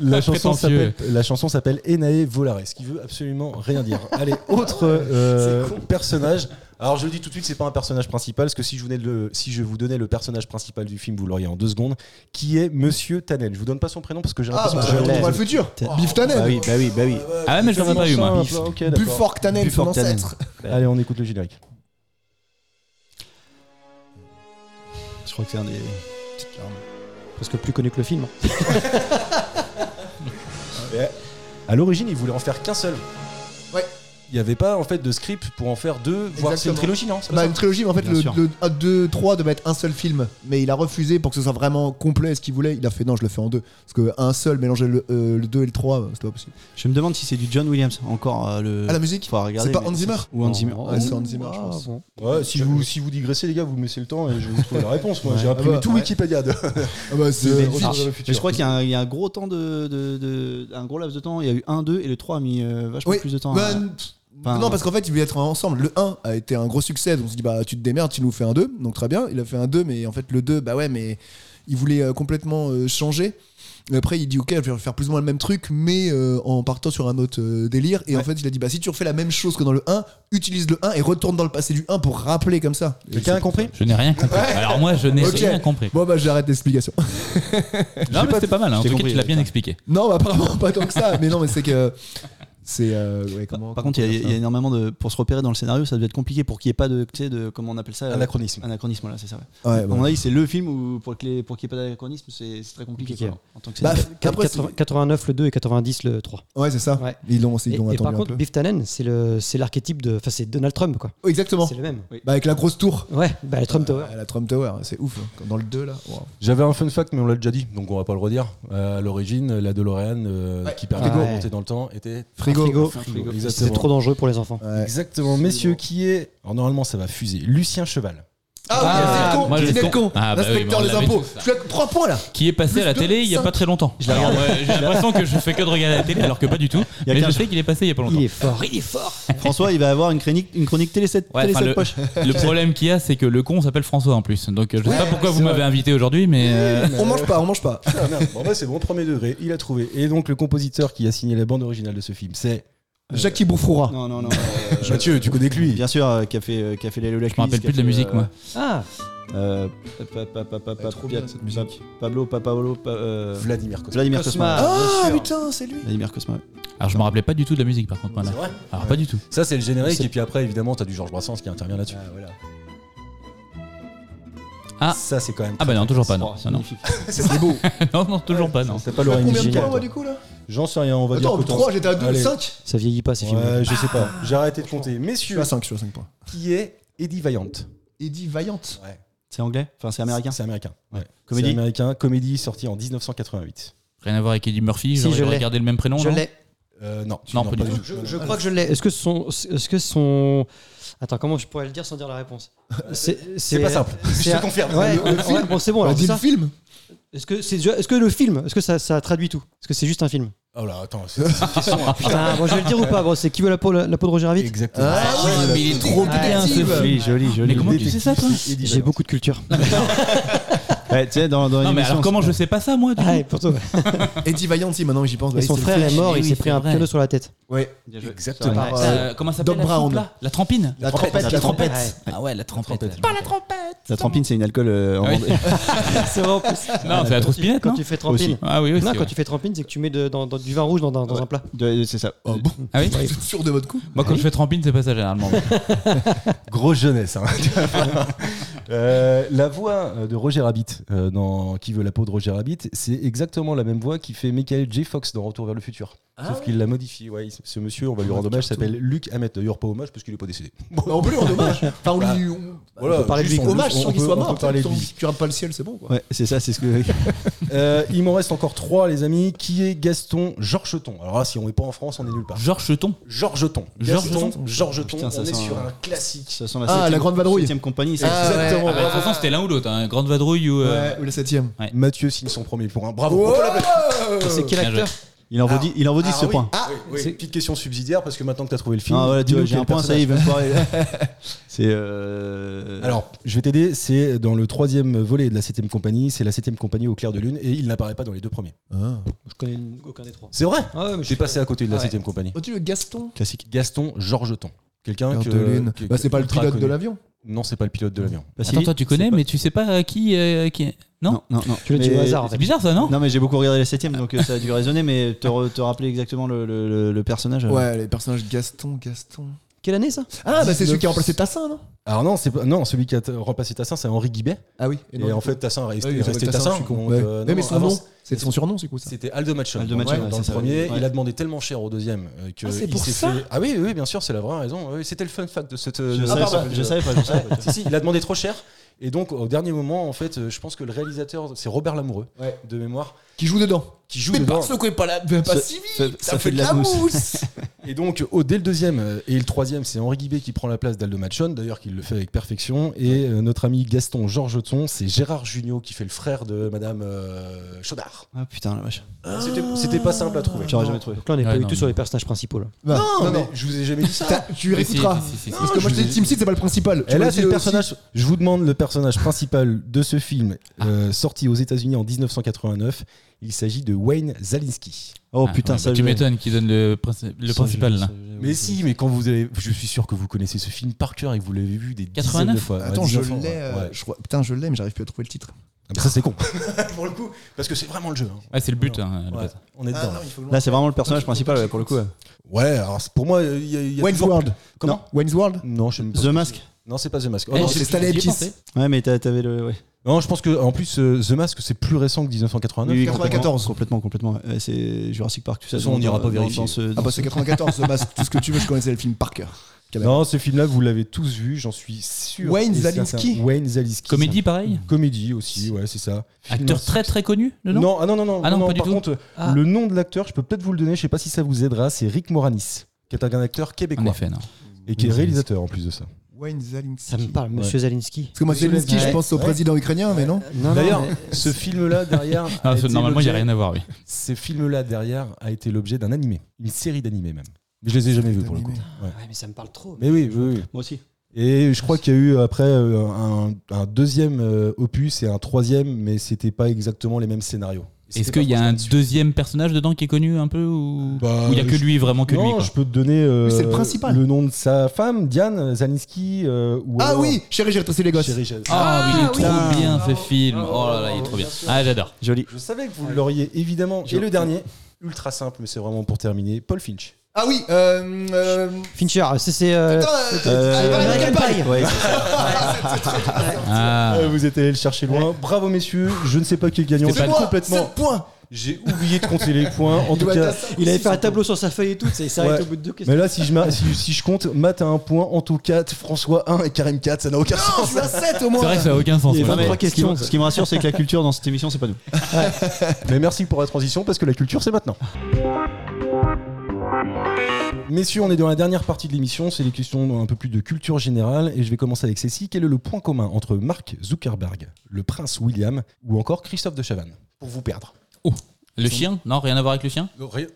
Speaker 4: La chanson,
Speaker 7: prétentieux.
Speaker 4: s'appelle, la chanson s'appelle Enae Volare, ce qui veut absolument rien dire. Allez, autre euh, personnage. Alors je le dis tout de suite, c'est pas un personnage principal, parce que si je, vous donnais le, si je vous donnais le personnage principal du film, vous l'auriez en deux secondes, qui est Monsieur Tanel. Je vous donne pas son prénom parce que j'ai
Speaker 5: Ah,
Speaker 4: l'impression
Speaker 5: bah,
Speaker 4: que j'ai
Speaker 8: je l'ai.
Speaker 5: on voit le futur Biff
Speaker 8: Bah
Speaker 5: Tannen
Speaker 8: oui, bah oui, bah oui.
Speaker 7: Ah ouais mais je l'aurais pas eu moi.
Speaker 4: Machin, ok, d'accord.
Speaker 5: Bufford Tannen, son
Speaker 8: Bufford Tannen.
Speaker 5: ancêtre
Speaker 4: Bah, Allez, on écoute le générique.
Speaker 8: Je crois que c'est un des.
Speaker 6: Parce que plus connu que le film.
Speaker 4: À l'origine, ils voulaient en faire qu'un seul.
Speaker 5: Ouais.
Speaker 4: Il n'y avait pas en fait de script pour en faire deux, voire c'est
Speaker 5: Exactement.
Speaker 4: une trilogie, non c'est pas
Speaker 5: Bah,
Speaker 4: ça
Speaker 5: une trilogie, mais en fait,
Speaker 8: Bien
Speaker 5: le
Speaker 8: sûr.
Speaker 5: 2-3 devait être un seul film. Mais il a refusé pour que ce soit vraiment complet ce qu'il voulait. Il a fait non, je le fais en deux. Parce que un seul, mélanger le 2 et le 3, c'était pas possible.
Speaker 8: Je me demande si c'est du John Williams, encore euh, le.
Speaker 5: Ah, la musique
Speaker 8: Euh, Faut regarder,
Speaker 5: C'est pas
Speaker 8: mais-
Speaker 5: Hans Zimmer
Speaker 8: Ou Hans Zimmer.
Speaker 5: Ouais, c'est Hans Zimmer, je pense.
Speaker 6: Ah, bon.
Speaker 4: Ouais, si, vous, si vous digressez, les gars, vous me laissez le temps et je vais vous trouver la réponse. Moi,
Speaker 8: Ouais.
Speaker 4: j'ai imprimé
Speaker 5: Ah bah,
Speaker 4: tout
Speaker 5: ouais.
Speaker 4: Wikipédia de,
Speaker 5: Ah bah,
Speaker 8: Mais-
Speaker 5: c'est
Speaker 8: ah,
Speaker 5: Retour vers le
Speaker 8: mais
Speaker 5: futur.
Speaker 8: je crois qu'il y, a un- il y a un gros temps de, de- de- un gros laps de temps. Il y a eu 1, 2 et le 3 a mis euh, vachement
Speaker 5: Oui.
Speaker 8: plus de temps.
Speaker 5: Bah,
Speaker 8: à-
Speaker 5: n-
Speaker 8: Enfin, euh,
Speaker 5: non, parce qu'en fait, ils voulaient être ensemble. Le 1 a été un gros succès, donc on se dit, bah, tu te démerdes, tu nous fais un 2, donc très bien. Il a fait un 2, mais en fait, le 2, bah ouais, mais il voulait euh, complètement euh, changer. Et Après, il dit, ok, je vais faire plus ou moins le même truc, mais euh, en partant sur un autre euh, délire. Et en fait, il a dit, bah, si tu refais la même chose que dans le 1, utilise le 1 et retourne dans le passé du 1 pour rappeler comme ça. Et
Speaker 4: Quelqu'un a
Speaker 5: c'est-
Speaker 4: compris
Speaker 7: Je n'ai rien compris. Alors moi, je n'ai
Speaker 5: Ok.
Speaker 7: rien compris.
Speaker 5: Bon, bah, j'arrête l'explication.
Speaker 7: Non, mais
Speaker 5: pas-
Speaker 7: c'était pas mal. hein. En
Speaker 5: j'ai
Speaker 7: tout cas,
Speaker 5: compris,
Speaker 7: tu l'as
Speaker 5: ouais,
Speaker 7: bien
Speaker 5: ça.
Speaker 7: expliqué.
Speaker 5: Non, bah, apparemment pas tant que ça. Mais non, mais c'est que. C'est. euh, ouais, comment,
Speaker 8: Par contre, il y, a- il y a énormément de. Pour se repérer dans le scénario, ça doit être compliqué pour qu'il n'y ait pas de. Tu sais, de. Comment on appelle ça euh,
Speaker 4: Anachronisme.
Speaker 8: Anachronisme, là, c'est ça. ouais.
Speaker 5: Ouais,
Speaker 8: À
Speaker 5: bah.
Speaker 8: mon avis, c'est le film où, pour que les- pour qu'il n'y ait pas d'anachronisme, c'est c'est très compliqué.
Speaker 6: Compliqué,
Speaker 8: quoi, en tant que
Speaker 5: Bah,
Speaker 8: scénario.
Speaker 5: après, c'est-
Speaker 6: 80- 89 le 2 et 90 le 3.
Speaker 5: ouais, c'est ça.
Speaker 6: Ouais.
Speaker 5: Ils l'ont ils
Speaker 6: Et,
Speaker 5: l'ont
Speaker 6: et
Speaker 5: attendu
Speaker 6: par
Speaker 5: un
Speaker 6: contre,
Speaker 5: peu.
Speaker 6: Biff Tannen, c'est le- c'est l'archétype de. Enfin, c'est Donald Trump, quoi.
Speaker 5: Oh, Exactement.
Speaker 6: C'est le même.
Speaker 5: Bah, avec la grosse tour.
Speaker 6: Ouais, bah, le Trump Tower.
Speaker 5: Ah, La Trump Tower, c'est ouf. hein. Comme Dans le 2, là. Wow.
Speaker 4: J'avais un fun fact, mais on l'a déjà dit, donc on va pas le redire. Euh, à l'origine, la DeLorean euh, qui permet
Speaker 6: Frigo.
Speaker 4: de monter dans le temps était
Speaker 5: Frigo.
Speaker 6: C'est
Speaker 4: Exactement.
Speaker 6: trop dangereux pour les enfants.
Speaker 5: Ouais.
Speaker 4: Exactement, messieurs, qui est Alors normalement ça va fuser. Lucien Cheval.
Speaker 7: Ah,
Speaker 5: Ah,
Speaker 7: moi,
Speaker 5: oui,
Speaker 7: je
Speaker 5: c'est le
Speaker 7: suis con.
Speaker 5: con.
Speaker 7: Ah, bah oui,
Speaker 5: L'inspecteur
Speaker 7: mais on
Speaker 5: des
Speaker 7: l'avait
Speaker 5: impôts.
Speaker 7: tous, ça.
Speaker 5: Je suis à 3 points, là.
Speaker 7: Qui est passé à la
Speaker 5: Plus de
Speaker 7: télé il y a
Speaker 5: cinq.
Speaker 7: pas très longtemps. Alors, ouais, J'ai l'impression que je fais que de regarder la télé alors que pas du tout.
Speaker 8: y a
Speaker 7: Mais je
Speaker 8: qu'un
Speaker 7: sais qu'il est passé il y a pas longtemps.
Speaker 6: Il est fort.
Speaker 8: François, il va avoir une chronique, une chronique télé 7
Speaker 7: Ouais, enfin, le,
Speaker 8: poche.
Speaker 7: le problème qu'il y a, c'est que le con s'appelle François en plus. Donc euh, je sais pas pourquoi vous m'avez invité aujourd'hui, mais euh,
Speaker 5: On mange pas, on mange pas.
Speaker 4: bon bah c'est bon, premier degré, il a trouvé. Et donc le compositeur qui a signé la bande originale de ce film, c'est euh,
Speaker 5: Jackie Bouffoura.
Speaker 8: Non, non, non.
Speaker 4: Mathieu, tu connais que lui.
Speaker 8: Bien sûr, euh, qui a fait, euh, qui a fait euh, les Lola
Speaker 7: je me rappelle plus de la
Speaker 3: euh,
Speaker 7: musique moi.
Speaker 6: Ah,
Speaker 5: trop bien, cette musique.
Speaker 8: Pablo, Papaolo, pa- euh,
Speaker 4: Vladimir Cosma.
Speaker 8: Vladimir
Speaker 6: Cosma.
Speaker 8: Cosma.
Speaker 5: Ah, putain, c'est lui.
Speaker 8: Vladimir Cosma. ouais.
Speaker 7: Alors je me rappelais pas du tout de la musique par contre. moi, là. Alors pas du tout.
Speaker 4: Ça c'est le générique et puis après évidemment t'as du Georges Brassens qui intervient là-dessus.
Speaker 7: Ah.
Speaker 4: Ça c'est quand même.
Speaker 7: Ah bah non, toujours pas non.
Speaker 8: Oh,
Speaker 7: Non, non.
Speaker 8: magnifique.
Speaker 5: C'est beau.
Speaker 7: non, non, toujours pas non.
Speaker 4: C'est pas
Speaker 5: Combien
Speaker 4: l'oreille
Speaker 5: de points,
Speaker 4: musicale.
Speaker 5: moi,
Speaker 4: toi.
Speaker 5: du coup, là
Speaker 4: J'en sais rien, on va Ah.
Speaker 5: Attends,
Speaker 4: dire que
Speaker 5: 3, j'étais à 2,
Speaker 4: Allez.
Speaker 5: 5.
Speaker 6: ça vieillit pas ces films.
Speaker 4: Ouais, je sais pas. J'ai arrêté de compter.
Speaker 5: Je
Speaker 4: Messieurs,
Speaker 5: suis à 5, je suis à 5 points.
Speaker 4: qui est Eddie Vaillant
Speaker 5: Eddie Vaillante.
Speaker 8: C'est anglais Enfin, c'est américain.
Speaker 4: C'est américain.
Speaker 8: Ouais.
Speaker 4: Comédie
Speaker 8: Comédie
Speaker 4: américain, comédie sortie en 1988.
Speaker 7: Rien à voir avec Eddie Murphy.
Speaker 6: Si,
Speaker 7: j'aurais
Speaker 6: je l'ai.
Speaker 7: regardé le même prénom.
Speaker 6: Je
Speaker 7: non
Speaker 6: l'ai.
Speaker 4: Euh, non,
Speaker 7: Non, pas du tout.
Speaker 6: Je, je crois que je l'ai. Est-ce que son. Est-ce que son. Attends, comment je pourrais le dire sans dire la réponse C'est
Speaker 4: C'est pas simple.
Speaker 6: c'est
Speaker 4: Je
Speaker 6: un-
Speaker 4: te confirme.
Speaker 6: Ouais,
Speaker 5: Le- le
Speaker 6: ouais,
Speaker 5: film.
Speaker 6: bon, c'est bon
Speaker 5: On a
Speaker 6: alors.
Speaker 5: dit
Speaker 6: c'est
Speaker 5: le
Speaker 6: ça
Speaker 5: film.
Speaker 6: Est-ce que, c'est, est-ce que le film, est-ce que ça, ça traduit tout Est-ce que c'est juste un film
Speaker 4: Oh là, attends, c'est c'est une question. hein.
Speaker 6: Putain, bon, je vais le dire ou pas bon, C'est qui veut la peau, la, la peau de Roger Rabbit
Speaker 4: Exactement.
Speaker 8: euh, Ah
Speaker 7: mais il est trop bien ce film.
Speaker 8: joli,
Speaker 7: Euh, Mais comment tu sais ça toi
Speaker 6: J'ai beaucoup de culture.
Speaker 8: Ouais, tu sais, dans, dans
Speaker 7: Non
Speaker 8: une
Speaker 7: mais alors
Speaker 8: émission-
Speaker 7: comment je sais pas ça moi du coup
Speaker 6: Ah, et pour toi.
Speaker 5: Eddie Vaillante, si, maintenant que j'y pense.
Speaker 6: Et
Speaker 5: bah,
Speaker 6: son
Speaker 5: c'est-
Speaker 6: frère est mort,
Speaker 7: Oui,
Speaker 6: il
Speaker 7: c'est
Speaker 6: s'est pris un
Speaker 7: vrai.
Speaker 6: piano sur la tête.
Speaker 5: Ouais.
Speaker 8: Bien joué.
Speaker 4: Exactement.
Speaker 5: Par,
Speaker 7: Ça,
Speaker 5: euh,
Speaker 7: euh, comment ça s'appelle
Speaker 5: Doc
Speaker 7: la
Speaker 5: Brown.
Speaker 7: soupe, là La trampine
Speaker 5: La trompette, la trompette.
Speaker 7: Ah ouais, la trompette.
Speaker 8: La trampine, c'est une alcool euh, en
Speaker 7: Ah oui.
Speaker 8: vendée.
Speaker 6: c'est vrai en plus.
Speaker 7: Non, c'est la trouspinette,
Speaker 6: Quand
Speaker 7: non
Speaker 6: tu fais trampine.
Speaker 8: Aussi.
Speaker 7: Ah oui, oui.
Speaker 6: Non,
Speaker 7: c'est
Speaker 6: quand
Speaker 7: vrai.
Speaker 6: tu fais trampine, c'est que tu mets de- dans, dans du vin rouge dans, un- dans un plat.
Speaker 8: De- C'est ça.
Speaker 5: Oh bon,
Speaker 7: Ah oui
Speaker 5: vous êtes sûr de votre coup
Speaker 7: Moi, quand je fais trampine, c'est pas ça généralement.
Speaker 4: Grosse jeunesse. hein. Euh, la voix euh, de Roger Rabbit euh, dans Qui veut la peau de Roger Rabbit, c'est exactement la même voix qui fait Michael J. Fox dans Retour vers le futur.
Speaker 8: Ah
Speaker 4: Sauf qu'il l'a modifié. Ouais, il- ce monsieur, on va lui rendre hommage, s'appelle Luc Hamet. D'ailleurs, pas hommage parce qu'il est pas décédé.
Speaker 5: Bah, On peut lui rendre hommage. Enfin, on lui. on- on
Speaker 4: Voilà,
Speaker 5: peut parler de lui.
Speaker 4: juste on-
Speaker 5: Hommage
Speaker 4: on
Speaker 5: sans qu'il
Speaker 4: peut-
Speaker 5: soit
Speaker 4: on peut
Speaker 5: mort.
Speaker 4: parler de
Speaker 5: tant
Speaker 4: lui.
Speaker 5: qu'il- Tu regardes pas le ciel, c'est bon, quoi.
Speaker 8: Ouais, c'est ça, c'est ce que.
Speaker 4: Euh, il m'en reste encore trois, les amis. Qui est Gaston Georgeton Alors là, si on n'est pas en France, on est nulle part.
Speaker 7: Georges Cheton.
Speaker 4: Georgeton.
Speaker 7: Georgeton
Speaker 4: Georgeton. Georgeton.
Speaker 8: Putain, ça
Speaker 4: on est
Speaker 8: sent
Speaker 4: sur
Speaker 8: un-
Speaker 4: un classique.
Speaker 8: Ça sent la
Speaker 5: Ah, la grande vadrouille.
Speaker 8: 7 compagnie. c'est-
Speaker 4: Exactement.
Speaker 7: Ah bah, de toute façon, c'était l'un ou l'autre. hein. Grande vadrouille ou. euh,
Speaker 5: Ouais, ou la 7ème.
Speaker 4: Mathieu signe son premier point. Bravo.
Speaker 5: Oh,
Speaker 4: On peut l'applaudir.
Speaker 6: C'est quel
Speaker 7: bien
Speaker 6: acteur
Speaker 8: Il en vaut dix- il en vaut 10 ce
Speaker 4: oui.
Speaker 8: point.
Speaker 4: Ah, oui. Petite question subsidiaire parce que maintenant que tu as trouvé le film.
Speaker 8: Ah, voilà, tu
Speaker 4: dis-nous
Speaker 8: vois, j'ai
Speaker 4: quel
Speaker 8: un point, ça y est,
Speaker 4: personnage.
Speaker 8: il veut me parler. C'est. euh,
Speaker 4: Alors, je vais t'aider. C'est dans le troisième volet de la 7ème compagnie. C'est la 7ème compagnie au clair de lune et il n'apparaît pas dans les deux premiers.
Speaker 5: Ah.
Speaker 6: Je connais aucun des trois.
Speaker 4: C'est vrai
Speaker 6: Ah ouais, mais je
Speaker 4: J'ai passé à côté de la
Speaker 6: Ah ouais.
Speaker 4: 7ème compagnie.
Speaker 5: Oh, tu veux Gaston
Speaker 4: Classique. Gaston Georgeton. Quelqu'un
Speaker 5: Cœur
Speaker 4: que.
Speaker 5: de lune.
Speaker 4: que-
Speaker 5: Bah, c'est pas le
Speaker 4: ultra
Speaker 5: pilote de
Speaker 4: connu.
Speaker 5: l'avion.
Speaker 4: Non, c'est pas le pilote de l'avion.
Speaker 8: Vassili,
Speaker 7: Attends, toi, tu connais,
Speaker 8: c'est pas-
Speaker 7: mais tu sais pas euh, qui. euh, qui... Non,
Speaker 8: Non, non, non.
Speaker 6: Tu l'as dit
Speaker 8: Mais-
Speaker 6: au hasard en
Speaker 7: C'est
Speaker 6: fait.
Speaker 7: bizarre ça, non
Speaker 8: Non, mais j'ai beaucoup regardé la 7 donc euh, ça a dû résonner, mais te, re- te rappeler exactement le, le- le- le personnage. euh,
Speaker 5: Ouais, les personnages Gaston, Gaston.
Speaker 6: Quelle année ça
Speaker 5: Ah, bah c'est celui qui a remplacé Tassin, non
Speaker 4: Alors non, c'est pas- non, celui qui a t- remplacé Tassin, c'est Henri Guibet.
Speaker 5: Ah oui.
Speaker 4: Et,
Speaker 5: non, du
Speaker 4: en
Speaker 5: coup.
Speaker 4: fait, Tassin est resté,
Speaker 5: Ouais, il
Speaker 4: est resté
Speaker 5: s'appelle
Speaker 4: Tassin.
Speaker 5: je suis con.
Speaker 4: donc,
Speaker 5: Ouais.
Speaker 4: euh,
Speaker 5: Mais
Speaker 4: non,
Speaker 5: son
Speaker 4: avant,
Speaker 5: nom, c'est son surnom, c'est quoi ça
Speaker 4: C'était Aldo Machon.
Speaker 8: Aldo
Speaker 4: dans-
Speaker 8: Machon,
Speaker 4: dans
Speaker 8: ouais,
Speaker 4: le
Speaker 8: c'est ça,
Speaker 4: premier.
Speaker 8: ouais.
Speaker 4: Il a demandé tellement cher au deuxième euh, que
Speaker 5: Ah, c'est
Speaker 4: il
Speaker 5: pour
Speaker 4: s'est
Speaker 5: ça
Speaker 4: fait- Ah oui, oui, oui, bien sûr, c'est la vraie raison. Oui, C'était le fun fact de cette.
Speaker 8: Je,
Speaker 4: de
Speaker 8: savais,
Speaker 4: cette-
Speaker 8: pas, je savais pas, je savais pas.
Speaker 4: Si, si, il a demandé trop cher. Et donc, au dernier moment, en fait, euh, je pense que le réalisateur, c'est Robert Lamoureux,
Speaker 5: Ouais.
Speaker 4: de mémoire,
Speaker 3: qui joue dedans.
Speaker 4: qui joue
Speaker 3: Mais
Speaker 4: dedans.
Speaker 3: parce qu'on est pas là, pas
Speaker 4: Ça-
Speaker 3: si vite,
Speaker 4: ça-
Speaker 3: ça,
Speaker 4: ça
Speaker 3: fait, de la mousse.
Speaker 4: Et donc, oh, dès le deuxième euh, et le troisième, c'est Henri Guibé qui prend la place d'Aldo Machon, d'ailleurs qu'il le fait avec perfection. Et euh, notre ami Gaston Georgeton, c'est Gérard Junior qui fait le frère de Madame euh, Chaudard.
Speaker 8: Ah putain, la vache.
Speaker 4: C'était- C'était pas simple à trouver.
Speaker 8: J'aurais jamais trouvé.
Speaker 6: Donc là, on est
Speaker 7: Ouais,
Speaker 6: pas du
Speaker 7: non,
Speaker 6: tout
Speaker 7: mais-
Speaker 6: sur les personnages principaux. Là.
Speaker 3: Bah,
Speaker 4: Non, mais je vous ai jamais dit ça.
Speaker 3: T'as- Tu
Speaker 7: Si, si,
Speaker 3: réécouteras.
Speaker 7: si, si, si.
Speaker 3: Parce que moi je t'ai dit Team Seed, c'est pas le principal. Tu
Speaker 4: Et là,
Speaker 3: m'as
Speaker 4: c'est
Speaker 3: dit
Speaker 4: le
Speaker 3: aussi-
Speaker 4: personnage. Je vous demande le personnage principal de ce film
Speaker 8: Ah.
Speaker 4: euh, sorti aux États-Unis en 1989. Il s'agit de Wayne Zalinski.
Speaker 8: Oh
Speaker 7: Ah,
Speaker 8: putain,
Speaker 7: ouais,
Speaker 8: ça
Speaker 7: bah,
Speaker 8: je-
Speaker 7: Tu m'étonnes qui donne le, princi- le
Speaker 8: ça,
Speaker 7: principal
Speaker 8: je-
Speaker 7: là.
Speaker 8: ça, je-
Speaker 4: Mais si, mais quand vous avez, je suis sûr que vous connaissez ce film par cœur et que vous l'avez vu des dizaines
Speaker 7: 89?
Speaker 4: de fois. Ouais,
Speaker 3: Attends, je
Speaker 4: 19 ans,
Speaker 3: l'ai.
Speaker 4: ouais.
Speaker 3: euh,
Speaker 4: Ouais.
Speaker 3: je crois- Putain, je l'ai, mais j'arrive plus à trouver le titre.
Speaker 4: Ah, bah, Ça c'est con. Pour le coup, parce que c'est vraiment le jeu. hein.
Speaker 7: Ouais, c'est le but. hein, à la base.
Speaker 4: On est dedans. là.
Speaker 8: Là, c'est vraiment le personnage principal ouais, pour le coup. ouais.
Speaker 4: Ah, Ouais, alors c'est- pour moi, il y a. il y a
Speaker 3: Wayne's
Speaker 4: toujours-
Speaker 3: World.
Speaker 4: Comment
Speaker 3: Non, Wayne's World
Speaker 4: Non, je sais pas.
Speaker 8: The Mask.
Speaker 4: Non, c'est pas The Mask. Oh,
Speaker 7: Eh,
Speaker 4: non,
Speaker 7: j'ai-
Speaker 4: c'est-
Speaker 3: c'est Stanley
Speaker 7: j'y ai
Speaker 3: Ipkiss.
Speaker 7: pensé.
Speaker 8: Ouais, mais t'as- t'avais le. Ouais.
Speaker 4: non, je pense que en plus euh, The Mask c'est plus récent que 1989.
Speaker 8: Oui, oui,
Speaker 3: 94.
Speaker 8: Complètement, complètement. complètement, ouais. Ouais, C'est Jurassic Park, tout ça.
Speaker 4: De toute façon,
Speaker 8: dans-
Speaker 4: on n'ira pas
Speaker 8: dans-
Speaker 4: vérifier.
Speaker 8: dans ce-
Speaker 3: Ah bah c'est 94, The Mask, tout ce que tu veux, je connaissais le film par cœur.
Speaker 4: Non, ce film-là vous l'avez tous vu, j'en suis sûr.
Speaker 3: Wayne
Speaker 4: Et c'est un-
Speaker 3: Zalinski
Speaker 4: Wayne Zalinski.
Speaker 7: Comédie pareil
Speaker 4: Comédie aussi, ouais, c'est ça. Film
Speaker 7: Acteur
Speaker 4: en-
Speaker 7: très très connu dedans
Speaker 4: Non, ah non, non, non.
Speaker 7: Ah non, pas du
Speaker 4: par
Speaker 7: tout.
Speaker 4: contre, euh,
Speaker 7: Ah.
Speaker 4: le nom de l'acteur, je peux peut-être vous le donner, je sais pas si ça vous aidera, c'est Rick Moranis, qui est un acteur
Speaker 7: En
Speaker 4: québécois
Speaker 7: effet, non.
Speaker 4: et qui est réalisateur en plus de ça.
Speaker 3: Wayne Zalinski.
Speaker 6: Ça me parle, Monsieur Zalinski.
Speaker 3: Parce que moi, Zelensky, je
Speaker 4: Ouais.
Speaker 3: pense au
Speaker 4: Ouais.
Speaker 3: président ukrainien, mais non
Speaker 4: D'ailleurs, ce film-là derrière. a
Speaker 7: Ah,
Speaker 4: été
Speaker 7: normalement, il n'y a
Speaker 4: l'objet-
Speaker 7: rien à voir, oui.
Speaker 4: Ce film-là derrière a été l'objet d'un animé, une série d'animés même. Mais je les ai jamais vus pour le coup. Ouais.
Speaker 6: Ouais, mais ça me parle trop.
Speaker 4: Mais oui, oui, oui.
Speaker 8: Moi aussi.
Speaker 4: Et je crois qu'il y a eu après euh, un, un deuxième euh, opus et un troisième, mais c'était pas exactement les mêmes scénarios.
Speaker 7: Est-ce qu'il y a un deuxième personnage dedans qui est connu un peu Ou ou il n'y a que lui, vraiment que lui
Speaker 4: Bah, euh, Non,
Speaker 7: quoi.
Speaker 4: je peux te donner euh,
Speaker 3: Mais c'est le principal.
Speaker 4: le nom de sa femme, Diane Zaninski. euh, ou
Speaker 3: Ah
Speaker 4: alors-
Speaker 3: oui, chérie, j'ai retracé les gosses.
Speaker 4: Chérie, j'ai-
Speaker 7: Ah, oui, il est
Speaker 4: putain.
Speaker 7: trop bien ce film. Oh là là, il est trop bien. Ah, j'adore.
Speaker 8: Joli.
Speaker 4: Je savais que vous l'auriez évidemment. Et le dernier, ultra simple, mais c'est vraiment pour terminer, Paul Finch.
Speaker 3: Ah oui, euh, euh,
Speaker 6: Fincher, c'est c'est euh,
Speaker 3: putain, euh, American Pie.
Speaker 8: Ouais,
Speaker 7: Ah,
Speaker 4: Euh, vous êtes allé le chercher loin. Bravo messieurs. Je ne sais pas qui est gagnant.
Speaker 7: C'est
Speaker 4: J'ai
Speaker 7: pas
Speaker 3: Moi,
Speaker 4: complètement.
Speaker 3: sept points
Speaker 4: J'ai oublié de compter les points. En tout
Speaker 3: doit
Speaker 4: cas.
Speaker 3: être
Speaker 6: il avait fait un tableau sur sa feuille et tout, c'est s'arrête
Speaker 3: Ah
Speaker 4: Ouais.
Speaker 3: bah,
Speaker 6: au bout de deux questions.
Speaker 4: Mais là, si je, ma- si, si je compte, Matt a un point, Anto 4, François 1 et Karim 4, ça n'a aucun
Speaker 3: Non, je
Speaker 4: sens.
Speaker 3: suis à 7 au
Speaker 7: c'est
Speaker 3: moins
Speaker 7: vrai que ça n'a aucun sens.
Speaker 8: Il y a
Speaker 7: ouais.
Speaker 8: 23 questions. Ce qui me rassure, c'est que la culture dans cette émission, c'est pas nous.
Speaker 4: Mais merci pour la transition parce que la culture, c'est maintenant. Messieurs, on est dans la dernière partie de l'émission, c'est les questions un peu plus de culture générale et je vais commencer avec celle-ci. Quel est le point commun entre Mark Zuckerberg, le prince William ou encore Christophe de Chavannes Pour vous perdre.
Speaker 7: Le chien Non, Euh, rien à voir avec le chien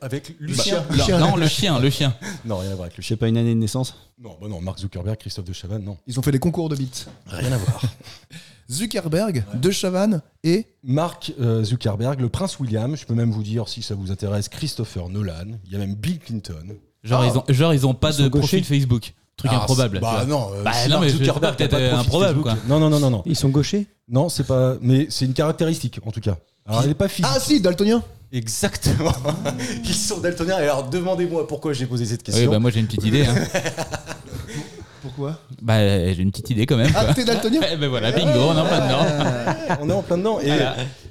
Speaker 4: Avec
Speaker 7: Bah, là, Non, le chien, le chien.
Speaker 4: Non, rien à voir avec le
Speaker 8: Je
Speaker 4: chien.
Speaker 8: sais pas, une année de naissance.
Speaker 4: Non, bah non, Mark Zuckerberg, Christophe de Chavannes, non.
Speaker 3: Ils ont fait des concours de beats.
Speaker 4: Rien à voir.
Speaker 3: Zuckerberg, De Chavannes et.
Speaker 4: Mark euh, Zuckerberg, le prince William, je peux même vous dire si ça vous intéresse, Christopher Nolan, il y a même Bill Clinton.
Speaker 7: Genre, ils ont, genre, ils ont pas de profil Facebook. Truc
Speaker 4: Ah,
Speaker 7: improbable.
Speaker 4: c'est-
Speaker 7: tu
Speaker 4: Bah
Speaker 7: vois.
Speaker 4: non, euh,
Speaker 7: Bah
Speaker 4: si
Speaker 7: non,
Speaker 4: Mark
Speaker 7: mais je-
Speaker 4: Zuckerberg
Speaker 7: peut-être
Speaker 4: t'as pas de profil
Speaker 7: improbable,
Speaker 4: Facebook.
Speaker 7: quoi.
Speaker 4: Non, non, non, non, non.
Speaker 6: Ils sont gauchers
Speaker 4: Non, c'est pas. Mais c'est une caractéristique en tout cas. Alors elle n'est pas physique.
Speaker 3: Ah si, Daltonien
Speaker 4: Exactement. Ils sont daltoniens. Et alors demandez-moi pourquoi j'ai posé cette
Speaker 7: Oui,
Speaker 4: question.
Speaker 7: bah moi j'ai une petite idée. hein.
Speaker 3: Pourquoi
Speaker 7: Bah j'ai une petite idée quand même.
Speaker 3: Ah,
Speaker 7: Quoi.
Speaker 3: t'es Daltonien
Speaker 7: Eh ben voilà, bingo, on est en plein dedans.
Speaker 4: On est en plein dedans. Et,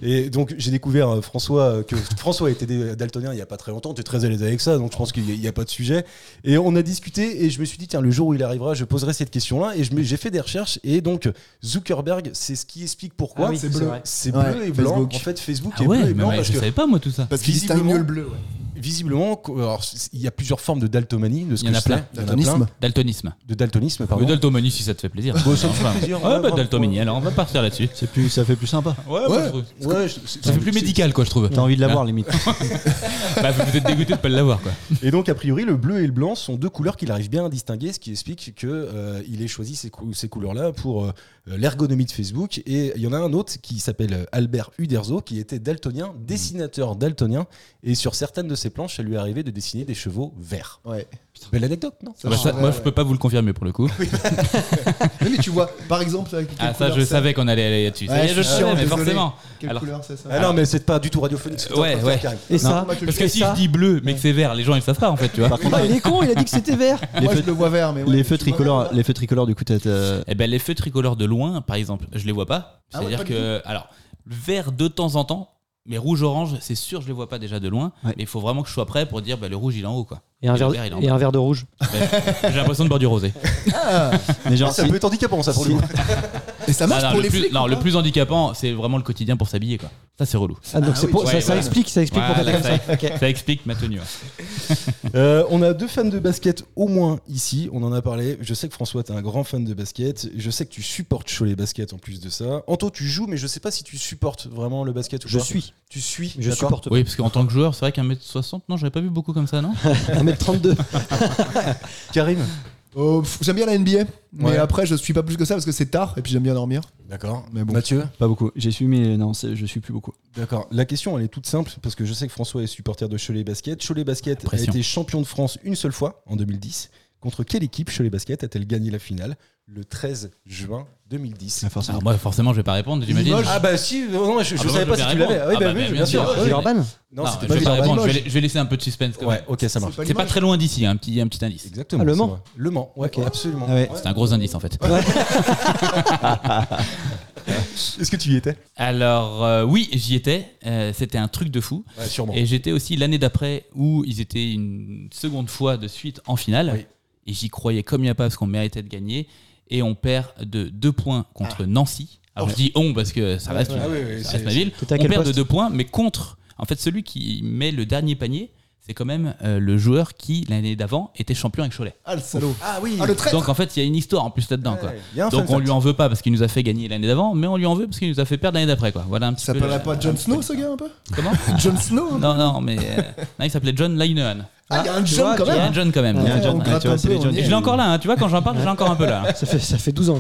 Speaker 4: et donc j'ai découvert euh, François euh, que François était dé- daltonien il n'y a pas très longtemps. Tu es très à l'aise avec ça, donc je pense qu'il n'y a, pas de sujet. Et on a discuté et je me suis dit tiens le jour où il arrivera, je poserai cette question-là. Et je me- j'ai fait des recherches et donc Zuckerberg, c'est ce qui explique pourquoi.
Speaker 6: Ah oui, c'est
Speaker 4: bleu,
Speaker 6: vrai.
Speaker 4: c'est
Speaker 3: Ouais,
Speaker 4: bleu et blanc.
Speaker 3: Facebook.
Speaker 4: En fait, Facebook
Speaker 7: Ah
Speaker 4: est bleu
Speaker 7: ouais,
Speaker 4: et
Speaker 7: mais
Speaker 4: blanc
Speaker 7: ouais,
Speaker 4: parce
Speaker 7: je
Speaker 4: que
Speaker 7: savait pas moi tout ça.
Speaker 3: Parce qu'ils distinguent mieux le bleu. ouais.
Speaker 4: visiblement, co- alors, c- il y a plusieurs formes de daltomanie, de ce
Speaker 7: Il y en
Speaker 4: que
Speaker 7: a
Speaker 4: je sais.
Speaker 7: plein.
Speaker 4: Il y en a
Speaker 3: Daltonisme.
Speaker 7: Daltonisme.
Speaker 4: De daltonisme,
Speaker 7: Le
Speaker 4: pardon.
Speaker 7: daltomanie si ça te fait plaisir.
Speaker 4: ça me fait
Speaker 7: Enfin,
Speaker 4: plaisir, on
Speaker 7: Ouais,
Speaker 4: va
Speaker 7: bah
Speaker 4: voir.
Speaker 7: daltomanie, alors on va partir là-dessus.
Speaker 8: C'est plus, ça fait plus sympa.
Speaker 7: Ouais,
Speaker 3: Ouais.
Speaker 7: bah, je trouve-
Speaker 4: Ouais, je- c'est-
Speaker 7: Ça fait plus
Speaker 4: c'est-
Speaker 7: médical quoi, je trouve.
Speaker 8: T'as envie de l'avoir limite.
Speaker 7: Bah vous vous êtes dégoûté de pas l'avoir quoi.
Speaker 4: Et donc, a priori, le bleu et le blanc sont deux couleurs qu'il arrive bien à distinguer, ce qui explique qu'il ait choisi ces, cou- ces couleurs-là pour euh, l'ergonomie de Facebook. Et il y en a un autre qui s'appelle euh, Albert Uderzo, qui était daltonien, dessinateur daltonien. Et sur certaines de ses planches, ça lui est arrivé de dessiner des chevaux verts.
Speaker 3: Ouais.
Speaker 4: Belle anecdote, non
Speaker 7: Bah, ça, moi je peux pas vous le confirmer pour le coup.
Speaker 3: Oui, mais tu vois, par exemple, avec quelle
Speaker 7: Ah ça
Speaker 3: couleur
Speaker 7: je savais qu'on allait aller là-dessus. Ça
Speaker 3: Ouais,
Speaker 7: y est, je
Speaker 3: c'est chiant,
Speaker 7: savais, mais
Speaker 3: désolé.
Speaker 7: forcément.
Speaker 3: Quelle
Speaker 7: Alors-
Speaker 3: couleur c'est ça
Speaker 4: Ah non, mais c'est pas du tout radiophonique. ce que t'es en
Speaker 7: Ouais,
Speaker 4: train de faire,
Speaker 7: ouais.
Speaker 4: Karim.
Speaker 6: Et ça
Speaker 3: moi, tu le
Speaker 7: Parce
Speaker 3: fais,
Speaker 7: que si
Speaker 3: ça.
Speaker 7: je dis bleu mais que c'est vert, les gens ils savent pas en fait, tu vois.
Speaker 6: Ah, il est con, il a dit que c'était vert.
Speaker 3: Moi, je le vois vert, mais ouais,
Speaker 8: les
Speaker 3: mais
Speaker 8: feux
Speaker 3: tu vois
Speaker 8: tricolores,
Speaker 3: vert, là.
Speaker 8: les feux tricolores du coup t'as t'as-
Speaker 7: Eh ben, les feux tricolores de loin, par exemple, je les vois pas.
Speaker 3: Ah ouais,
Speaker 7: C'est-à-dire
Speaker 3: pas du
Speaker 7: que, alors, vert de temps en temps, mais rouge-orange, c'est sûr, je les vois pas déjà de loin.
Speaker 8: Ouais.
Speaker 7: Mais il faut vraiment que je sois prêt pour dire, bah, le rouge, il est en haut, quoi.
Speaker 6: Et un
Speaker 7: Et le
Speaker 6: verre,
Speaker 7: vert, il est en
Speaker 6: et un verre de rouge.
Speaker 7: J'ai l'impression de boire du rosé.
Speaker 8: Mais genre,
Speaker 4: Ça
Speaker 8: si-
Speaker 4: peut être handicapant, ça, pour le
Speaker 8: si-
Speaker 4: coup.
Speaker 3: Et ça marche
Speaker 7: Ah, non,
Speaker 3: pour
Speaker 7: le,
Speaker 3: les
Speaker 7: plus,
Speaker 3: flics hein.
Speaker 7: non,
Speaker 3: ou
Speaker 7: le
Speaker 3: pas
Speaker 7: plus handicapant, c'est vraiment le quotidien pour s'habiller, quoi. Ça, Ça, c'est relou.
Speaker 6: Ah, donc c'est pour-
Speaker 7: oui,
Speaker 6: ça,
Speaker 7: ouais,
Speaker 6: ça
Speaker 7: voilà.
Speaker 6: explique, ça explique
Speaker 7: Voilà,
Speaker 6: pourquoi t'es comme ça. Ok.
Speaker 7: Ça explique ma tenue. ouais.
Speaker 4: Euh, on a deux fans de basket au moins ici, on en a parlé. Je sais que François, t'es un grand fan de basket. Je sais que tu supportes Cholet Basket en plus de ça. Anto, tu joues, mais je sais pas si tu supportes vraiment le basket ou
Speaker 6: Je
Speaker 4: pas.
Speaker 6: suis.
Speaker 4: Tu suis
Speaker 6: Je
Speaker 4: d'accord.
Speaker 6: supporte
Speaker 7: Oui, parce qu'en tant que joueur, c'est vrai qu'un mètre 60, non, j'avais pas vu beaucoup comme ça, non
Speaker 6: pas. 1m32.
Speaker 4: Karim
Speaker 3: Oh, pff, j'aime bien la NBA,
Speaker 4: Ouais.
Speaker 3: mais après je suis pas plus que ça parce que c'est tard et puis j'aime bien dormir.
Speaker 4: D'accord.
Speaker 3: Mais
Speaker 7: Bah,
Speaker 3: bon.
Speaker 4: Mathieu
Speaker 8: Pas beaucoup. J'ai su, mais non, c'est- je suis plus beaucoup.
Speaker 4: D'accord. La question, elle est toute simple, parce que je sais que François est supporter de Cholet Basket. Cholet Basket
Speaker 7: Pression.
Speaker 4: a été champion de France une seule fois, en 2010. Contre quelle équipe Cholet Basket a-t-elle gagné la finale le 13 juin 2010
Speaker 7: Alors, moi, forcément, je vais pas répondre, j'imagine.
Speaker 4: Ah bah si, non, non, je, je
Speaker 7: Ah bah,
Speaker 4: savais
Speaker 7: moi,
Speaker 4: pas
Speaker 7: je
Speaker 4: si
Speaker 7: vais
Speaker 4: tu
Speaker 7: répondre.
Speaker 4: l'avais. Ah oui,
Speaker 7: Ah
Speaker 4: bah,
Speaker 7: bah,
Speaker 4: oui,
Speaker 7: bien
Speaker 4: bien sûr.
Speaker 7: sûr.
Speaker 4: Ouais.
Speaker 6: Villeurbanne
Speaker 4: Non,
Speaker 7: Non,
Speaker 4: c'était pas
Speaker 7: je vais pas
Speaker 4: Villeurbanne.
Speaker 7: répondre, je vais, je vais laisser un peu de suspense quand
Speaker 4: Ouais,
Speaker 7: même.
Speaker 4: ok, ça marche.
Speaker 7: C'est pas très loin d'ici, hein, un petit, un petit indice.
Speaker 4: Exactement.
Speaker 6: Ah, Le
Speaker 4: c'est
Speaker 6: Mans.
Speaker 4: vrai. Le Mans, ouais, absolument.
Speaker 8: Ah ouais.
Speaker 4: Ouais.
Speaker 7: C'est un gros indice en fait.
Speaker 4: Est-ce que tu y étais
Speaker 7: Alors euh, oui, j'y étais. Euh, C'était un truc de fou.
Speaker 4: ouais, Sûrement.
Speaker 7: Et j'étais aussi l'année d'après où ils étaient une seconde fois de suite en finale.
Speaker 4: Oui.
Speaker 7: Et j'y croyais comme il n'y a pas parce qu'on méritait de gagner. Et on perd de 2 points contre Nancy. Alors je dis on parce que ça reste,
Speaker 4: Ah oui, oui, c'est-
Speaker 7: ça reste ma ville.
Speaker 6: T'étais à
Speaker 7: On
Speaker 6: quel
Speaker 7: perd de
Speaker 6: poste
Speaker 7: 2 points, mais contre. En fait, celui qui met le dernier panier, c'est quand même euh, le joueur qui, l'année d'avant, était champion avec Cholet.
Speaker 3: Ah le salaud.
Speaker 4: Ah oui.
Speaker 3: Ah le traître.
Speaker 7: Donc en fait, il y a une histoire en plus là-dedans. quoi.
Speaker 4: Ouais, il y a un
Speaker 7: Donc
Speaker 4: fun
Speaker 7: on
Speaker 4: fact.
Speaker 7: lui en veut pas parce qu'il nous a fait gagner l'année d'avant, mais on lui en veut parce qu'il nous a fait perdre l'année d'après. quoi. Voilà un petit
Speaker 3: Ça
Speaker 7: peu. la-
Speaker 3: s'appellerait pas Jon Snow ce gars un peu
Speaker 7: Comment
Speaker 3: Jon Snow hein.
Speaker 7: Non, non, mais euh, non, il s'appelait John Linehan.
Speaker 3: Ah il y a un
Speaker 6: tu
Speaker 3: Jon
Speaker 6: vois,
Speaker 3: quand
Speaker 7: Il y a
Speaker 3: même.
Speaker 7: un John quand même.
Speaker 3: Ouais,
Speaker 8: Il y a un
Speaker 3: on
Speaker 8: Jon,
Speaker 3: gratte
Speaker 8: tu vois,
Speaker 3: un
Speaker 8: c'est
Speaker 3: peu,
Speaker 8: les
Speaker 3: on
Speaker 8: John.
Speaker 3: y
Speaker 7: Et
Speaker 3: est.
Speaker 7: je l'ai encore là, hein. tu vois, quand j'en parle, je l'ai encore un peu là.
Speaker 6: Ça fait, ça fait 12 ans.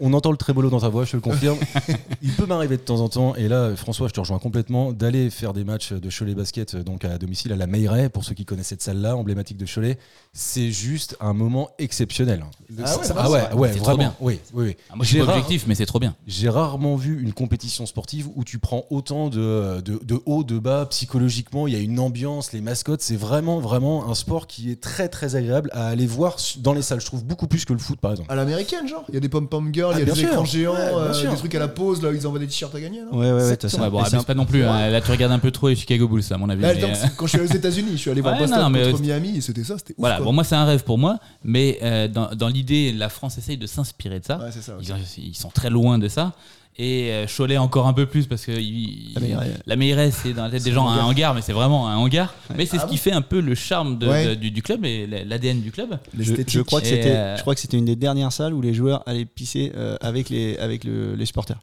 Speaker 4: On entend le trébolo dans ta voix, je te le confirme. Il peut m'arriver de temps en temps, et là, François, je te rejoins complètement, d'aller faire des matchs de Cholet Basket euh, donc à domicile à la Meilleray, pour ceux qui connaissent cette salle-là, emblématique de Cholet. C'est juste un moment exceptionnel. Le-
Speaker 3: Ah ouais,
Speaker 4: ça-
Speaker 3: bah,
Speaker 4: ah ouais,
Speaker 3: c'est-
Speaker 4: ouais,
Speaker 7: c'est trop
Speaker 4: vraiment.
Speaker 7: bien.
Speaker 4: Oui, oui, oui.
Speaker 7: Ah, Moi, je suis pas
Speaker 4: Gérard-
Speaker 7: objectif, mais c'est trop bien.
Speaker 4: J'ai rarement vu une compétition sportive où tu prends autant de, de, de haut, de bas, psychologiquement, il y a une ambiance, les mascottes, c'est vraiment, vraiment un sport qui est très, très agréable à aller voir su- dans les salles. Je trouve beaucoup plus que le foot, par exemple.
Speaker 3: À l'américaine genre, il y a des pom pom girls,
Speaker 4: Ah,
Speaker 3: il y a
Speaker 4: bien
Speaker 3: des
Speaker 4: sûr.
Speaker 3: écrans géants,
Speaker 4: Ouais, bien
Speaker 3: euh,
Speaker 4: sûr.
Speaker 3: des trucs à la pause là où ils envoient des t-shirts à gagner. non
Speaker 8: Ouais, ouais, ouais, t'as ça.
Speaker 7: Ouais, bon,
Speaker 8: Et c'est un-
Speaker 7: abuse pas non plus. hein. Là, tu regardes un peu trop les Chicago Bulls, à mon avis.
Speaker 3: Là,
Speaker 7: mais,
Speaker 3: genre,
Speaker 7: euh,
Speaker 3: Bah, c'est- quand je suis allé aux États-Unis, je suis allé voir
Speaker 7: Ouais,
Speaker 3: Boston
Speaker 7: non, mais,
Speaker 3: contre
Speaker 7: euh,
Speaker 3: Miami, et c'était ça, c'était ouf.
Speaker 7: Voilà,
Speaker 3: quoi.
Speaker 7: bon, moi, c'est un rêve pour moi, mais euh, dans, dans l'idée, la France essaye de s'inspirer de ça.
Speaker 3: Ouais, c'est ça. ouais.
Speaker 7: Ils, ont- ils sont très loin de ça. Et euh, Cholet encore un peu plus parce que il-
Speaker 8: La Meilleray.
Speaker 7: la Meilleray, c'est dans la tête des gens un hangar, mais c'est vraiment un hangar. Mais c'est ce qui fait un peu le charme de-
Speaker 3: Ouais.
Speaker 7: de- du, du club et l'ADN du club.
Speaker 8: Je, je crois que
Speaker 7: Et,
Speaker 8: c'était,
Speaker 7: euh,
Speaker 8: je crois que c'était une des dernières salles où les joueurs allaient pisser euh, avec les, avec le- les supporters.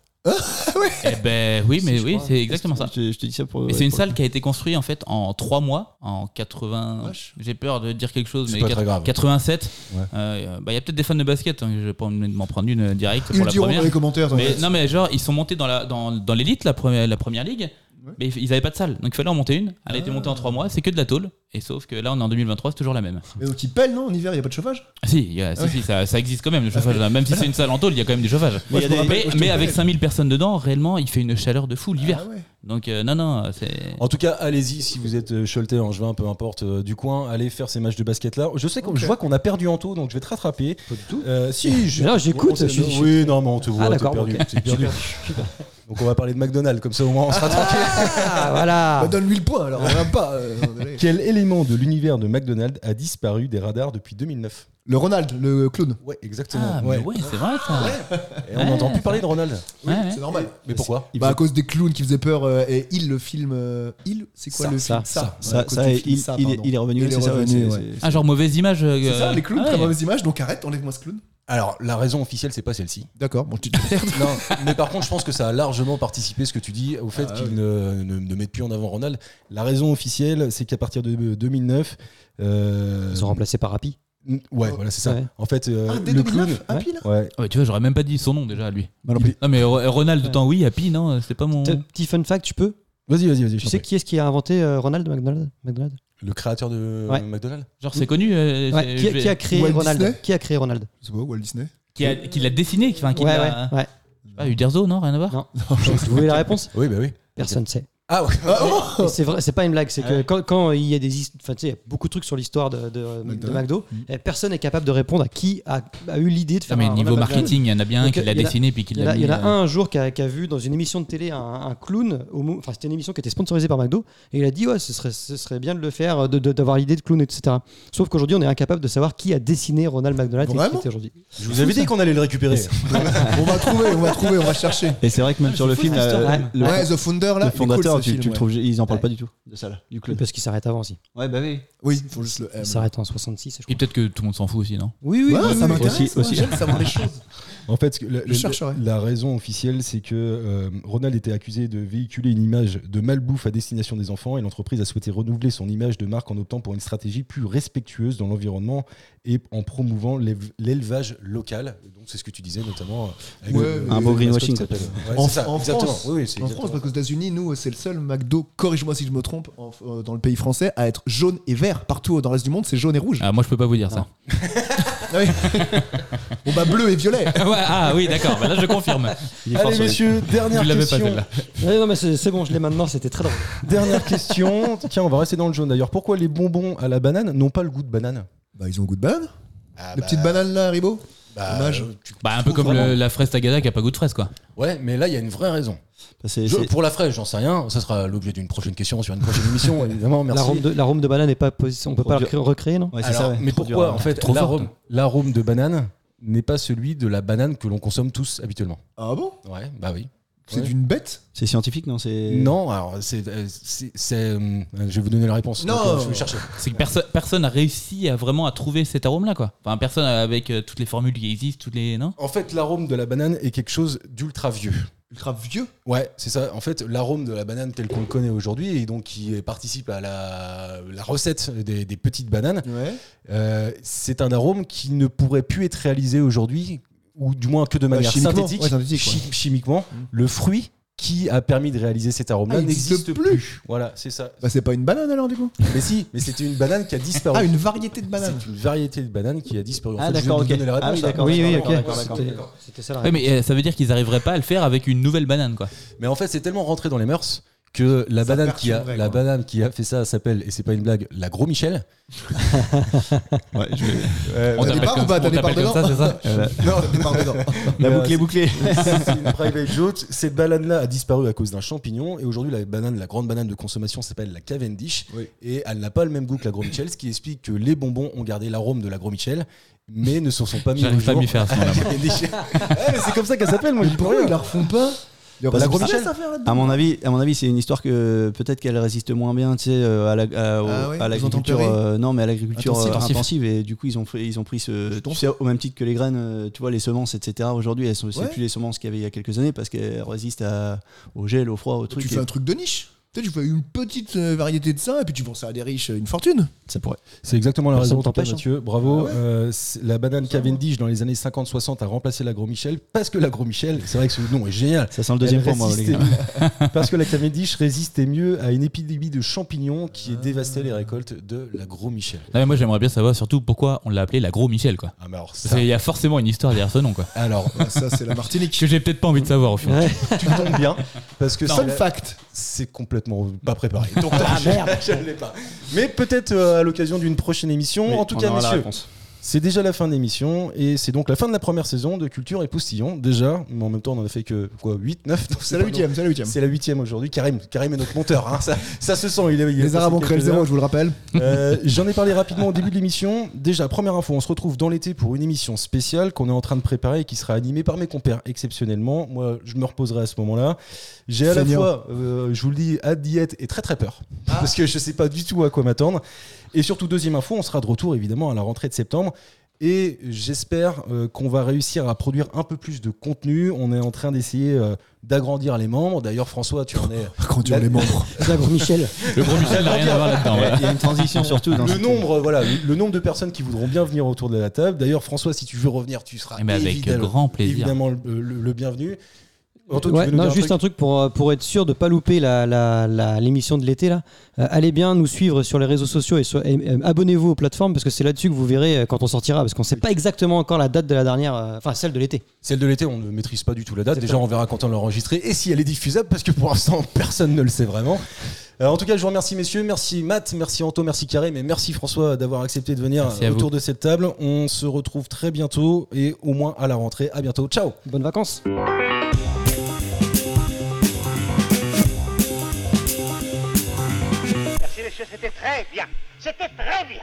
Speaker 7: Eh ben oui, mais
Speaker 8: Je
Speaker 7: oui,
Speaker 8: crois.
Speaker 7: c'est exactement ça.
Speaker 8: Je, te- je te dis ça pour.
Speaker 7: Et
Speaker 8: ouais,
Speaker 7: c'est une
Speaker 8: pour-
Speaker 7: salle qui a été construite en fait en 3 mois, en 80. J'ai peur de dire quelque chose,
Speaker 4: C'est
Speaker 7: mais
Speaker 4: pas
Speaker 7: 4-
Speaker 4: très grave.
Speaker 7: 87.
Speaker 4: Ouais.
Speaker 7: euh, bah, Il y a peut-être des fans de basket, hein, je vais pas m'en prendre une euh, directe
Speaker 3: Ils
Speaker 7: pour
Speaker 3: le
Speaker 7: la
Speaker 3: diront
Speaker 7: première.
Speaker 3: dans les commentaires.
Speaker 7: Mais,
Speaker 3: t'inquiète.
Speaker 7: non, mais genre, ils sont montés dans l'élite, dans, dans l'élite, la, première, la première ligue, mais ils n'avaient pas de salle. Donc il fallait en monter une.
Speaker 3: Ah.
Speaker 7: Elle a été montée en 3 mois, c'est que de la tôle. Et sauf que là, on est en 2023, c'est toujours la même.
Speaker 3: Mais donc ils pèlent, non En hiver, il n'y a pas de chauffage
Speaker 7: Ah, si, il y a- si, si, ça, ça existe quand même, le chauffage. là. Même si c'est une salle en tôle, il y a quand même du chauffage.
Speaker 3: Moi, je me rappelle-
Speaker 7: Mais,
Speaker 3: moi, je te
Speaker 7: mais
Speaker 3: connais.
Speaker 7: avec 5000 personnes dedans, réellement, il fait une chaleur de fou l'hiver.
Speaker 3: Ah ouais.
Speaker 7: Donc euh, non, non, c'est.
Speaker 4: En tout cas, allez-y si vous êtes euh, Choletais, Angevin, peu importe euh, du coin, allez faire ces matchs de basket là. Je sais qu'on je vois qu'on a perdu Anto, donc je vais te rattraper. Pas du tout. si, je- Ah,
Speaker 6: Non, j'écoute,
Speaker 4: on s'est-
Speaker 6: je suis- je
Speaker 4: Oui, non, mais on te voit, t'es
Speaker 6: d'accord,
Speaker 4: perdu.
Speaker 6: ok.
Speaker 4: t'es perdu. Donc on va parler de McDonald's, comme ça au moins on sera tranquille.
Speaker 6: Ah, voilà.
Speaker 3: Bah, Donne-lui le point, alors on va pas. euh, on est-
Speaker 4: Quel élément de l'univers de McDonald's a disparu des radars depuis 2009
Speaker 3: le Ronald, le clown.
Speaker 4: Ouais, exactement.
Speaker 7: Ah, mais
Speaker 4: ouais.
Speaker 7: ouais, c'est vrai ça.
Speaker 4: Et on n'entend plus parler de Ronald.
Speaker 7: Ouais, ouais.
Speaker 3: C'est normal.
Speaker 4: Mais pourquoi
Speaker 3: Bah, à cause des clowns qui faisaient peur euh, et il le film euh, il c'est quoi
Speaker 4: Ça,
Speaker 3: le
Speaker 8: ça,
Speaker 3: film ça
Speaker 8: Ça,
Speaker 3: Ouais, à cause
Speaker 8: ça,
Speaker 3: du
Speaker 8: et
Speaker 3: film,
Speaker 8: il,
Speaker 3: ça,
Speaker 8: il est,
Speaker 3: pardon.
Speaker 8: il est revenu.
Speaker 3: Il est
Speaker 8: c'est ça,
Speaker 3: revenu,
Speaker 8: c'est-
Speaker 3: ouais.
Speaker 8: c'est-
Speaker 7: Ah, genre mauvaise image. euh,
Speaker 3: c'est ça les clowns
Speaker 7: ouais.
Speaker 3: très mauvaise image donc arrête enlève-moi ce clown
Speaker 4: Alors la raison officielle c'est pas celle-ci.
Speaker 3: d'accord bon tu te perds
Speaker 4: Non, Ah, mais par contre, je pense que ça a largement participé, ce que tu dis, au fait qu'ils ne, ne, ne mettent plus en avant Ronald. La raison officielle, c'est qu'à partir de 2009. euh,
Speaker 6: Ils sont remplacés par Rappi.
Speaker 4: n- Ouais, voilà, c'est ça.
Speaker 6: Ouais.
Speaker 4: En fait, euh,
Speaker 3: ah dès
Speaker 4: le clown.
Speaker 3: 2009 ah pile
Speaker 4: Ouais.
Speaker 7: Ouais, tu vois, j'aurais même pas dit son nom déjà lui.
Speaker 6: Bah, non,
Speaker 4: Il est-
Speaker 7: Non mais Ro- Ronald, autant oui, Happy, non, euh, c'est pas mon.
Speaker 6: T'as- Petit fun fact, tu peux
Speaker 4: Vas-y, vas-y, vas-y. je
Speaker 6: Tu
Speaker 4: t'en
Speaker 6: sais
Speaker 4: prie.
Speaker 6: qui est-ce qui a inventé euh, Ronald McDonald, McDonald
Speaker 4: Le créateur de
Speaker 6: Ouais.
Speaker 4: McDonald's
Speaker 7: Genre c'est connu. euh,
Speaker 6: Ouais,
Speaker 7: c'est-
Speaker 6: qui,
Speaker 7: je vais-
Speaker 6: qui a créé
Speaker 3: Walt
Speaker 6: Ronald
Speaker 3: Disney
Speaker 6: Qui a créé Ronald
Speaker 3: c'est pas Walt Disney
Speaker 7: qui a- qui l'a dessiné, enfin qui
Speaker 6: Ouais,
Speaker 7: l'a. hein.
Speaker 6: ouais, ouais.
Speaker 7: Ah, Uderzo, non, rien à voir.
Speaker 6: Non. Vous voulez la réponse
Speaker 4: Oui, bah oui.
Speaker 6: Personne ne sait.
Speaker 8: Ah ouais.
Speaker 6: Et C'est vrai, c'est pas une blague. C'est que quand, quand il y a des, his- enfin, tu sais, il y a beaucoup de trucs sur l'histoire de, de- de McDo, Mm. et personne n'est capable de répondre à qui a, a eu l'idée de faire.
Speaker 7: Non, Ah, mais
Speaker 6: un
Speaker 7: niveau
Speaker 6: hamburger.
Speaker 7: marketing, il y en a bien un
Speaker 6: Donc,
Speaker 7: qui
Speaker 6: il y en
Speaker 7: l'a
Speaker 6: a-
Speaker 7: dessiné puis qui
Speaker 6: Il y en a,
Speaker 7: l'a
Speaker 6: il y
Speaker 7: mis.
Speaker 6: en a
Speaker 7: euh,
Speaker 6: un un jour qui a, qui a vu dans une émission de télé un, un clown, au mo- enfin c'était une émission qui était sponsorisée par McDo, et il a dit ouais ce serait, ce serait bien de le faire, de- de- d'avoir l'idée de clown, etc. Sauf qu'aujourd'hui on est incapable de savoir qui a dessiné Ronald McDonald et qui
Speaker 5: Vraiment
Speaker 6: était aujourd'hui.
Speaker 8: Je vous avais dit qu'on allait le récupérer.
Speaker 5: On va trouver, on va trouver, on va chercher.
Speaker 3: Et c'est vrai que
Speaker 7: Ah,
Speaker 3: même sur le film, la-
Speaker 8: euh,
Speaker 3: le,
Speaker 5: Ouais, The Founder là,
Speaker 3: le
Speaker 5: il est cool,
Speaker 3: fondateur,
Speaker 5: ce
Speaker 3: tu,
Speaker 5: film,
Speaker 3: tu le
Speaker 5: ouais.
Speaker 3: trouves, ils en parlent
Speaker 6: Ouais.
Speaker 3: pas du tout de ça là, du club.
Speaker 6: Parce qu'il s'arrête avant aussi.
Speaker 3: Ouais, bah oui.
Speaker 5: Oui, il faut juste le M.
Speaker 6: Il s'arrête en 66, je crois.
Speaker 7: Et peut-être que tout le monde s'en fout aussi, non
Speaker 6: Ah, Oui, oui,
Speaker 5: Ouais,
Speaker 6: oui,
Speaker 5: ça
Speaker 6: oui.
Speaker 5: m'intéresse,
Speaker 3: Aussi-
Speaker 5: moi,
Speaker 3: aussi.
Speaker 5: j'aime savoir les choses.
Speaker 4: En fait, la, la-
Speaker 5: chercherai.
Speaker 4: la raison officielle, c'est que euh, Ronald était accusé de véhiculer une image de malbouffe à destination des enfants et l'entreprise a souhaité renouveler son image de marque en optant pour une stratégie plus respectueuse dans l'environnement et en promouvant l'éve- l'élevage local. Donc, c'est ce que tu disais notamment. euh, avec
Speaker 5: Ouais,
Speaker 4: le-
Speaker 3: un
Speaker 4: le-
Speaker 3: beau
Speaker 4: le-
Speaker 3: greenwashing,
Speaker 4: mascotte
Speaker 3: ça
Speaker 4: s'appelle. euh, Ouais,
Speaker 5: En,
Speaker 4: c'est ça,
Speaker 5: en
Speaker 4: exactement.
Speaker 5: France,
Speaker 4: Oui, oui, c'est
Speaker 5: en
Speaker 4: exactement
Speaker 5: France,
Speaker 4: ça.
Speaker 5: parce qu'aux États-Unis, nous, c'est le seul McDo, corrige-moi si je me trompe, en- euh, dans le pays français, à être jaune et vert. Partout euh, dans le reste du monde, c'est jaune et rouge.
Speaker 7: Ah, Moi, je peux pas vous dire ça.
Speaker 5: Ah Bon, bah bleu et violet.
Speaker 7: Ah ouais, ah oui, d'accord. Bah là, je confirme.
Speaker 4: Allez, messieurs, dernière
Speaker 7: Vous l'avez pas
Speaker 4: question.
Speaker 7: celle-là.
Speaker 6: Ouais, non, mais c'est c'est bon, je l'ai maintenant, c'était très drôle.
Speaker 4: Dernière question. Tiens, on va rester dans le jaune d'ailleurs. Pourquoi les bonbons à la banane n'ont pas le goût de banane
Speaker 5: Bah, ils ont goût de banane.
Speaker 8: Ah,
Speaker 5: Les
Speaker 8: bah,
Speaker 5: petites bananes là, Ribot
Speaker 8: bah,
Speaker 5: Dommage.
Speaker 8: tu-
Speaker 7: Bah, un peu comme
Speaker 8: Vraiment.
Speaker 7: le- la fraise Tagada qui a pas goût de fraise, quoi.
Speaker 8: Ouais, mais là, il y a une vraie raison.
Speaker 3: Bah, c'est-
Speaker 8: Je-
Speaker 3: c'est-
Speaker 8: pour la fraise, j'en sais rien. Ça sera l'objet d'une prochaine question sur une prochaine émission, évidemment. Merci.
Speaker 6: L'arôme de, l'arôme de banane n'est pas posi- on peut pas la
Speaker 3: Produire.
Speaker 6: recré- recréer, non
Speaker 3: Ouais, c'est
Speaker 8: Alors,
Speaker 3: ça, ouais.
Speaker 8: mais
Speaker 3: Produire,
Speaker 8: pourquoi,
Speaker 3: ouais.
Speaker 8: en fait,
Speaker 7: Trop
Speaker 8: l'arôme, l'arôme de banane n'est pas celui de la banane que l'on consomme tous habituellement
Speaker 5: Ah bon
Speaker 8: Ouais, bah oui.
Speaker 5: C'est
Speaker 8: Ouais.
Speaker 5: une bête
Speaker 3: C'est scientifique, non C'est
Speaker 8: Non, alors, c'est. euh, c'est- c'est, euh, je vais vous donner la réponse.
Speaker 5: Non.
Speaker 8: Donc, euh, je vais chercher.
Speaker 7: C'est que perso- personne n'a réussi à vraiment à trouver cet arôme-là, quoi. Enfin, personne avec euh, toutes les formules qui existent, toutes les. Non
Speaker 8: En fait, l'arôme de la banane est quelque chose d'ultra vieux.
Speaker 5: Ultra vieux
Speaker 8: Ouais, c'est ça. En fait, l'arôme de la banane tel qu'on le connaît aujourd'hui, et donc qui participe à la, la recette des, des petites bananes,
Speaker 5: Ouais.
Speaker 8: euh, c'est un arôme qui ne pourrait plus être réalisé aujourd'hui, ou du moins que de manière
Speaker 5: Bah, chimiquement,
Speaker 8: synthétique,
Speaker 5: ouais, synthétique, ouais. Mm.
Speaker 8: chi- chimiquement. Le fruit qui a permis de réaliser cet
Speaker 5: Ah,
Speaker 8: arôme-là
Speaker 5: il existe
Speaker 8: n'existe
Speaker 5: plus.
Speaker 8: plus. Voilà, c'est ça.
Speaker 5: Bah, c'est pas une banane alors, du coup
Speaker 8: mais si, mais c'était une banane qui a disparu.
Speaker 5: Ah, une variété de banane.
Speaker 8: C'est une variété de banane qui a disparu. En
Speaker 3: Ah,
Speaker 8: fait, je vais
Speaker 3: d'accord,
Speaker 8: vous
Speaker 3: ok.
Speaker 8: donner la
Speaker 3: Ah,
Speaker 8: réponse,
Speaker 3: oui,
Speaker 8: hein.
Speaker 3: d'accord,
Speaker 6: Oui, oui,
Speaker 3: d'accord,
Speaker 6: ok.
Speaker 3: d'accord, d'accord,
Speaker 6: C'était-
Speaker 3: d'accord.
Speaker 6: C'était ça la
Speaker 7: Ouais, mais euh, ça veut dire qu'ils n'arriveraient pas à le faire avec une nouvelle banane, quoi.
Speaker 8: Mais en fait, c'est tellement rentré dans les mœurs que la
Speaker 5: Ça
Speaker 8: banane qui a
Speaker 5: perturberait,
Speaker 8: la
Speaker 5: quoi.
Speaker 8: banane qui a fait ça s'appelle et c'est pas une blague la gros Michel.
Speaker 7: On
Speaker 5: t'as des
Speaker 7: t'appelle
Speaker 5: parts
Speaker 7: comme-
Speaker 5: ou pas T'as
Speaker 7: Euh, on
Speaker 5: des
Speaker 7: t'appelle
Speaker 5: parts
Speaker 7: comme ça, c'est ça
Speaker 5: Non, t'es pas dedans.
Speaker 3: La
Speaker 8: Euh,
Speaker 3: boucle est bouclée.
Speaker 8: c'est une private joke. Cette banane-là a disparu à cause d'un champignon et aujourd'hui la banane, la grande banane de consommation s'appelle la Cavendish
Speaker 5: Oui.
Speaker 8: et elle n'a pas le même goût que la Gros Michel, ce qui explique que les bonbons ont gardé l'arôme de la Gros Michel mais ne se sont pas mis au
Speaker 7: J'arrive pas à
Speaker 8: jour.
Speaker 7: m'y faire à ce moment-là. moi.
Speaker 8: Cavendish. Ouais, mais c'est comme ça qu'elle s'appelle, moi. j'y peux
Speaker 5: Pourquoi
Speaker 8: rien.
Speaker 5: ils la refont pas Il y aurait
Speaker 8: La
Speaker 5: des
Speaker 8: Gros
Speaker 5: petites
Speaker 8: Michel.
Speaker 5: pièces à faire là-dedans.
Speaker 3: À mon avis, à mon avis, c'est une histoire que peut-être qu'elle résiste moins bien, tu sais, euh, à la- à- au-
Speaker 5: Ah ouais,
Speaker 3: à
Speaker 5: ils ont
Speaker 3: l'agriculture.
Speaker 5: tempéré.
Speaker 3: euh, non, mais à l'agriculture
Speaker 5: Intensif,
Speaker 3: euh,
Speaker 7: intensif.
Speaker 3: intensive et du coup ils ont fait- ils ont pris ce, tu sais, au même titre que les graines, euh, tu vois, les semences, etc. Aujourd'hui, elles sont c'est
Speaker 5: Ouais.
Speaker 3: plus les semences qu'il y avait il y a quelques années parce qu'elles résistent à- au gel, au froid, au truc.
Speaker 5: Tu
Speaker 3: et-
Speaker 5: fais un truc de niche Tu sais, tu fais une petite euh, variété de ça et puis tu vends ça à des riches, euh, une fortune.
Speaker 3: Ça pourrait.
Speaker 4: C'est exactement la
Speaker 3: Personne
Speaker 4: raison, en tout cas,
Speaker 3: t'empêche, hein.
Speaker 4: Mathieu. Bravo. Euh, c'est- la banane Cavendish dans les années 50-60 a remplacé la Gros Michel parce que la Gros Michel, c'est vrai que ce nom est génial.
Speaker 3: Ça sent le deuxième
Speaker 4: Elle
Speaker 3: pour moi, les
Speaker 4: résistait
Speaker 3: gars.
Speaker 4: mieux- parce que la Cavendish résistait mieux à une épidémie de champignons qui
Speaker 3: Ah.
Speaker 4: dévastait les récoltes de la Gros Michel.
Speaker 7: Non, mais moi, j'aimerais bien savoir surtout pourquoi on l'a appelé la Gros Michel, quoi.
Speaker 4: Ah, mais alors,
Speaker 7: Parce qu'il y a forcément une histoire derrière ce nom, quoi.
Speaker 4: alors
Speaker 5: Ah, ça, c'est la Martinique.
Speaker 7: Que j'ai peut-être pas envie de savoir, au fond.
Speaker 4: tu tombes bien parce que
Speaker 5: Fun
Speaker 4: c'est la-
Speaker 5: fact
Speaker 4: c'est complètement pas préparé. Donc, je- je ne l'ai pas. Mais peut-être euh, à l'occasion d'une prochaine émission.
Speaker 3: Oui,
Speaker 4: en tout
Speaker 3: on
Speaker 4: cas,
Speaker 3: aura la
Speaker 4: messieurs,
Speaker 3: réponse.
Speaker 4: C'est déjà la fin de l'émission et c'est donc la fin de la première saison de Culture et Poustillon. Déjà, mais en même temps, on en a fait que quoi 8, 9
Speaker 5: C'est la huitième, c'est la huitième.
Speaker 4: C'est la huitième aujourd'hui. Karim, Karim est notre monteur. hein. Ça, ça se sent. Il est, il a
Speaker 5: Les
Speaker 4: passé
Speaker 5: Arabes ont créé le
Speaker 4: quelques
Speaker 5: zéro,
Speaker 4: heures.
Speaker 5: je vous le rappelle.
Speaker 4: Euh, J'en ai parlé rapidement au début de l'émission. Déjà, première info, on se retrouve dans l'été pour une émission spéciale qu'on est en train de préparer et qui sera animée par mes compères exceptionnellement. Moi, je me reposerai à ce moment-là. J'ai à la
Speaker 5: Seigneur. Ah.
Speaker 4: fois, euh, je vous le dis, hâte d'y être et très très peur parce que je sais pas du tout à quoi m'attendre. Et surtout, deuxième info, on sera de retour évidemment à la rentrée de septembre. Et j'espère euh, qu'on va réussir à produire un peu plus de contenu. On est en train d'essayer euh, d'agrandir les membres. D'ailleurs, François, tu en es.
Speaker 5: Agrandir les membres.
Speaker 6: Michel.
Speaker 7: Le Gros Michel n'a rien à voir là-dedans. voilà.
Speaker 3: Il y a une transition surtout. Dans
Speaker 4: le
Speaker 3: cette-
Speaker 4: nombre, voilà, le, le nombre de personnes qui voudront bien venir autour de la table. D'ailleurs, François, si tu veux revenir, tu seras
Speaker 7: Eh ben, avec
Speaker 4: évidemment,
Speaker 7: grand plaisir.
Speaker 4: évidemment le, le- le bienvenu. Antoine, tu
Speaker 6: Ouais,
Speaker 4: veux nous
Speaker 6: non,
Speaker 4: dire un
Speaker 6: juste
Speaker 4: truc
Speaker 6: un truc pour, euh, pour être sûr de pas louper la- la- la- l'émission de l'été là. Euh, allez bien nous suivre sur les réseaux sociaux et, sur- et, euh, abonnez-vous aux plateformes parce que c'est là-dessus que vous verrez euh, quand on sortira parce qu'on sait pas exactement encore la date de la dernière, euh, enfin celle de l'été.
Speaker 4: Celle de l'été, on ne maîtrise pas du tout la date. Déjà, on verra quand on l'a enregistrée et si elle est diffusable, parce que pour l'instant, personne ne le sait vraiment. Euh, en tout cas, je vous remercie, messieurs. Merci Matt, merci Anto, merci Carré, mais merci François d'avoir accepté de venir
Speaker 9: Merci à
Speaker 4: autour de cette table. On se retrouve très bientôt et au moins à la rentrée. À bientôt. Ciao.
Speaker 6: Bonnes vacances.
Speaker 10: Merci, monsieur, c'était très bien. C'était très bien.